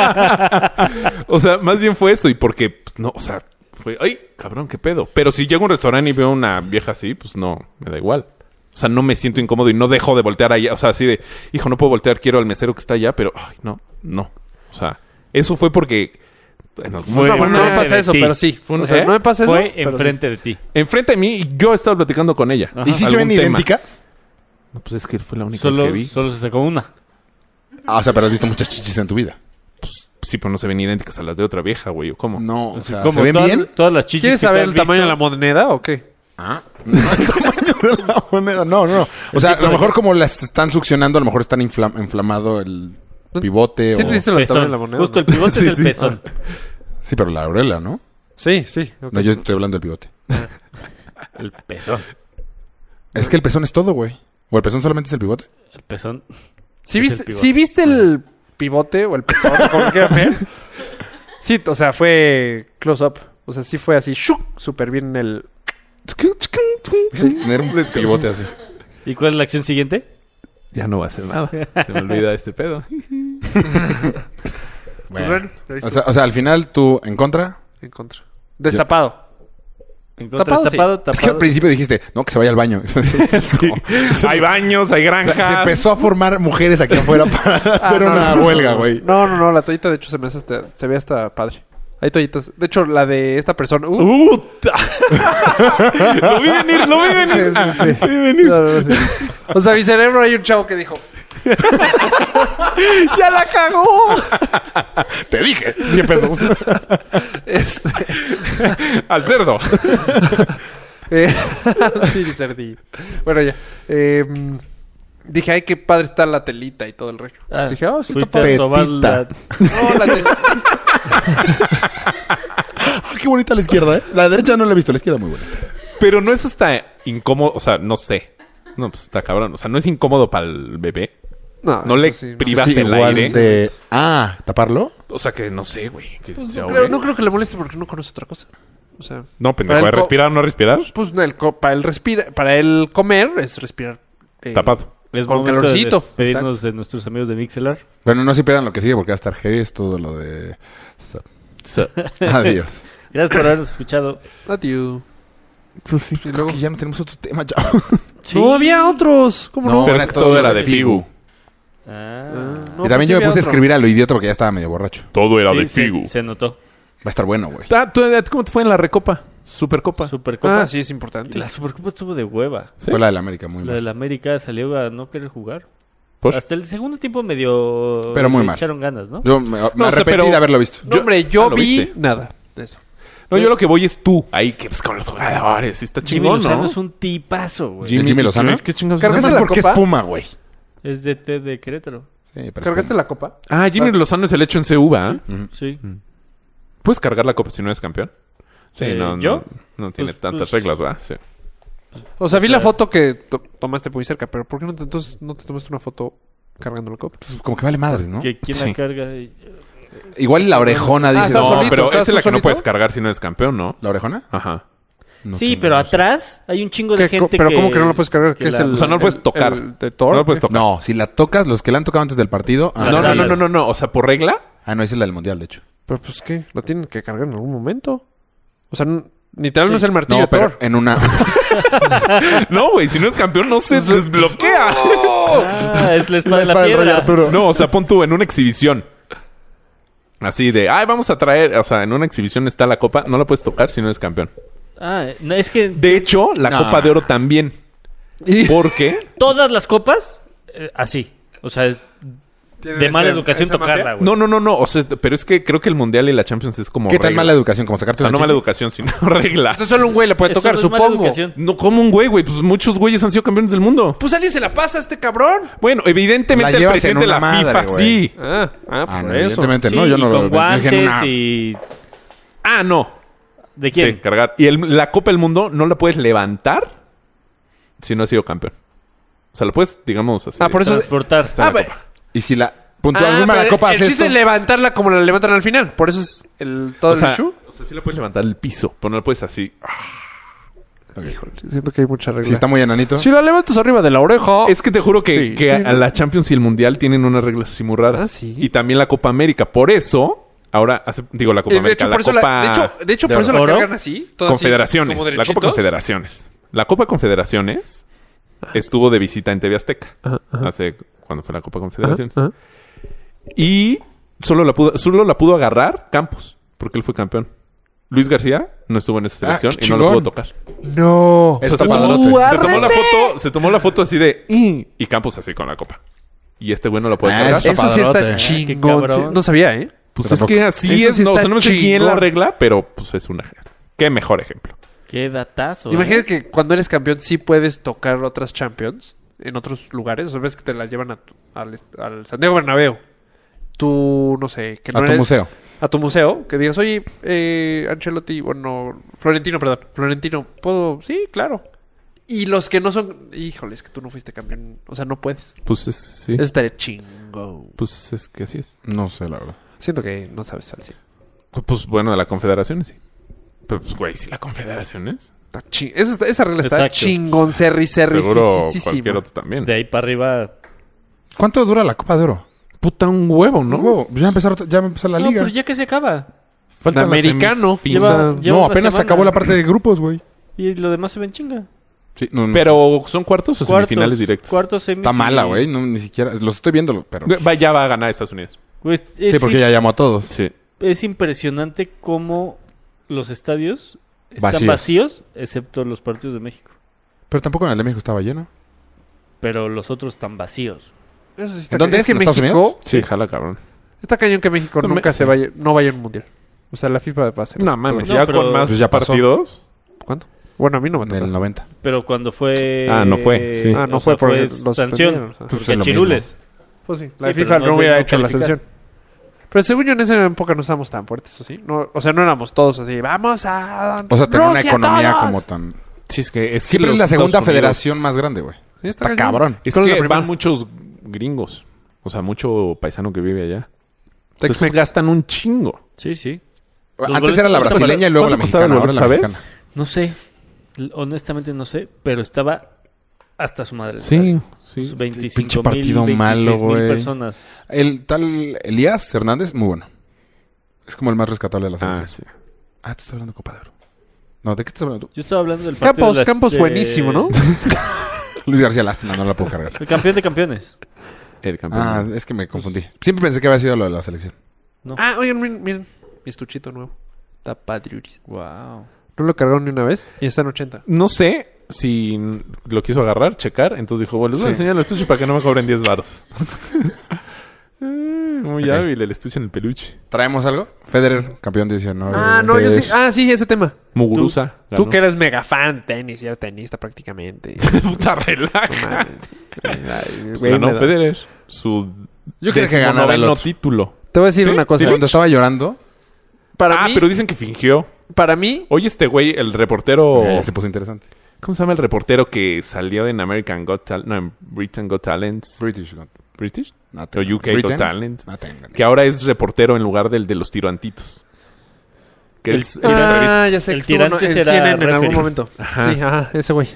S2: O sea, más bien fue eso. Y porque, pues, no, o sea, fue, ay, cabrón, qué pedo. Pero si llego a un restaurante y veo una vieja así, pues no, me da igual. O sea, no me siento incómodo y no dejo de voltear allá. O sea, así de, hijo, no puedo voltear, quiero al mesero que está allá, pero, ay, no, no. O sea, eso fue porque. En algún
S1: Fue
S2: momento
S4: No, bueno, no me
S1: una-
S4: pasa eso,
S1: de ti.
S4: pero sí.
S2: Fue un-
S4: O sea,
S2: ¿eh?
S4: no me pasa eso.
S1: Fue
S4: pero sí.
S1: enfrente de ti.
S2: Enfrente de mí y yo estaba platicando con ella.
S1: Ajá.
S3: ¿Y si se
S2: ¿Algún
S3: ven
S2: tema?
S3: idénticas?
S2: No, pues es que fue la única vez que
S1: Solo,
S2: vi.
S1: solo se sacó una.
S3: Ah, o sea, pero has visto muchas chichis en tu vida.
S2: Sí, pero no se ven idénticas a las de otra vieja, güey. ¿o ¿Cómo?
S3: No, o sea,
S1: Como
S3: ¿se ven
S1: todas,
S3: bien?
S1: todas las chichis.
S4: ¿Quieres
S1: que tú
S4: saber
S1: has
S4: el tamaño de la
S1: visto,
S4: moneda o qué?
S3: Ah, no, el tamaño de la moneda. No, no. O sea, a lo mejor como las están succionando, a lo mejor están infla- inflamado el pivote
S4: ¿Sí
S3: o...
S4: te diste el tamaño
S1: pezón.
S4: de la moneda?
S1: Justo el
S4: no?
S1: pivote
S2: Sí,
S1: es
S2: sí.
S1: el pezón.
S3: Sí, pero la aureola, ¿no?
S4: Sí, sí. ok.
S3: No, yo estoy hablando del pivote.
S1: El pezón.
S3: Es que el pezón es todo, güey. O el pezón solamente es el pivote.
S1: El pezón.
S4: ¿Sí,
S1: es el
S4: viste,
S1: pivote.
S4: sí viste el pivote o el pezón, como quieran ver? Sí, o sea, fue close-up. O sea, sí fue así, ¡shuk! súper bien el...
S3: Tener un pivote así.
S1: ¿Y cuál es la acción siguiente?
S2: Ya no va a hacer nada. Se me olvida este pedo.
S3: Pues Bueno.
S4: bueno, ya viste.
S3: o, sea, o sea, al final tú en contra.
S4: En contra. Destapado.
S1: En contra,
S4: Tapado,
S1: tapado,
S4: sí.
S1: tapado.
S3: Es que al principio dijiste, no, que se vaya al baño.
S2: hay baños, hay
S3: O sea,
S2: granjas.
S3: se empezó a formar mujeres aquí afuera para hacer
S4: Ah, no,
S3: una
S4: no, no,
S3: huelga,
S4: no.
S3: güey.
S4: No, no, no, la toallita de hecho se me hace hasta- se ve hasta padre. Hay toallitas. De hecho, la de esta persona. ¡Uh!
S1: ¡Uta! lo vi venir, lo vi venir.
S4: Sí, sí, sí. No, no, sí. O sea, mi cerebro hay un chavo que dijo. ¡Ya la cagó!
S3: Te dije, 100 pesos.
S4: Este,
S2: Al cerdo.
S4: eh, sí, cerdillo. Bueno, ya. Eh, dije, ay, qué padre está la telita y todo el rollo.
S1: Ah,
S4: dije, oh, sí, está
S1: Fuiste a sobar la...
S3: Petita.
S4: padre. No, la tel-
S3: Ah, qué bonita la izquierda, ¿eh? La derecha no la he visto, la izquierda muy buena.
S2: Pero no es hasta incómodo, o sea, no sé. No, pues está cabrón. O sea, no es incómodo para el bebé.
S4: No,
S2: No le
S4: eso sí,
S2: privas
S3: Sí,
S2: el
S3: igual
S2: aire.
S3: de- Ah, ¿taparlo?
S2: O sea, que no sé, güey. que
S4: Pues
S2: se
S4: no,
S2: ahogue.
S4: creo, no creo que le moleste porque no conoce otra cosa. O sea,
S2: No, pendejo.
S4: Para el
S2: ¿eh?
S4: co-
S2: ¿Respirar o no respirar?
S4: pues el co- para el respira, para el comer es respirar. eh,
S2: Tapado.
S1: Es
S4: Con
S1: momento de
S4: calorcito.
S1: despedirnos de nuestros amigos de Mixelar.
S3: Bueno, no se pierdan lo que sigue porque va a estar heavy. Es todo lo de... Adiós.
S1: Gracias por habernos escuchado.
S4: Adiós.
S3: Pues sí.
S4: luego-
S3: ya no tenemos otro tema, ya.
S4: No había otros. ¿Cómo no?
S2: Pero es que todo era de Figu.
S1: Ah.
S4: Ah, no,
S3: y también
S4: sí
S3: yo me
S4: había
S3: puse a
S4: otro.
S3: escribir a lo idiota porque ya estaba medio borracho.
S2: Todo era
S1: Sí, Pues,
S2: de
S1: se-
S2: Figu.
S1: Se, notó.
S3: Va a estar bueno, güey.
S2: Ah, ¿tú- ¿Cómo te fue en la recopa? Supercopa.
S1: Supercopa.
S4: Ah, sí, es importante.
S1: La Supercopa estuvo de hueva.
S3: Fue la del América, muy
S1: La
S3: mal.
S1: del América salió a no querer jugar.
S2: Pues-
S1: Hasta el segundo tiempo medio...
S3: Pero muy
S1: le
S3: mal.
S1: Echaron ganas, ¿no?
S3: Yo me, me
S2: No, o sea,
S3: arrepentí
S2: pero-
S3: de haberlo visto.
S4: No, hombre, yo
S2: Ah, ¿lo
S4: vi
S2: viste?
S4: nada de eso.
S2: No, yo lo que voy es tú. Ahí que pues, con los jugadores. Está
S1: Jimmy
S2: chingón,
S1: Lozano
S2: ¿no?
S1: es un tipazo, güey.
S3: Jimmy Lozano?
S2: ¿Qué chingados?
S4: Carga-
S3: Nada
S2: es?
S3: más
S4: la
S3: porque
S4: copa?
S3: es Puma, güey. Sí,
S1: Es de T de Querétaro.
S3: pero es
S4: ¿Cargaste
S3: Puma.
S4: la copa?
S2: Ah, Jimmy Lozano es el hecho en CV, ¿ah?
S1: Sí.
S2: ¿Puedes cargar la copa si no eres campeón? Sí,
S1: Eh,
S2: no,
S1: ¿yo?
S2: No, no tiene
S1: Pues-
S2: tantas
S1: pues-
S2: reglas, ¿verdad? Sí.
S4: O sea, vi la foto que to- tomaste muy cerca, pero ¿por qué no te, entonces no te tomaste una foto cargando la copa?
S3: Pues como que vale madres, ¿no?
S1: Que quién
S2: Sí.
S1: la carga. Y-
S3: Igual la orejona
S4: Ah,
S3: dice...
S4: está
S2: No,
S4: solito,
S2: pero
S4: ¿estás
S2: esa es la
S4: tú
S2: que no
S4: solito?
S2: puedes cargar si no eres campeón, ¿no?
S3: ¿La orejona?
S2: Ajá.
S3: No
S1: sí,
S3: tengo-
S1: pero atrás hay un chingo de
S4: ¿Qué co-
S1: gente
S4: pero
S1: que...
S4: ¿cómo que no la puedes cargar? ¿Qué
S1: que
S4: es
S1: la-
S4: el,
S2: O sea, no la
S4: el-
S2: puedes tocar.
S4: el de Thor?
S2: No la puedes tocar.
S3: No, si la tocas, los que la han tocado antes del partido...
S1: La
S3: Ah,
S2: No, no,
S1: sala.
S2: no, no, no, no. O sea, por regla.
S3: Ah, no, esa es la del Mundial, de hecho.
S4: Pero pues qué, la tienen que cargar en algún momento. O sea, n- literal no es el martillo
S3: No,
S4: de Thor.
S3: pero en una...
S2: No, güey. Si no es campeón, no se desbloquea.
S1: Ah, es la espada de la
S3: espada del Rey
S1: piedra.
S3: Arturo.
S2: No, o sea, pon tú en una exhibición. Así de, ay, vamos a traer. O sea, en una exhibición está la copa. No la puedes tocar si no eres campeón.
S1: Ah, no, es que
S2: De hecho, la
S3: No.
S2: copa de oro también.
S4: Y-
S2: Porque
S1: todas las copas, eh, así. O sea, es de mala educación tocarla, güey.
S2: No, no, no, no. O sea, pero es que creo que el mundial y la Champions es como.
S3: ¿Qué tan
S2: regla.
S3: mala educación? Como
S2: O
S3: sacarte
S2: sea,
S3: una
S2: no mala
S3: chichi.
S2: educación, sino regla.
S4: O sea, solo un güey le puede
S1: Eso
S4: tocar,
S1: no es mala
S4: supongo.
S1: educación.
S2: No, como un güey, güey. Pues muchos güeyes han sido campeones del mundo.
S4: Pues alguien se la pasa a este cabrón.
S2: Bueno, evidentemente
S3: La
S2: el
S3: llevas en
S2: presidente de
S3: una
S2: la
S3: madre,
S2: FIFA
S3: güey.
S2: sí.
S4: Ah, ah,
S3: Ah,
S4: por
S3: no,
S4: eso.
S3: evidentemente no.
S1: Sí,
S3: Yo no
S1: y
S3: lo
S1: con guantes
S3: Yo dije, nah.
S1: y...
S2: Ah, no.
S1: ¿De
S2: Sí,
S1: quién?
S2: cargar. Y el- la Copa del Mundo no la puedes levantar si no has sido campeón. O sea, la puedes, digamos, así.
S4: Ah, por eso...
S1: Transportar.
S2: Está en
S4: Ah,
S2: la
S4: pe-
S2: copa.
S3: Y si la...
S4: Ah,
S3: Puntual, alguna
S4: pero
S3: la copa
S4: el
S3: hace
S4: chiste
S3: esto.
S4: es levantarla como la levantan al final. Por eso es el, todo
S2: O sea,
S4: el show.
S2: o sea, sí la puedes levantar el piso, pero no la puedes así.
S4: Híjole, siento que hay mucha regla.
S3: Si está muy enanito.
S4: Si la levantas arriba de la oreja.
S2: Es que te juro que,
S4: Oh. Sí,
S2: que
S4: sí,
S2: a, a
S4: ¿no?
S2: la Champions y el Mundial tienen unas reglas así muy raras.
S4: Ah, sí.
S2: Y también la Copa América. Por eso, ahora, hace- digo la Copa
S4: Eh, de
S2: América,
S4: hecho,
S2: la
S4: por eso
S2: Copa
S4: la, de hecho, de hecho,
S3: de
S4: por eso la
S1: oro.
S4: cargan así. toda así,
S2: Confederaciones.
S4: como
S2: la Copa
S4: derechitos.
S2: Confederaciones. La Copa Confederaciones estuvo de visita en TV Azteca. Hace cuando fue la Copa Confederaciones.
S4: Ajá.
S2: Y solo la pudo, solo la pudo agarrar Campos, porque él fue campeón. Luis García no estuvo en esa
S3: Ah,
S2: selección
S3: qué
S2: y no la pudo
S3: chingón.
S2: tocar.
S4: No.
S2: O sea, se, tomó,
S3: padrote.
S2: se tomó la foto, se tomó la foto así de "Mm", y Campos así con la copa. Y este güey no la puede
S3: Ah,
S2: cargar.
S3: eso-
S4: Eso sí
S3: padrote,
S4: está
S3: ¿eh?
S1: Qué
S4: chingón.
S1: cabrón.
S4: Sí, No sabía, ¿eh?
S2: Pues es
S3: Tampoco.
S2: que así
S4: Eso
S2: es,
S4: sí
S2: no, o sea,
S4: está
S2: no me sé bien la
S4: chingón.
S2: regla, pero pues es una qué mejor ejemplo.
S1: Qué datazo. ¿eh?
S4: Imagínate que cuando eres campeón sí puedes tocar otras Champions en otros lugares. O sea, ves que te las llevan a tu- al, al San Diego Bernabéu. Tú, no sé. Que no
S3: A tu
S4: eres-
S3: museo.
S4: A tu museo. Que digas, oye, eh, Ancelotti, bueno, Florentino, perdón. Florentino, ¿puedo? Sí, claro. Y los que no son... Híjole, es que tú no fuiste campeón. O sea, no puedes.
S2: Pues es, sí.
S4: Eso estaría chingón.
S2: Pues es que así es.
S3: No sé, la verdad.
S4: Siento que no sabes al cien.
S2: Pues bueno, de la Confederación sí. Pero pues güey, si la Confederación es.
S4: Está chi- Esa, está- esa regla está
S1: Exacto.
S4: chingón, serri, serri,
S2: Seguro
S4: sí, sí, sí, sí,
S2: cualquier
S4: ma.
S2: otro también.
S1: De ahí para arriba...
S3: ¿Cuánto dura la Copa de Oro?
S2: Puta un huevo, ¿no?
S3: Huevo, ya empezó, ya empezó la
S1: No,
S3: liga.
S1: pero ya que se acaba.
S2: Falta
S4: Americano.
S1: Lleva- lleva
S3: no,
S1: una
S3: apenas se
S1: semana.
S3: acabó la parte de grupos, güey.
S1: Y lo demás se ven chinga.
S3: Sí, no, no.
S2: Pero son cuartos o semifinales directos.
S1: Cuartos, semis
S3: está mala,
S1: y-
S3: güey. No, ni siquiera. Los estoy viendo, pero.
S2: Va- ya va a ganar Estados Unidos.
S1: Pues, eh,
S3: Sí, porque ya llamó a todos.
S2: Sí.
S1: es impresionante cómo los estadios están
S3: Vacíos.
S1: vacíos. excepto los partidos de México.
S3: Pero tampoco en el de México estaba lleno.
S1: Pero los otros están vacíos.
S4: Eso sí está
S3: ¿En dónde
S4: cañón.
S3: es?
S4: que
S3: ¿En Estados
S4: México,
S3: Unidos?
S2: Sí, jala, cabrón.
S4: Está cañón que México
S2: No,
S4: nunca
S2: me-
S4: se vaya, no vaya a un mundial. O sea, la FIFA va a ser.
S2: No, mames.
S1: No,
S2: ya
S1: pero-
S2: con más
S3: Pues ya pasó.
S2: partidos.
S4: ¿Cuánto? Bueno, a mí no me
S3: En el
S4: toca.
S3: 90.
S1: Pero cuando fue...
S2: Ah, no fue, sí.
S4: Ah, no
S1: o
S4: fue
S1: sea,
S4: por
S1: fue
S4: los
S1: sanción.
S4: suspendieron, o sea.
S3: Pues
S1: Porque
S3: es lo
S1: Chirules.
S4: Pues sí, la
S1: Sí, pero
S4: FIFA
S1: no
S4: no,
S1: de-
S4: hubiera
S1: no
S4: hecho la
S1: calificar.
S4: sanción. Pero según yo, en esa época no estábamos tan fuertes, ¿o sí? No, o sea, no éramos todos así, vamos a...
S3: O sea, tener una
S4: Rusia,
S3: economía
S4: todos".
S3: como tan...
S2: Sí, es que... Es que
S3: Siempre es
S2: los
S3: la segunda
S2: Estados Unidos-
S3: federación más grande, güey.
S4: Sí,
S3: Está
S4: cañón.
S3: cabrón.
S2: Es
S4: ¿Cuál es la
S2: que
S4: primera?
S2: van muchos gringos. O sea, mucho paisano que vive allá. O sea,
S4: Tex-Mex.
S2: esos gastan un chingo.
S1: Sí, sí. Los
S3: Antes
S1: boletos-
S3: era la
S1: ¿cuánto
S3: brasileña y luego la
S2: ¿Cuánto costaba
S3: mexicana.
S2: el
S3: Ahora
S2: boleto,
S3: la
S2: sabes?
S3: mexicana.
S1: No sé. L- Honestamente no sé. Pero estaba hasta su madre.
S2: Sí, sí.
S1: 25
S3: Pinche
S1: mil,
S3: partido malo,
S1: 26 mil
S3: güey.
S1: personas.
S3: El tal Elías Hernández, muy bueno. Es como el más rescatable de las
S2: Ah,
S3: selección.
S2: sí.
S3: Ah, tú estás hablando de Copa de Oro. No, ¿de qué estás hablando tú?
S1: Yo estaba hablando del partido
S4: Campos,
S1: de las-
S4: Campos
S1: de-
S4: buenísimo, ¿no?
S3: Luis García, lástima, no la puedo cargar.
S1: El campeón de campeones.
S2: El campeón.
S3: Ah, es que me confundí. Siempre pensé que había sido lo de la selección.
S4: ah, oigan, miren, miren, mi estuchito nuevo. Está padriuris.
S1: Wow.
S4: No lo cargaron ni una vez y está en 80.
S2: No sé si lo quiso agarrar, checar. Entonces dijo, bueno, les voy a
S3: Sí.
S2: enseñar el estuche para que no me cobren 10 baros. Eh, Muy
S3: Ok.
S2: hábil el estuche en el peluche.
S3: ¿Traemos algo? Federer, campeón 19.
S4: Ah, no, yo sí. Ah, sí, ese tema.
S2: Muguruza.
S4: Tú que eres mega fan tenis, ya tenista prácticamente.
S2: puta relaja.
S4: Mames. Ay,
S2: Pues
S4: güey,
S2: ganó
S4: me da-
S2: Federer su
S3: Yo quería que ganara el
S2: decimonoveno
S3: otro.
S2: título.
S4: Te voy a decir
S2: Sí,
S4: una
S2: sí,
S4: cosa.
S3: Cuando estaba llorando,
S4: para,
S2: ah,
S4: mí,
S2: pero dicen que fingió.
S4: para mí,
S2: Oye, este güey, el reportero...
S3: eh, se puso interesante.
S2: ¿Cómo se llama el reportero que salió en American Got Talent? No, en Britain Got Talents.
S3: British. no-
S2: ¿British?
S3: no
S2: O
S3: tengo.
S2: UK Got
S3: Britain,
S2: Talent.
S3: no tengo.
S2: Que ahora es reportero en lugar del de los tirantitos. Que
S1: El-
S2: es,
S1: el-
S4: Ah, ya sé
S1: El
S4: que estuvo en-
S1: tirantes
S4: en
S1: era
S4: CNN en algún
S1: referee.
S4: momento.
S2: Ajá.
S4: Sí, ajá, ese güey.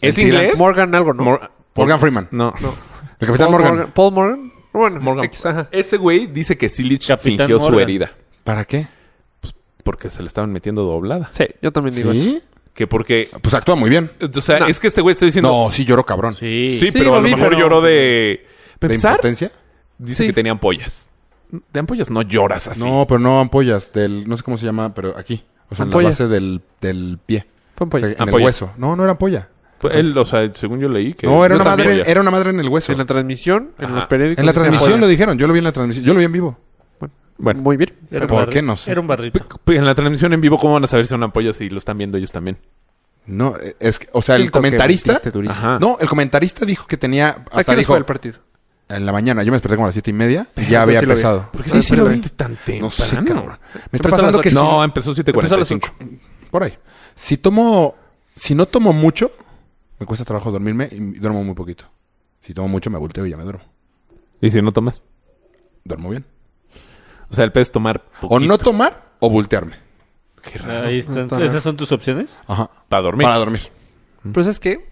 S2: ¿es
S3: el
S2: inglés.
S4: Morgan algo, ¿no?
S2: Mor-
S3: Morgan Freeman.
S2: No.
S3: El capitán
S4: Paul
S3: Morgan.
S4: Paul Morgan. Bueno,
S2: Morgan.
S4: X, ajá.
S2: Ese güey dice que Silich
S1: Capitán
S2: fingió su
S1: Morgan.
S2: herida.
S3: ¿Para qué?
S2: Porque se le estaban metiendo doblada.
S4: Sí, yo también digo eso.
S3: ¿Sí?
S2: Que porque...
S3: Pues actúa muy bien.
S2: O sea,
S4: No.
S2: es que este güey está diciendo...
S3: No, sí lloró cabrón.
S1: Sí.
S2: Sí, pero
S4: lo
S2: a lo
S4: vi,
S2: mejor
S4: pero-
S2: lloró de...
S3: ¿De
S2: Pensar,
S3: impotencia?
S2: dice
S4: Sí.
S2: que tenía ampollas. De ampollas no lloras así.
S3: No, pero no ampollas. Del, no sé cómo se llama, pero aquí. O sea, en
S4: Ampolla.
S3: la base del, del pie.
S4: Fue un
S3: O sea,
S4: pollo.
S3: en
S2: Ampolla.
S3: el hueso. No, no era ampolla.
S2: Pues él, o sea, según yo leí que...
S3: No, era
S2: Yo
S3: una,
S2: también.
S3: madre, era una madre en el hueso.
S4: En la transmisión, en
S2: Ajá.
S4: los periódicos.
S3: En la
S4: decía
S3: transmisión lo
S4: pollo.
S3: dijeron. Yo lo vi en la transmisión. Yo lo vi en vivo.
S2: Bueno.
S4: Muy bien.
S1: Era un
S3: ¿Por
S1: barri-
S3: qué no sé?
S1: Era un barrito.
S2: P- En la transmisión en vivo, ¿cómo van a saber si son ampollas si lo están viendo ellos también?
S3: No, eh, es que, o sea, el
S4: Siento que
S3: comentarista.
S4: metiste durísimo.
S2: Ajá.
S3: No, el comentarista dijo que tenía.
S4: ¿A
S3: Hasta
S4: qué hora
S3: dijo.
S4: fue el partido?
S3: En la mañana, yo me desperté como a las siete y media. y ya había
S4: sí lo vi.
S3: empezado.
S2: ¿Por qué
S3: Ah,
S2: sí lo
S3: espérate.
S2: viste tan temprano?
S3: No sé, cabrón. Me está
S4: Empezó a
S3: pasando
S4: las
S3: que
S4: ocho.
S3: si-
S2: No, empezó 7.45.
S3: Por ahí. Si tomo. Si no tomo mucho, me cuesta trabajo dormirme y duermo muy poquito. Si tomo mucho, me volteo y ya me duermo.
S2: ¿Y si no tomas?
S3: Duermo bien.
S2: O sea, el pez tomar
S3: O no tomar o voltearme.
S2: Qué raro.
S1: Ahí están.
S4: Ah, Está-
S1: ¿Esas son tus opciones?
S3: Ajá.
S2: Para dormir.
S3: Para dormir.
S4: Pero ¿sabes qué?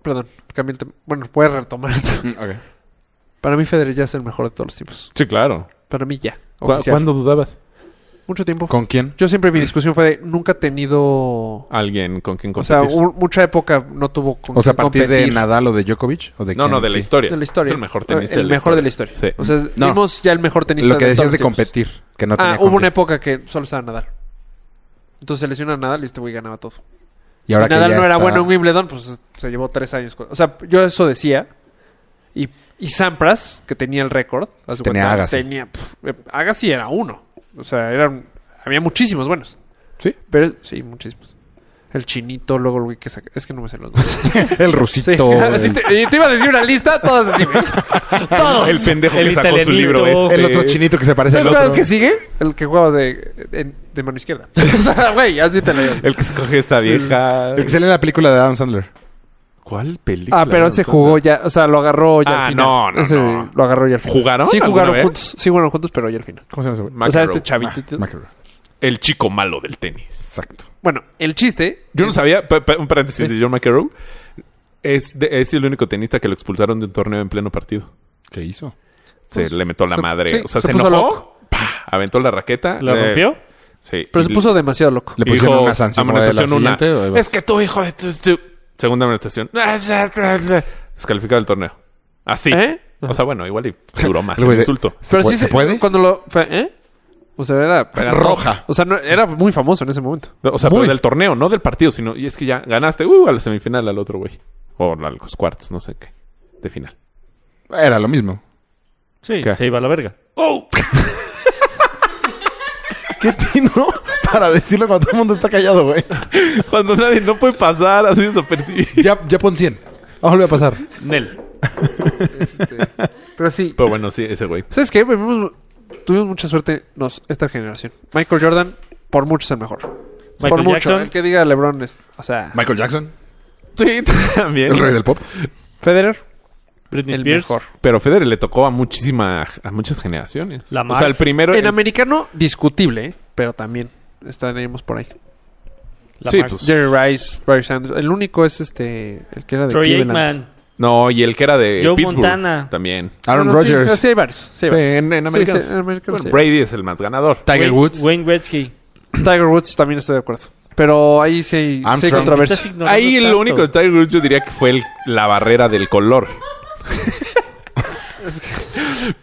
S4: Perdón, cambié el tema. Bueno, puedes retomar. el tema.
S3: Mm, ok.
S4: Para mí, Federer ya es el mejor de todos los tipos.
S2: Sí, claro.
S4: Para mí, ya.
S2: ¿Cu-
S4: Oficial.
S2: ¿Cuándo dudabas?
S4: Mucho tiempo.
S3: ¿Con quién?
S4: Yo siempre mi discusión fue de nunca he tenido.
S2: Alguien con quien
S4: O sea,
S2: competir.
S4: un- mucha época no tuvo con
S3: O sea, a
S4: quién
S3: partir de
S4: competir.
S3: Nadal o de Djokovic o de
S2: no,
S3: quién?
S2: no, de la
S3: Sí.
S2: historia.
S4: De la historia.
S2: Es el mejor tenista
S4: El
S2: de la
S4: mejor de la
S2: historia.
S4: historia.
S2: Sí.
S4: O sea,
S3: No.
S4: vimos ya el mejor tenista
S3: Lo que
S4: de todos
S3: decías de
S4: los tiempos.
S3: competir, que no tenía
S4: ah, hubo
S3: con
S4: una
S3: quién.
S4: época que solo estaba Nadal. Entonces se lesiona a Nadal y este güey ganaba todo.
S3: Y ahora
S4: Y Nadal
S3: que ya
S4: no era
S3: está-
S4: bueno en Wimbledon, pues se llevó tres años. con- O sea, yo eso decía. Y, y Sampras, que tenía el récord. haz de
S3: Tenía
S4: cuenta,
S3: Agassi.
S4: Tenía, pf, eh, Agassi era uno. O sea, eran, había muchísimos buenos.
S3: Sí.
S4: Pero sí, muchísimos. El chinito, luego el güey que saca... Es que no me sé los nombres.
S3: El
S4: Sí,
S3: rusito.
S4: es que- sí te, y te iba a decir una lista, todas así. todos.
S2: El pendejo
S1: El
S2: que sacó su
S1: italianito.
S2: libro. Este.
S3: El otro chinito que se parece al
S4: ¿Sabes
S3: otro.
S4: cuál es el que sigue? El que jugaba de, en- de mano izquierda. o sea, güey, así te lo digo.
S2: El que se cogió esta vieja.
S3: El que sale en la película de Adam Sandler.
S2: ¿Cuál película?
S4: Ah, pero ese
S2: No,
S4: jugó ya, o sea, lo agarró ya
S2: Ah,
S4: al final.
S2: no, no,
S4: Ese
S2: no.
S4: Lo agarró ya al final.
S2: ¿Jugaron
S4: Sí,
S2: alguna
S4: jugaron
S2: vez?
S4: juntos. Sí, jugaron juntos, pero ya al final.
S3: ¿Cómo se llama ese güey?
S2: McEnroe.
S4: O sea, este chavito.
S3: McEnroe.
S2: El chico malo del tenis.
S3: Exacto.
S4: Bueno, el chiste.
S2: Yo no
S4: es-
S2: sabía, pa- pa- un paréntesis de John McEnroe, es, de- es el único tenista que lo expulsaron de un torneo en pleno partido.
S3: ¿Qué hizo?
S2: Se le metió la
S4: se-
S2: madre.
S4: sí,
S2: o sea,
S4: se
S2: se,
S4: puso
S2: enojó,
S4: loco.
S2: ¡pah! aventó la raqueta.
S1: ¿La
S2: eh,
S1: rompió?
S2: Sí.
S4: Pero
S2: y
S4: se puso demasiado loco.
S3: Le
S2: y
S3: pusieron
S2: dijo,
S3: una sanción.
S2: amonestación
S3: ¿O de la
S2: una.
S3: siguiente o de-
S2: Es que tu hijo de tu, tu- Segunda amonestación. Descalificado el torneo. Así.
S4: ¿Eh?
S2: O sea, bueno, igual y duró más
S3: El
S2: el
S3: güey de-
S2: insulto.
S3: ¿Se puede?
S4: Cuando lo. fue- ¿eh? O sea, era... era
S3: Roja.
S4: O sea, no- era muy famoso en ese momento.
S2: O sea,
S3: Muy.
S2: pero del torneo, no del partido, sino. Y es que ya ganaste, uh, a la semifinal al otro güey. O a los cuartos, no sé qué. De final.
S3: Era lo mismo.
S1: Sí,
S2: ¿Qué?
S1: se iba a la verga.
S3: ¿Qué tino para decirlo cuando todo el mundo está callado, güey?
S2: Cuando nadie no puede pasar así desapercibido.
S3: Ya, ya pon 100. Vamos a volver a pasar.
S1: Nel.
S4: Pero sí.
S2: Pero bueno, sí, ese güey.
S4: ¿Sabes qué? Vivimos- tuvimos mucha suerte nos, esta generación. Michael Jordan, por mucho es el mejor. por
S1: Michael
S4: mucho.
S1: Jackson.
S4: El que diga LeBron es... O sea...
S3: Michael Jackson,
S2: Sí, también.
S3: el rey del pop.
S4: Federer,
S1: Britney
S4: el
S1: Spears.
S4: mejor.
S2: Pero Federer le tocó a muchísima, a muchas generaciones.
S1: La
S2: o sea, el
S1: Mars.
S2: primero.
S4: en
S2: el-
S4: americano, discutible, ¿eh? pero también estaremos por ahí.
S1: La
S2: Sí,
S1: Mars.
S2: pues.
S4: Jerry Rice, Barry Sanders. El único es este... El que era de
S1: Troy
S4: Cleveland.
S1: Aikman.
S2: No, y el que era de
S1: Joe
S2: Pittsburgh.
S1: Montana.
S2: También.
S3: Aaron
S4: Bueno, sí,
S3: Rodgers,
S4: Sí, hay varios. Sí,
S2: Sí,
S4: hay varios.
S2: en, en
S4: Sí,
S2: americanos.
S4: sí, en
S2: Bueno,
S4: americanos, sí.
S2: Brady es el más ganador.
S3: Tiger
S1: Wayne-
S3: Woods.
S1: Wayne Gretzky.
S4: Tiger Woods también estoy de acuerdo. Pero ahí sí hay, sí hay
S3: Armstrong.
S4: controversia.
S1: Estás ignorando
S2: Ahí lo
S1: tanto.
S2: único de Tiger Woods yo diría que fue el- la barrera del color.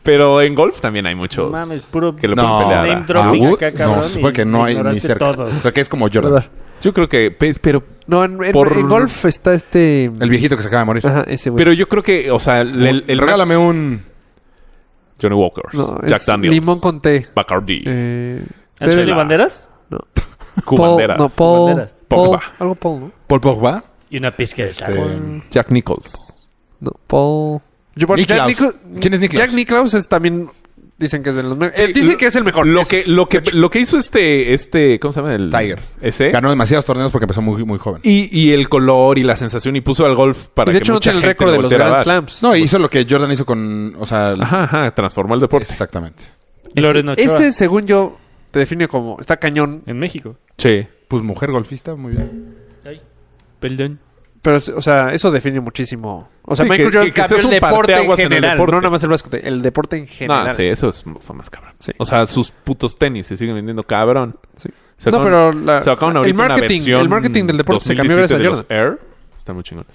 S2: Pero en golf también hay muchos.
S1: No mames, puro
S2: que lo
S1: no,
S2: pueden pelear.
S1: name
S2: ah.
S1: dropping
S3: Ah, Woods,
S1: acá, cabrón.
S3: no,
S1: y
S3: supongo que no hay ni
S1: ignoraste
S3: cerca.
S1: todo.
S3: O sea, que es como Jordan.
S4: ¿Verdad?
S2: Yo creo que, pues, pero,
S4: No, en, en-
S2: Por-
S4: en golf está este...
S3: El viejito que se acaba de morir.
S4: Ajá, ese güey.
S2: pero yo creo que, o sea, el, el- el
S3: Regálame
S2: más-
S3: un...
S2: Johnny Walker,
S4: No,
S2: Jack
S4: es
S2: Daniels,
S4: Limón con té.
S2: Bacardi,
S4: Eh,
S1: ¿Antonio
S2: Chela.
S1: Banderas?
S2: Cubanderas,
S4: No, Paul.
S1: Banderas.
S4: Paul-
S2: Pogba.
S4: algo Paul, ¿no?
S3: Paul Pogba.
S1: Y una pizca de
S3: Eh,
S1: sal.
S2: Jack Nichols.
S4: No, Paul. Yo- bueno,
S3: Nicklaus.
S4: Nichol-
S3: ¿Quién es Nicklaus?
S4: Jack Nicklaus es también... Dicen que es de los mejores. Él Eh, dice
S2: lo-
S4: que es el mejor.
S2: Lo
S4: Es-
S2: que, lo que, lo que hizo este, este, ¿cómo se llama? El,
S3: Tiger.
S2: Ese.
S3: Ganó demasiados torneos porque empezó muy, muy joven.
S2: Y, y el color y la sensación y puso al golf para
S4: y de
S2: que
S4: hecho no
S2: mucha
S4: tiene el
S2: gente
S4: récord
S2: lo
S4: de los
S2: volteara a
S4: Grand
S2: dar.
S4: Slams.
S3: No, hizo lo que Jordan hizo con... O sea... el-
S2: Ajá, ajá, transformó el deporte.
S3: Exactamente.
S1: Loren Ochoa.
S4: Ese, según yo, te define como... Está cañón.
S1: En México.
S2: Sí.
S3: Pues mujer golfista, muy bien.
S1: Ay, Perdón.
S4: Pero, o sea, eso define muchísimo. O sea,
S2: Sí,
S4: Michael
S2: que-
S4: Jordan
S2: que- que
S4: cambió
S2: seas
S4: el
S2: un
S4: deporte en
S2: parteaguas en el
S4: general.
S2: deporte.
S4: No nada más el básquet, el deporte en general.
S2: No, sí, eso es, fue más cabrón.
S4: Sí.
S2: O sea, sus putos tenis se siguen vendiendo cabrón.
S4: Sí.
S2: Se
S4: No,
S2: acaban-
S4: pero la-
S2: se acaban
S4: la-
S2: ahorita
S4: el
S2: una
S4: marketing-
S2: versión
S4: el marketing del deporte se cambió
S2: 2017
S4: gracias
S2: de los Air. Está muy chingón.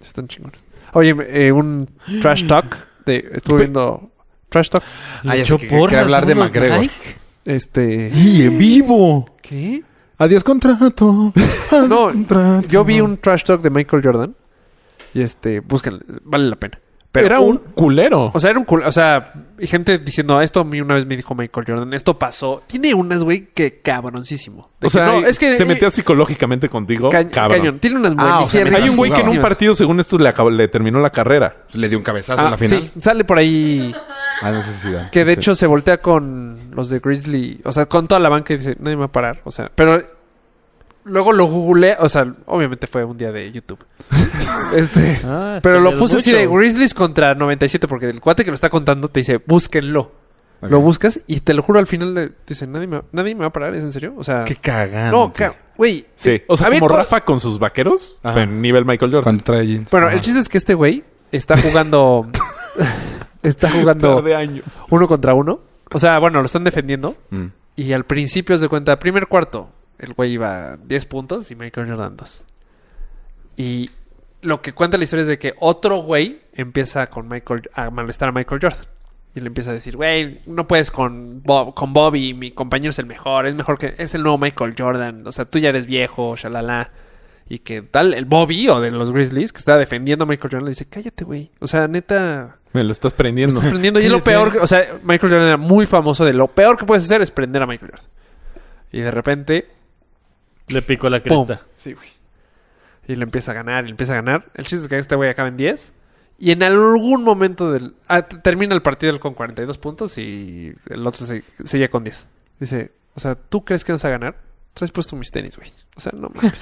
S4: Están chingones. Oye, eh, un trash talk. De, estuve viendo trash talk.
S3: Ah, ya sé que- que quería hablar de McGregor.
S4: Este.
S3: ¡Y en vivo!
S4: ¿Qué?
S3: Adiós contrato. Adiós
S4: No,
S3: contrato.
S4: Yo vi un trash talk de Michael Jordan. Y este, búsquenlo, vale la pena. Pero
S2: Era un culero.
S4: O sea, era un culo. O sea, y gente diciendo, "Ah, esto a mí una vez me dijo Michael Jordan, esto pasó. Tiene unas, güey, que cabroncísimo. De
S2: O sea,
S4: que, no, es que.
S2: se
S4: eh,
S2: metía psicológicamente contigo.
S4: ca-
S2: cabrón.
S4: cañón. Tiene unas
S3: Ah, o sea,
S4: buenísimas.
S2: Hay un güey que en un
S4: buenísimas.
S2: partido, según esto, le, acabó- le terminó la carrera.
S3: Le dio un cabezazo
S4: Ah,
S3: en la final.
S4: Sí, sale por ahí
S3: Ah, no sé si dan.
S4: que de
S2: Sí.
S4: hecho se voltea con los de Grizzly, o sea, con toda la banca y dice, nadie me va a parar, o sea, pero luego lo googleé, o sea, obviamente fue un día de YouTube. este,
S1: Ah,
S4: pero lo
S1: estudias
S4: puse así de
S1: mucho.
S4: Grizzlies contra 97 porque el cuate que lo está contando te dice, "Búsquenlo."
S3: Ok.
S4: Lo buscas y te lo juro al final de- te dice, "Nadie me nadie me va a parar, ¿es en serio?" O sea,
S3: Qué cagante.
S4: no, ca- güey.
S2: Sí. O sea,
S4: había
S2: como
S4: co-
S2: Rafa con sus vaqueros,
S3: Ajá.
S2: pero en nivel Michael Jordan.
S3: Cuando trae jeans. Ah.
S4: Bueno,
S3: Ajá.
S4: el chiste es que este güey está jugando está jugando
S2: de años.
S4: uno contra uno. O sea, bueno, lo están defendiendo.
S3: Mm.
S4: Y al principio se cuenta, primer cuarto, el güey iba 10 puntos y Michael Jordan 2. Y lo que cuenta la historia es de que otro güey empieza con Michael a molestar a Michael Jordan. Y le empieza a decir, güey, no puedes con, Bob, con Bobby, mi compañero es el mejor, es mejor que, es el nuevo Michael Jordan, o sea, tú ya eres viejo, shalala. Y que tal, el Bobby o de los Grizzlies, que está defendiendo a Michael Jordan, le dice, cállate, güey. O sea, neta,
S2: Me lo estás prendiendo.
S4: estás prendiendo. Y es lo peor, que- o sea, Michael Jordan era muy famoso de lo peor que puedes hacer es prender a Michael Jordan. Y de repente,
S1: Le picó la
S4: ¡pum!
S1: cresta.
S4: Sí, güey. Y le empieza a ganar, y le empieza a ganar. El chiste es que este güey acaba en 10. Y en algún momento del. ah, t- termina el partido él con 42 puntos y el otro se, se llega con 10. Dice, o sea, ¿tú crees que vas a ganar? Traes puesto mis tenis, güey. O sea, no mames.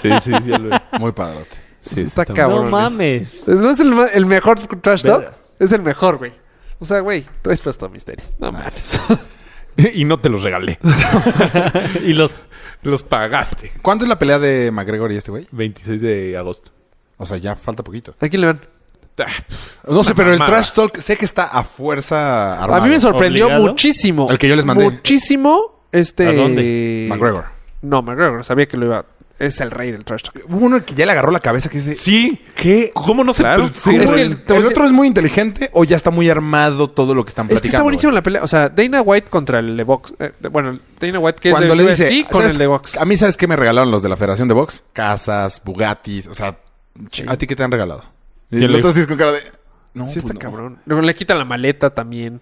S2: Sí, sí, sí. ya lo-
S3: Muy padrote.
S2: sí,
S4: está
S2: sí,
S4: cabrón.
S1: No mames.
S4: ¿No es el, ma- el mejor trash talk?
S1: Verga.
S4: Es el mejor, güey. O sea, güey, traes puesto mis tenis. No mames.
S2: Y no te los regalé.
S1: y los
S2: Los pagaste.
S3: ¿Cuándo es la pelea de McGregor y este güey?
S2: 26 de agosto.
S3: O sea, ya falta poquito.
S4: Aquí le van.
S2: Ah,
S3: No sé, pero el
S2: mamada.
S3: trash talk sé que está a fuerza armada.
S4: A mí me sorprendió
S1: ¿Obligado?
S4: muchísimo.
S3: El que yo les mandé.
S4: Muchísimo. Este.
S1: ¿A dónde?
S3: McGregor.
S4: No, McGregor. Sabía que lo iba. es el rey del trash talk.
S3: Hubo uno que ya le agarró la cabeza que dice...
S2: Sí. ¿Qué? ¿Cómo no se
S4: Claro.
S2: percibe?
S4: Es que
S3: el,
S4: te voy a
S3: el
S4: decir-
S3: otro es muy inteligente o ya está muy armado todo lo que están
S4: Es que
S3: platicando.
S4: está buenísima
S3: güey?
S4: la pelea. O sea, Dana White contra el de box. eh, de- bueno, Dana White que
S3: Cuando
S4: es del
S3: le
S4: UFC
S3: dice...
S4: con
S3: "¿Sabes-
S4: el de box.
S3: A mí, ¿sabes qué me regalaron los de la Federación de Box? Casas, Bugattis, o sea... ¿A ti qué te han regalado? Y
S2: ¿Quién
S3: el
S2: le
S3: otro sí es con cara de... No,
S4: Sí, está
S3: pues no".
S4: cabrón. Luego le quita la maleta también.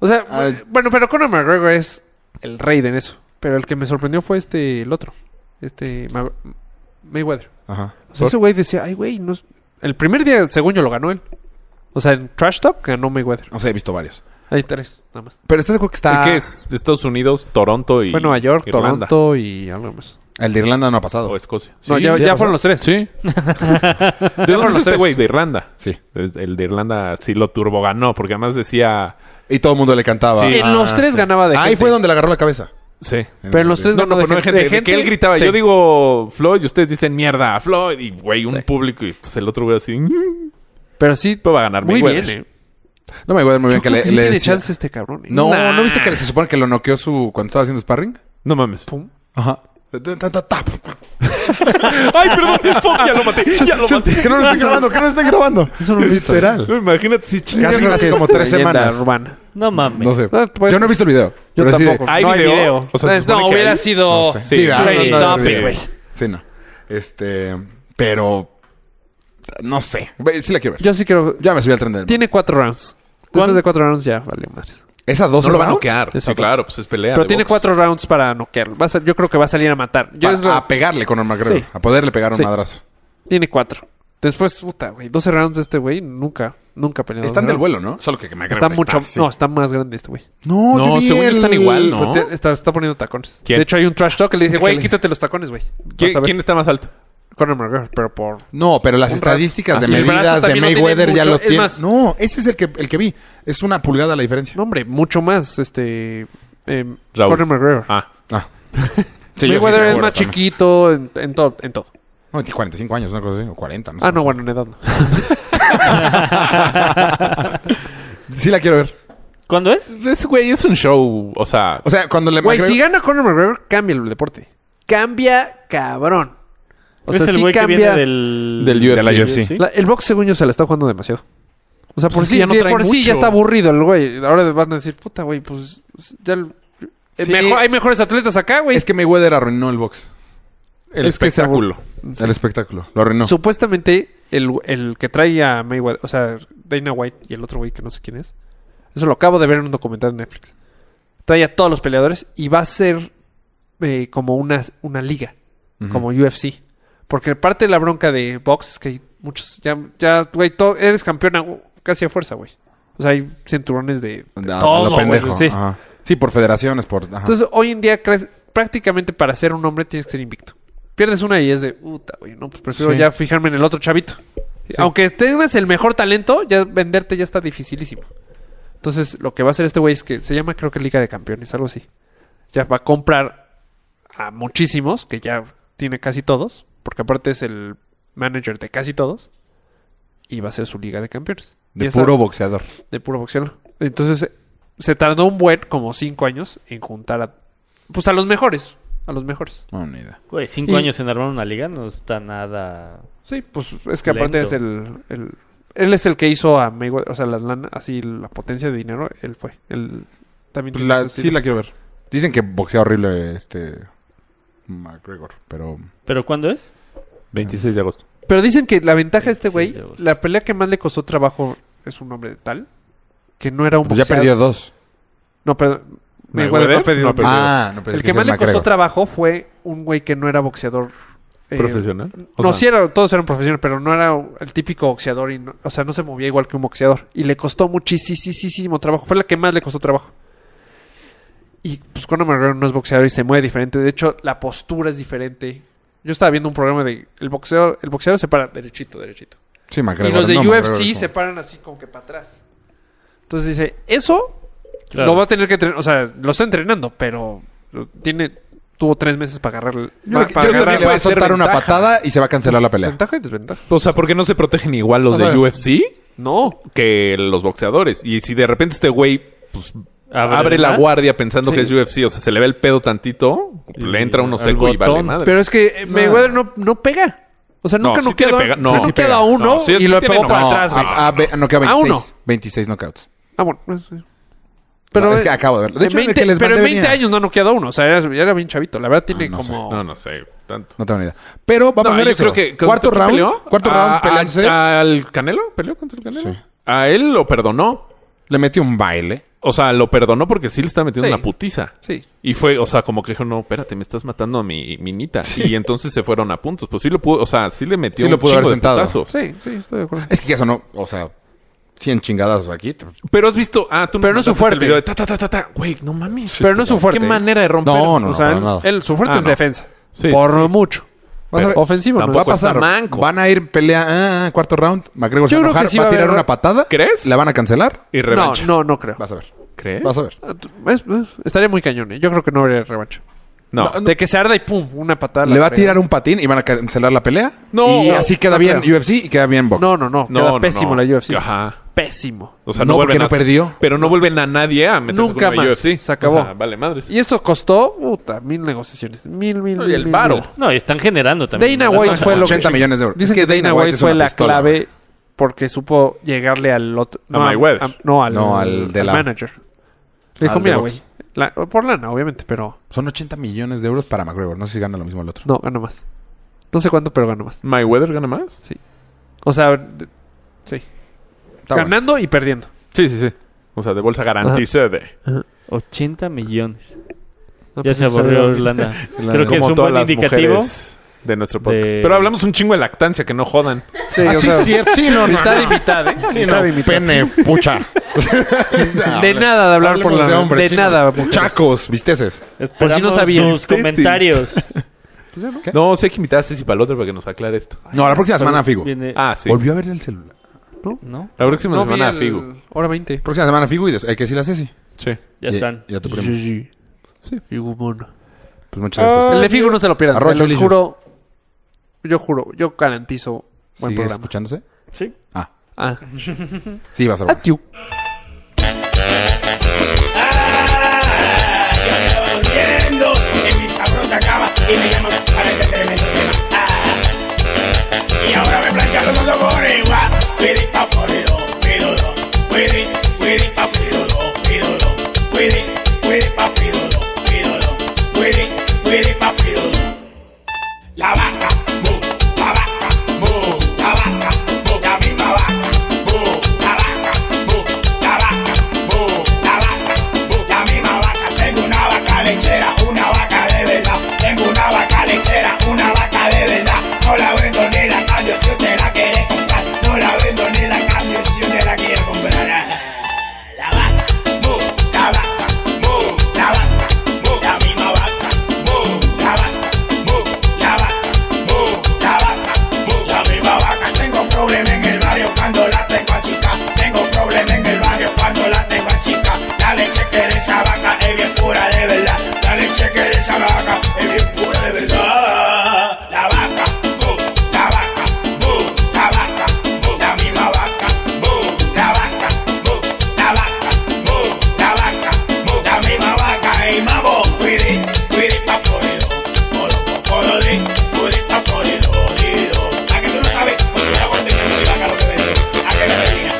S4: O sea,
S3: Ah.
S4: bueno, pero Conor McGregor es el rey de eso. Pero el que me sorprendió fue este, el otro. Este, Ma- Mayweather.
S3: Ajá.
S4: O sea, ese güey decía, ay, güey, no. es-". El primer día, según yo, lo ganó él. O sea, en Trash Talk ganó Mayweather.
S3: O sea, he visto varios.
S4: Hay tres, nada más.
S3: Pero estás de acuerdo que está...
S2: ¿Qué es? Estados Unidos, Toronto y.
S4: Fue Nueva York,
S2: Irlanda.
S4: Toronto y algo más.
S3: El de Irlanda no ha pasado.
S2: O Escocia.
S4: no,
S2: Sí,
S4: ya,
S3: sí,
S4: ya
S3: pasó.
S4: fueron los tres.
S2: Sí. ¿De
S4: fueron
S2: dónde es
S4: los
S2: este
S4: tres.
S2: güey? De Irlanda.
S3: Sí.
S2: Desde- El de Irlanda sí lo turboganó, porque además decía.
S3: Y todo el mundo le cantaba.
S2: Ah, Sí.
S4: En los tres ganaba de
S3: Ahí
S4: gente.
S3: fue donde le agarró la cabeza.
S2: Sí.
S4: Pero en los tres
S2: No, no,
S4: ganó de
S2: pero no de gente. de que él gritaba.
S4: Sí.
S2: Yo digo Floyd y ustedes dicen mierda, Floyd. Y güey, un público. Y entonces el otro güey así. "Mm".
S4: Pero sí,
S2: Pues va a ganar
S4: muy
S2: Mayweather.
S4: bien, eh.
S3: No me acuerdo muy bien que le,
S4: Sí
S3: le
S4: tiene
S3: decía-
S4: chance este cabrón. eh.
S3: No,
S2: Nah.
S3: ¿no viste que se supone que lo noqueó su cuando estaba haciendo sparring?
S2: No mames.
S4: Pum.
S3: Ajá.
S2: Ay, perdón. fuck, ya lo maté. Ya lo maté.
S3: Que no lo estén grabando, que no lo estén grabando.
S4: Eso no lo he visto.
S3: Literal.
S2: Imagínate si chingas.
S3: Casi
S4: Creo
S3: hace
S4: que
S3: como
S4: es
S3: tres
S4: leyenda
S3: semanas.
S4: urbana.
S1: No mames.
S3: No sé.
S4: Ah, pues-
S3: Yo no he visto el video.
S4: Yo
S3: pero sí de-
S4: tampoco.
S2: ¿Hay
S4: No hay
S2: video?
S4: video.
S2: O sea, se
S4: Entonces,
S2: supone
S4: no,
S2: que
S4: hubiera
S2: hay-
S4: sido
S2: No sé.
S3: Sí,
S2: Sí,
S3: ah,
S4: trending
S3: no, no, no,
S4: topic,
S3: sí,
S4: güey.
S3: Sí, no. Este, pero no sé. Ve, Sí la quiero ver.
S4: Yo sí creo.
S3: Ya me subí al tren del.
S4: Tiene cuatro rounds. Después
S1: ¿Cuándo?
S4: de cuatro rounds ya, vale madres.
S3: Esa dos
S2: No lo va a
S3: rounds?
S2: noquear. Sí,
S4: Esa cosa.
S2: claro, pues es pelea.
S4: Pero
S2: de
S4: tiene
S2: box.
S4: cuatro rounds para noquearlo. Va a sal- yo creo que va a salir a matar. Yo
S3: Pa-
S4: es lo-
S3: A pegarle con Norma McGregor.
S4: Sí.
S3: A poderle pegar un
S4: Sí.
S3: madrazo.
S4: Tiene cuatro. Después, puta, güey. 12 rounds de este güey. Nunca, nunca ha peleado.
S3: Están
S4: 12
S3: del
S4: rounds.
S3: vuelo, ¿no? Solo que McGregor
S4: Está mucho.
S3: así.
S4: No, está más grande este güey.
S3: No, yo
S2: No,
S3: vi
S2: según yo
S3: el-
S2: están igual, ¿no?
S4: Pero Pues te- Está, está poniendo tacones.
S2: ¿Quién?
S4: De hecho, hay un trash talk que le dice,
S3: ¿Qué
S4: güey,
S3: le-
S4: quítate los tacones, güey.
S2: ¿Quién,
S4: Vas a ver.
S2: quién está más alto?
S4: Conor McGregor, pero por.
S3: No, pero las
S4: Un rato.
S3: estadísticas de
S4: Así, el brazo
S3: medidas de
S4: también no tiene
S3: Mayweather ya
S4: mucho.
S3: lo
S4: Es
S3: tienen.
S4: más-
S3: No, ese es el que, el que vi. Es una pulgada la diferencia.
S4: No, hombre, mucho más. Este. Eh,
S2: Raúl.
S4: Conor McGregor.
S2: Ah,
S3: Ah.
S4: Mayweather es más chiquito en, en todo, en todo.
S3: No, tiene 45 años, una cosa así, o 40. No sé.
S4: Ah, no, bueno, en edad no.
S3: Sí la quiero ver.
S1: ¿Cuándo es?
S2: es, güey, es un show. O sea,
S3: O sea, cuando le...
S4: Güey,
S3: McGregor-
S4: si gana Conor McGregor, cambia el deporte. Cambia cabrón. O
S1: es
S4: sea,
S1: el
S4: sí
S1: güey que
S4: cambia.
S1: viene del...
S2: Del UFC. De la UFC.
S1: ¿Sí?
S4: La- el box, según yo, se la está jugando demasiado. O sea, por
S2: Pues es
S4: sí,
S2: que
S4: ya no
S2: sí,
S4: trae
S2: por sí
S4: mucho.
S2: ya está
S4: aburrido el güey. Ahora van a decir, puta, güey, pues ya... eh,
S3: Sí. mejor-
S4: hay
S3: hay
S4: mejores atletas acá, güey.
S3: Es que Mayweather arruinó el box.
S2: el
S4: es que se
S2: espectáculo.
S3: El espectáculo. Lo arruinó.
S4: Supuestamente, el, el que trae a Mayweather, o sea, Dana White y el otro güey que no sé quién es, eso lo acabo de ver en un documental de Netflix. Trae a todos los peleadores y va a ser eh, como una, una liga, como UFC. Porque parte de la bronca de box es que hay muchos, ya, ya güey, to- eres campeona güey, casi a fuerza, güey. O sea, hay cinturones de...
S3: A- a
S4: todo,
S3: lo
S4: güey,
S3: pendejo.
S4: sí.
S3: Ajá. sí, por federaciones, por... ajá.
S4: Entonces, hoy en día, cre- prácticamente para ser un hombre tienes que ser invicto. Pierdes una y es de, puta, güey, no, pues prefiero
S3: Sí.
S4: ya fijarme en el otro chavito. Aunque tengas el mejor talento, ya venderte ya está dificilísimo. Entonces, lo que va a hacer este güey es que se llama, creo que Liga de Campeones, algo así. Ya va a comprar a muchísimos, que ya tiene casi todos, porque aparte es el manager de casi todos, y va a ser su Liga de Campeones. Y
S3: de
S4: esa-
S3: puro boxeador.
S4: de puro boxeo. Entonces, eh, se tardó un buen, como cinco años, en juntar a. Pues a los mejores. A los mejores.
S3: No, ni idea.
S1: Güey, cinco
S4: Y-
S1: años en armar una liga no está nada...
S4: Sí, pues es que aparte
S1: Lento.
S4: es el, el- Él es el que hizo a Mayweather. O sea, las lana, así la potencia de dinero, él fue. Él también.
S3: Pues
S4: tiene
S3: la-
S4: esos
S3: sí
S4: estilos.
S3: la quiero ver. Dicen que boxea horrible este... McGregor, pero...
S1: ¿Pero cuándo es?
S2: 26 de agosto.
S4: Pero dicen que la ventaja de este
S1: Sí,
S4: güey,
S1: de voz.
S4: la pelea que más le costó trabajo es un hombre de tal. Que no era un
S3: Pues ya
S4: boxeador.
S3: perdió dos.
S4: No, perdón. Mayweather no ha perdido.
S2: No ha perdido.
S3: Ah, no, pero
S4: el
S3: es
S4: que más
S3: sí
S4: le
S3: es
S4: costó
S3: McGregor.
S4: trabajo fue un güey que no era boxeador. eh,
S2: Profesional. O
S4: no,
S2: sea,
S4: sí era- todos eran profesionales, pero no era el típico boxeador. Y no- o sea, no se movía igual que un boxeador. Y le costó muchísimo trabajo. Fue la que más le costó trabajo. Y pues Conor McGregor no es boxeador y se mueve diferente. De hecho, la postura es diferente. Yo estaba viendo un programa de... El boxeador, el boxeador se para derechito, derechito.
S3: Sí, McGregor.
S4: y los de
S3: no,
S4: UFC
S3: McGregor es como-
S4: se paran así como que para atrás. Entonces dice, eso
S1: Claro.
S4: lo va a tener que entrenar. O sea, lo está entrenando, pero lo tiene... Tuvo tres meses para agarrar...
S3: Yo,
S4: para
S3: creo
S4: agarrar
S3: que le va
S4: la
S3: a soltar una patada y se va a cancelar la pelea.
S4: ventaja y desventaja.
S2: O sea, ¿por qué no se protegen igual los
S3: O
S2: de
S3: sea,
S2: UFC
S4: No.
S2: que los boxeadores? Y si de repente este güey, pues, Abre, la guardia pensando que es UFC. O sea, se le ve el pedo tantito, le entra uno
S1: al
S2: seco y vale
S1: botón.
S2: madre.
S4: Pero es que eh, Mayweather no, no pega. O sea,
S2: No,
S4: nunca
S2: sí
S4: no
S2: tiene
S4: queda
S2: pega- no.
S4: nunca
S2: Sí
S4: queda
S2: pega.
S4: a uno
S2: No, sí,
S4: y
S2: sí
S4: lo
S2: tiene no-
S4: pegó
S2: ah,
S4: para
S2: no,
S4: atrás, güey.
S3: A, a, ve- no, queda
S4: A
S3: 26.
S4: uno.
S3: 26 knockouts.
S4: Ah, bueno. no sé.
S3: No, es que acabo de verlo. De
S4: en
S3: hecho, en el
S4: 20
S3: que les
S4: pero en
S3: mandé
S4: 20
S3: venía.
S4: años no noqueado a uno. O sea, era, era bien chavito. La verdad tiene
S3: Ah, no sé.
S4: como...
S2: No, no sé, tanto.
S3: No tengo ni idea. Pero vamos a ver
S2: yo
S3: eso.
S2: creo que-
S3: cuarto
S2: ¿contra
S3: round.
S2: quién
S3: Cuarto
S2: A-
S4: Ah,
S3: round
S2: a-
S3: peleándose.
S2: ¿Al Canelo? ¿Peleó contra el Canelo?
S3: Sí.
S2: A él lo perdonó.
S4: ah.
S3: Le metió un baile.
S2: O sea, lo perdonó porque sí le está metiendo
S4: Sí.
S2: una putiza.
S4: Sí.
S2: Y fue, o sea, como que dijo, no, espérate, me estás matando a mi, mi nita. Y entonces se fueron a puntos. Pues sí lo pudo, o sea, sí le metió
S3: Sí lo
S2: un
S3: pudo haber
S2: chingo de
S3: sentado.
S2: putazos.
S4: Sí, sí, estoy de acuerdo.
S3: Es que eso no. O sea, 100 chingadas aquí.
S2: Pero has visto, ah, tú
S4: Pero no es
S2: mandaste
S4: su
S2: el
S4: fuerte.
S2: video de ta, ta, ta, ta, ta. Güey, no mames.
S4: Pero no es su fuerte.
S2: Qué manera de romper.
S3: No, no,
S4: o sea,
S3: para
S4: él-
S3: nada.
S4: él- su fuerte
S2: Ah,
S4: es
S2: no.
S4: defensa.
S2: Sí,
S4: Por
S2: sí, sí.
S4: mucho.
S3: Vas a ver.
S4: Ofensivo, ¿no?
S3: Va a
S2: Tampoco está
S3: pasar.
S2: manco.
S3: pues, Van a ir pelea. ah, ah, cuarto round. McGregor se va
S4: Yo
S3: a
S4: creo que
S3: enojar.
S4: sí
S3: va
S4: va
S3: a
S4: a
S3: tirar
S4: haber-
S3: una patada.
S2: ¿Crees?
S3: ¿La van a cancelar?
S2: Y
S4: No,
S2: revancha.
S4: no, no creo.
S3: Vas a ver.
S4: ¿Eh?
S2: ¿Crees?
S3: Vas a ver.
S4: Es- es- estaría muy cañón. ¿eh? Yo creo que no habría revancha.
S2: No.
S3: No,
S4: De que se arda y pum, una patada.
S3: Le
S4: la
S3: va a
S4: frega.
S3: tirar un patín y van a cancelar la pelea.
S2: No,
S3: Y
S2: no,
S3: así queda
S4: no
S3: bien
S4: creo.
S3: UFC y queda bien box.
S4: No, no, no.
S2: No,
S4: queda
S2: no,
S4: pésimo
S2: no.
S4: la UFC.
S2: Ajá.
S4: Pésimo.
S2: O sea,
S3: No,
S2: no, vuelven
S3: porque no
S2: a-
S3: perdió.
S2: Pero no vuelven a nadie a meterse
S4: Nunca
S2: con la
S4: más.
S2: UFC.
S4: Se acabó.
S2: O sea, vale madres.
S4: Y esto costó, puta, mil negociaciones. Mil, mil,
S2: No,
S4: mil,
S2: y el
S4: mil,
S2: varo.
S4: mil.
S1: No, y están generando también.
S4: Dana
S1: ¿no?
S4: White fue lo
S3: 80
S4: que...
S3: millones de euros.
S4: Dicen
S3: Es
S4: que,
S3: que
S4: Dana
S3: Dana White
S4: White
S3: es
S4: fue
S3: una
S4: la
S3: pistola.
S4: clave porque supo llegarle al otro...
S2: A Mayweather.
S4: no, al,
S3: No, al de
S4: al
S3: la-
S4: manager. Le dijo,
S3: al de
S4: mira,
S3: box".
S4: güey. la- por lana, obviamente, pero...
S3: Son 80 millones de euros para McGregor. No sé si gana lo mismo el otro.
S4: No, gana más. No sé cuánto, pero gana más.
S2: ¿Mayweather gana más?
S4: O sea, de- sí.
S3: Está bueno.
S4: Ganando y perdiendo.
S2: Sí, sí, sí. O sea, de bolsa garantizada.
S1: 80 millones. Ya
S4: No, pues,
S1: se
S4: no sé.
S1: aburrió Irlanda. Creo que es
S2: Como
S1: un
S2: todas
S1: buen
S2: las
S1: indicativo.
S2: mujeres de nuestro podcast.
S1: de-
S2: Pero hablamos un chingo de lactancia, que no jodan.
S4: Sí,
S3: Ah,
S4: o
S3: sí,
S4: sea,
S3: sí, sí, no, no,
S4: mitad y
S3: no.
S4: mitad, ¿eh?
S3: Sí,
S4: mitad
S3: no,
S4: y mitad.
S3: pene, pucha.
S4: De nada de hablar por la...
S3: Hablemos
S4: De,
S3: hombres, sí, no.
S4: nada. mujeres.
S3: Chacos, visteces.
S1: Esperamos
S4: si no sabían.
S1: sus comentarios.
S4: Pues ya, ¿no?
S3: ¿Qué?
S2: No, sí hay que invitar a Ceci Palotra para que nos aclare esto.
S3: No, la próxima semana, Figo.
S1: Viene-
S2: Ah, sí.
S3: Volvió a ver el celular.
S1: ¿No?
S2: La próxima
S4: No vi
S2: semana a
S4: el-
S2: Figu.
S4: Hora 20.
S3: Próxima semana, Figo, y des- hay que decirle a Ceci.
S2: Sí.
S1: Ya
S3: Y-
S1: están.
S3: Y a tu primo.
S4: GG.
S2: Sí.
S4: Figu mono.
S3: Pues muchas gracias.
S4: El de Figu no se lo pierdan.
S3: Arroz
S4: Se los
S3: Cholinos.
S4: juro. Yo juro. Yo garantizo buen
S3: ¿Sigue
S4: programa.
S3: escuchándose?
S1: Sí.
S3: Ah,
S4: Ah.
S3: sí, vas a ver.
S4: Atiu.
S6: Viendo en mi sabrosa cama y me llaman para este tremendo tema. Ah. Y ahora me planchan los dos cojones igual. Pidi pa porido, pidodo. Pidi, pidi pa pidodo, pidodo. Pidi, pidi pa pidodo, pidodo. Pidi, pidi pa pidodo. La vaca, mu, la vaca, mu, la vaca, mu, la misma vaca, mu, la vaca, mu, la vaca, mu, la vaca, mu, la misma vaca. Tengo una vaca lechera, una vaca de verdad. Tengo una vaca lechera, una vaca de verdad. No la vendo ni la cambio si usted la quiere comprar. No la vendo ni la cambio si usted la quiere comprar. La vaca, mu, la vaca, mu, la vaca, mu, la misma vaca, mu, la vaca, mu. La vaca, bu, la vaca, bu, la misma vaca. Tengo problema en el barrio cuando la tengo a chica. Tengo problema en el barrio cuando la tengo a chica. La leche que de esa vaca es bien pura de verdad. La leche que de esa vaca es bien pura de verdad. La vaca, bu, la vaca, bu, la vaca, bu, la misma vaca, bu, la vaca, bu, la vaca, bu, la vaca, bu, la misma vaca. Y mambo, cuide, cuide pa' corrido. La que tú no sabes, cuando te aguantes, que no digas que lo que venía. A que no venía.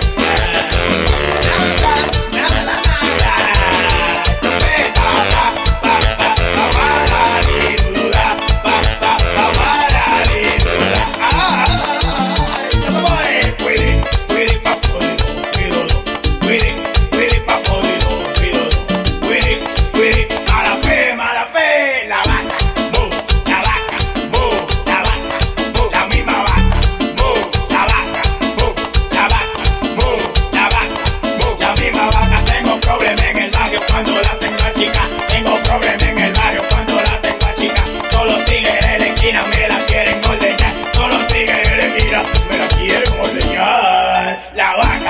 S6: Nada, nada, nada. Trompeta, pa, pa, pa, pa, para ni duda. Pa, pa, pa, para ni duda. Ay, yo me voy. Cuide, cuide, pa, cuido, cuido. Cuide, cuide, pa, cuido, cuido. Cuide, cuide, mala fe, mala fe. La vaca, bu, la vaca, bu, la vaca, bu, la misma vaca, bu, la vaca, bu, la vaca, bu, la vaca, bu, la misma vaca. Tengo problema en el barrio cuando la tengo a chica. Tengo problema en el barrio cuando la tengo a chica. Todos los tigres de la esquina me la quieren ordeñar. Todos los tigres de la esquina me la quieren ordeñar. La vaca, uh, uh,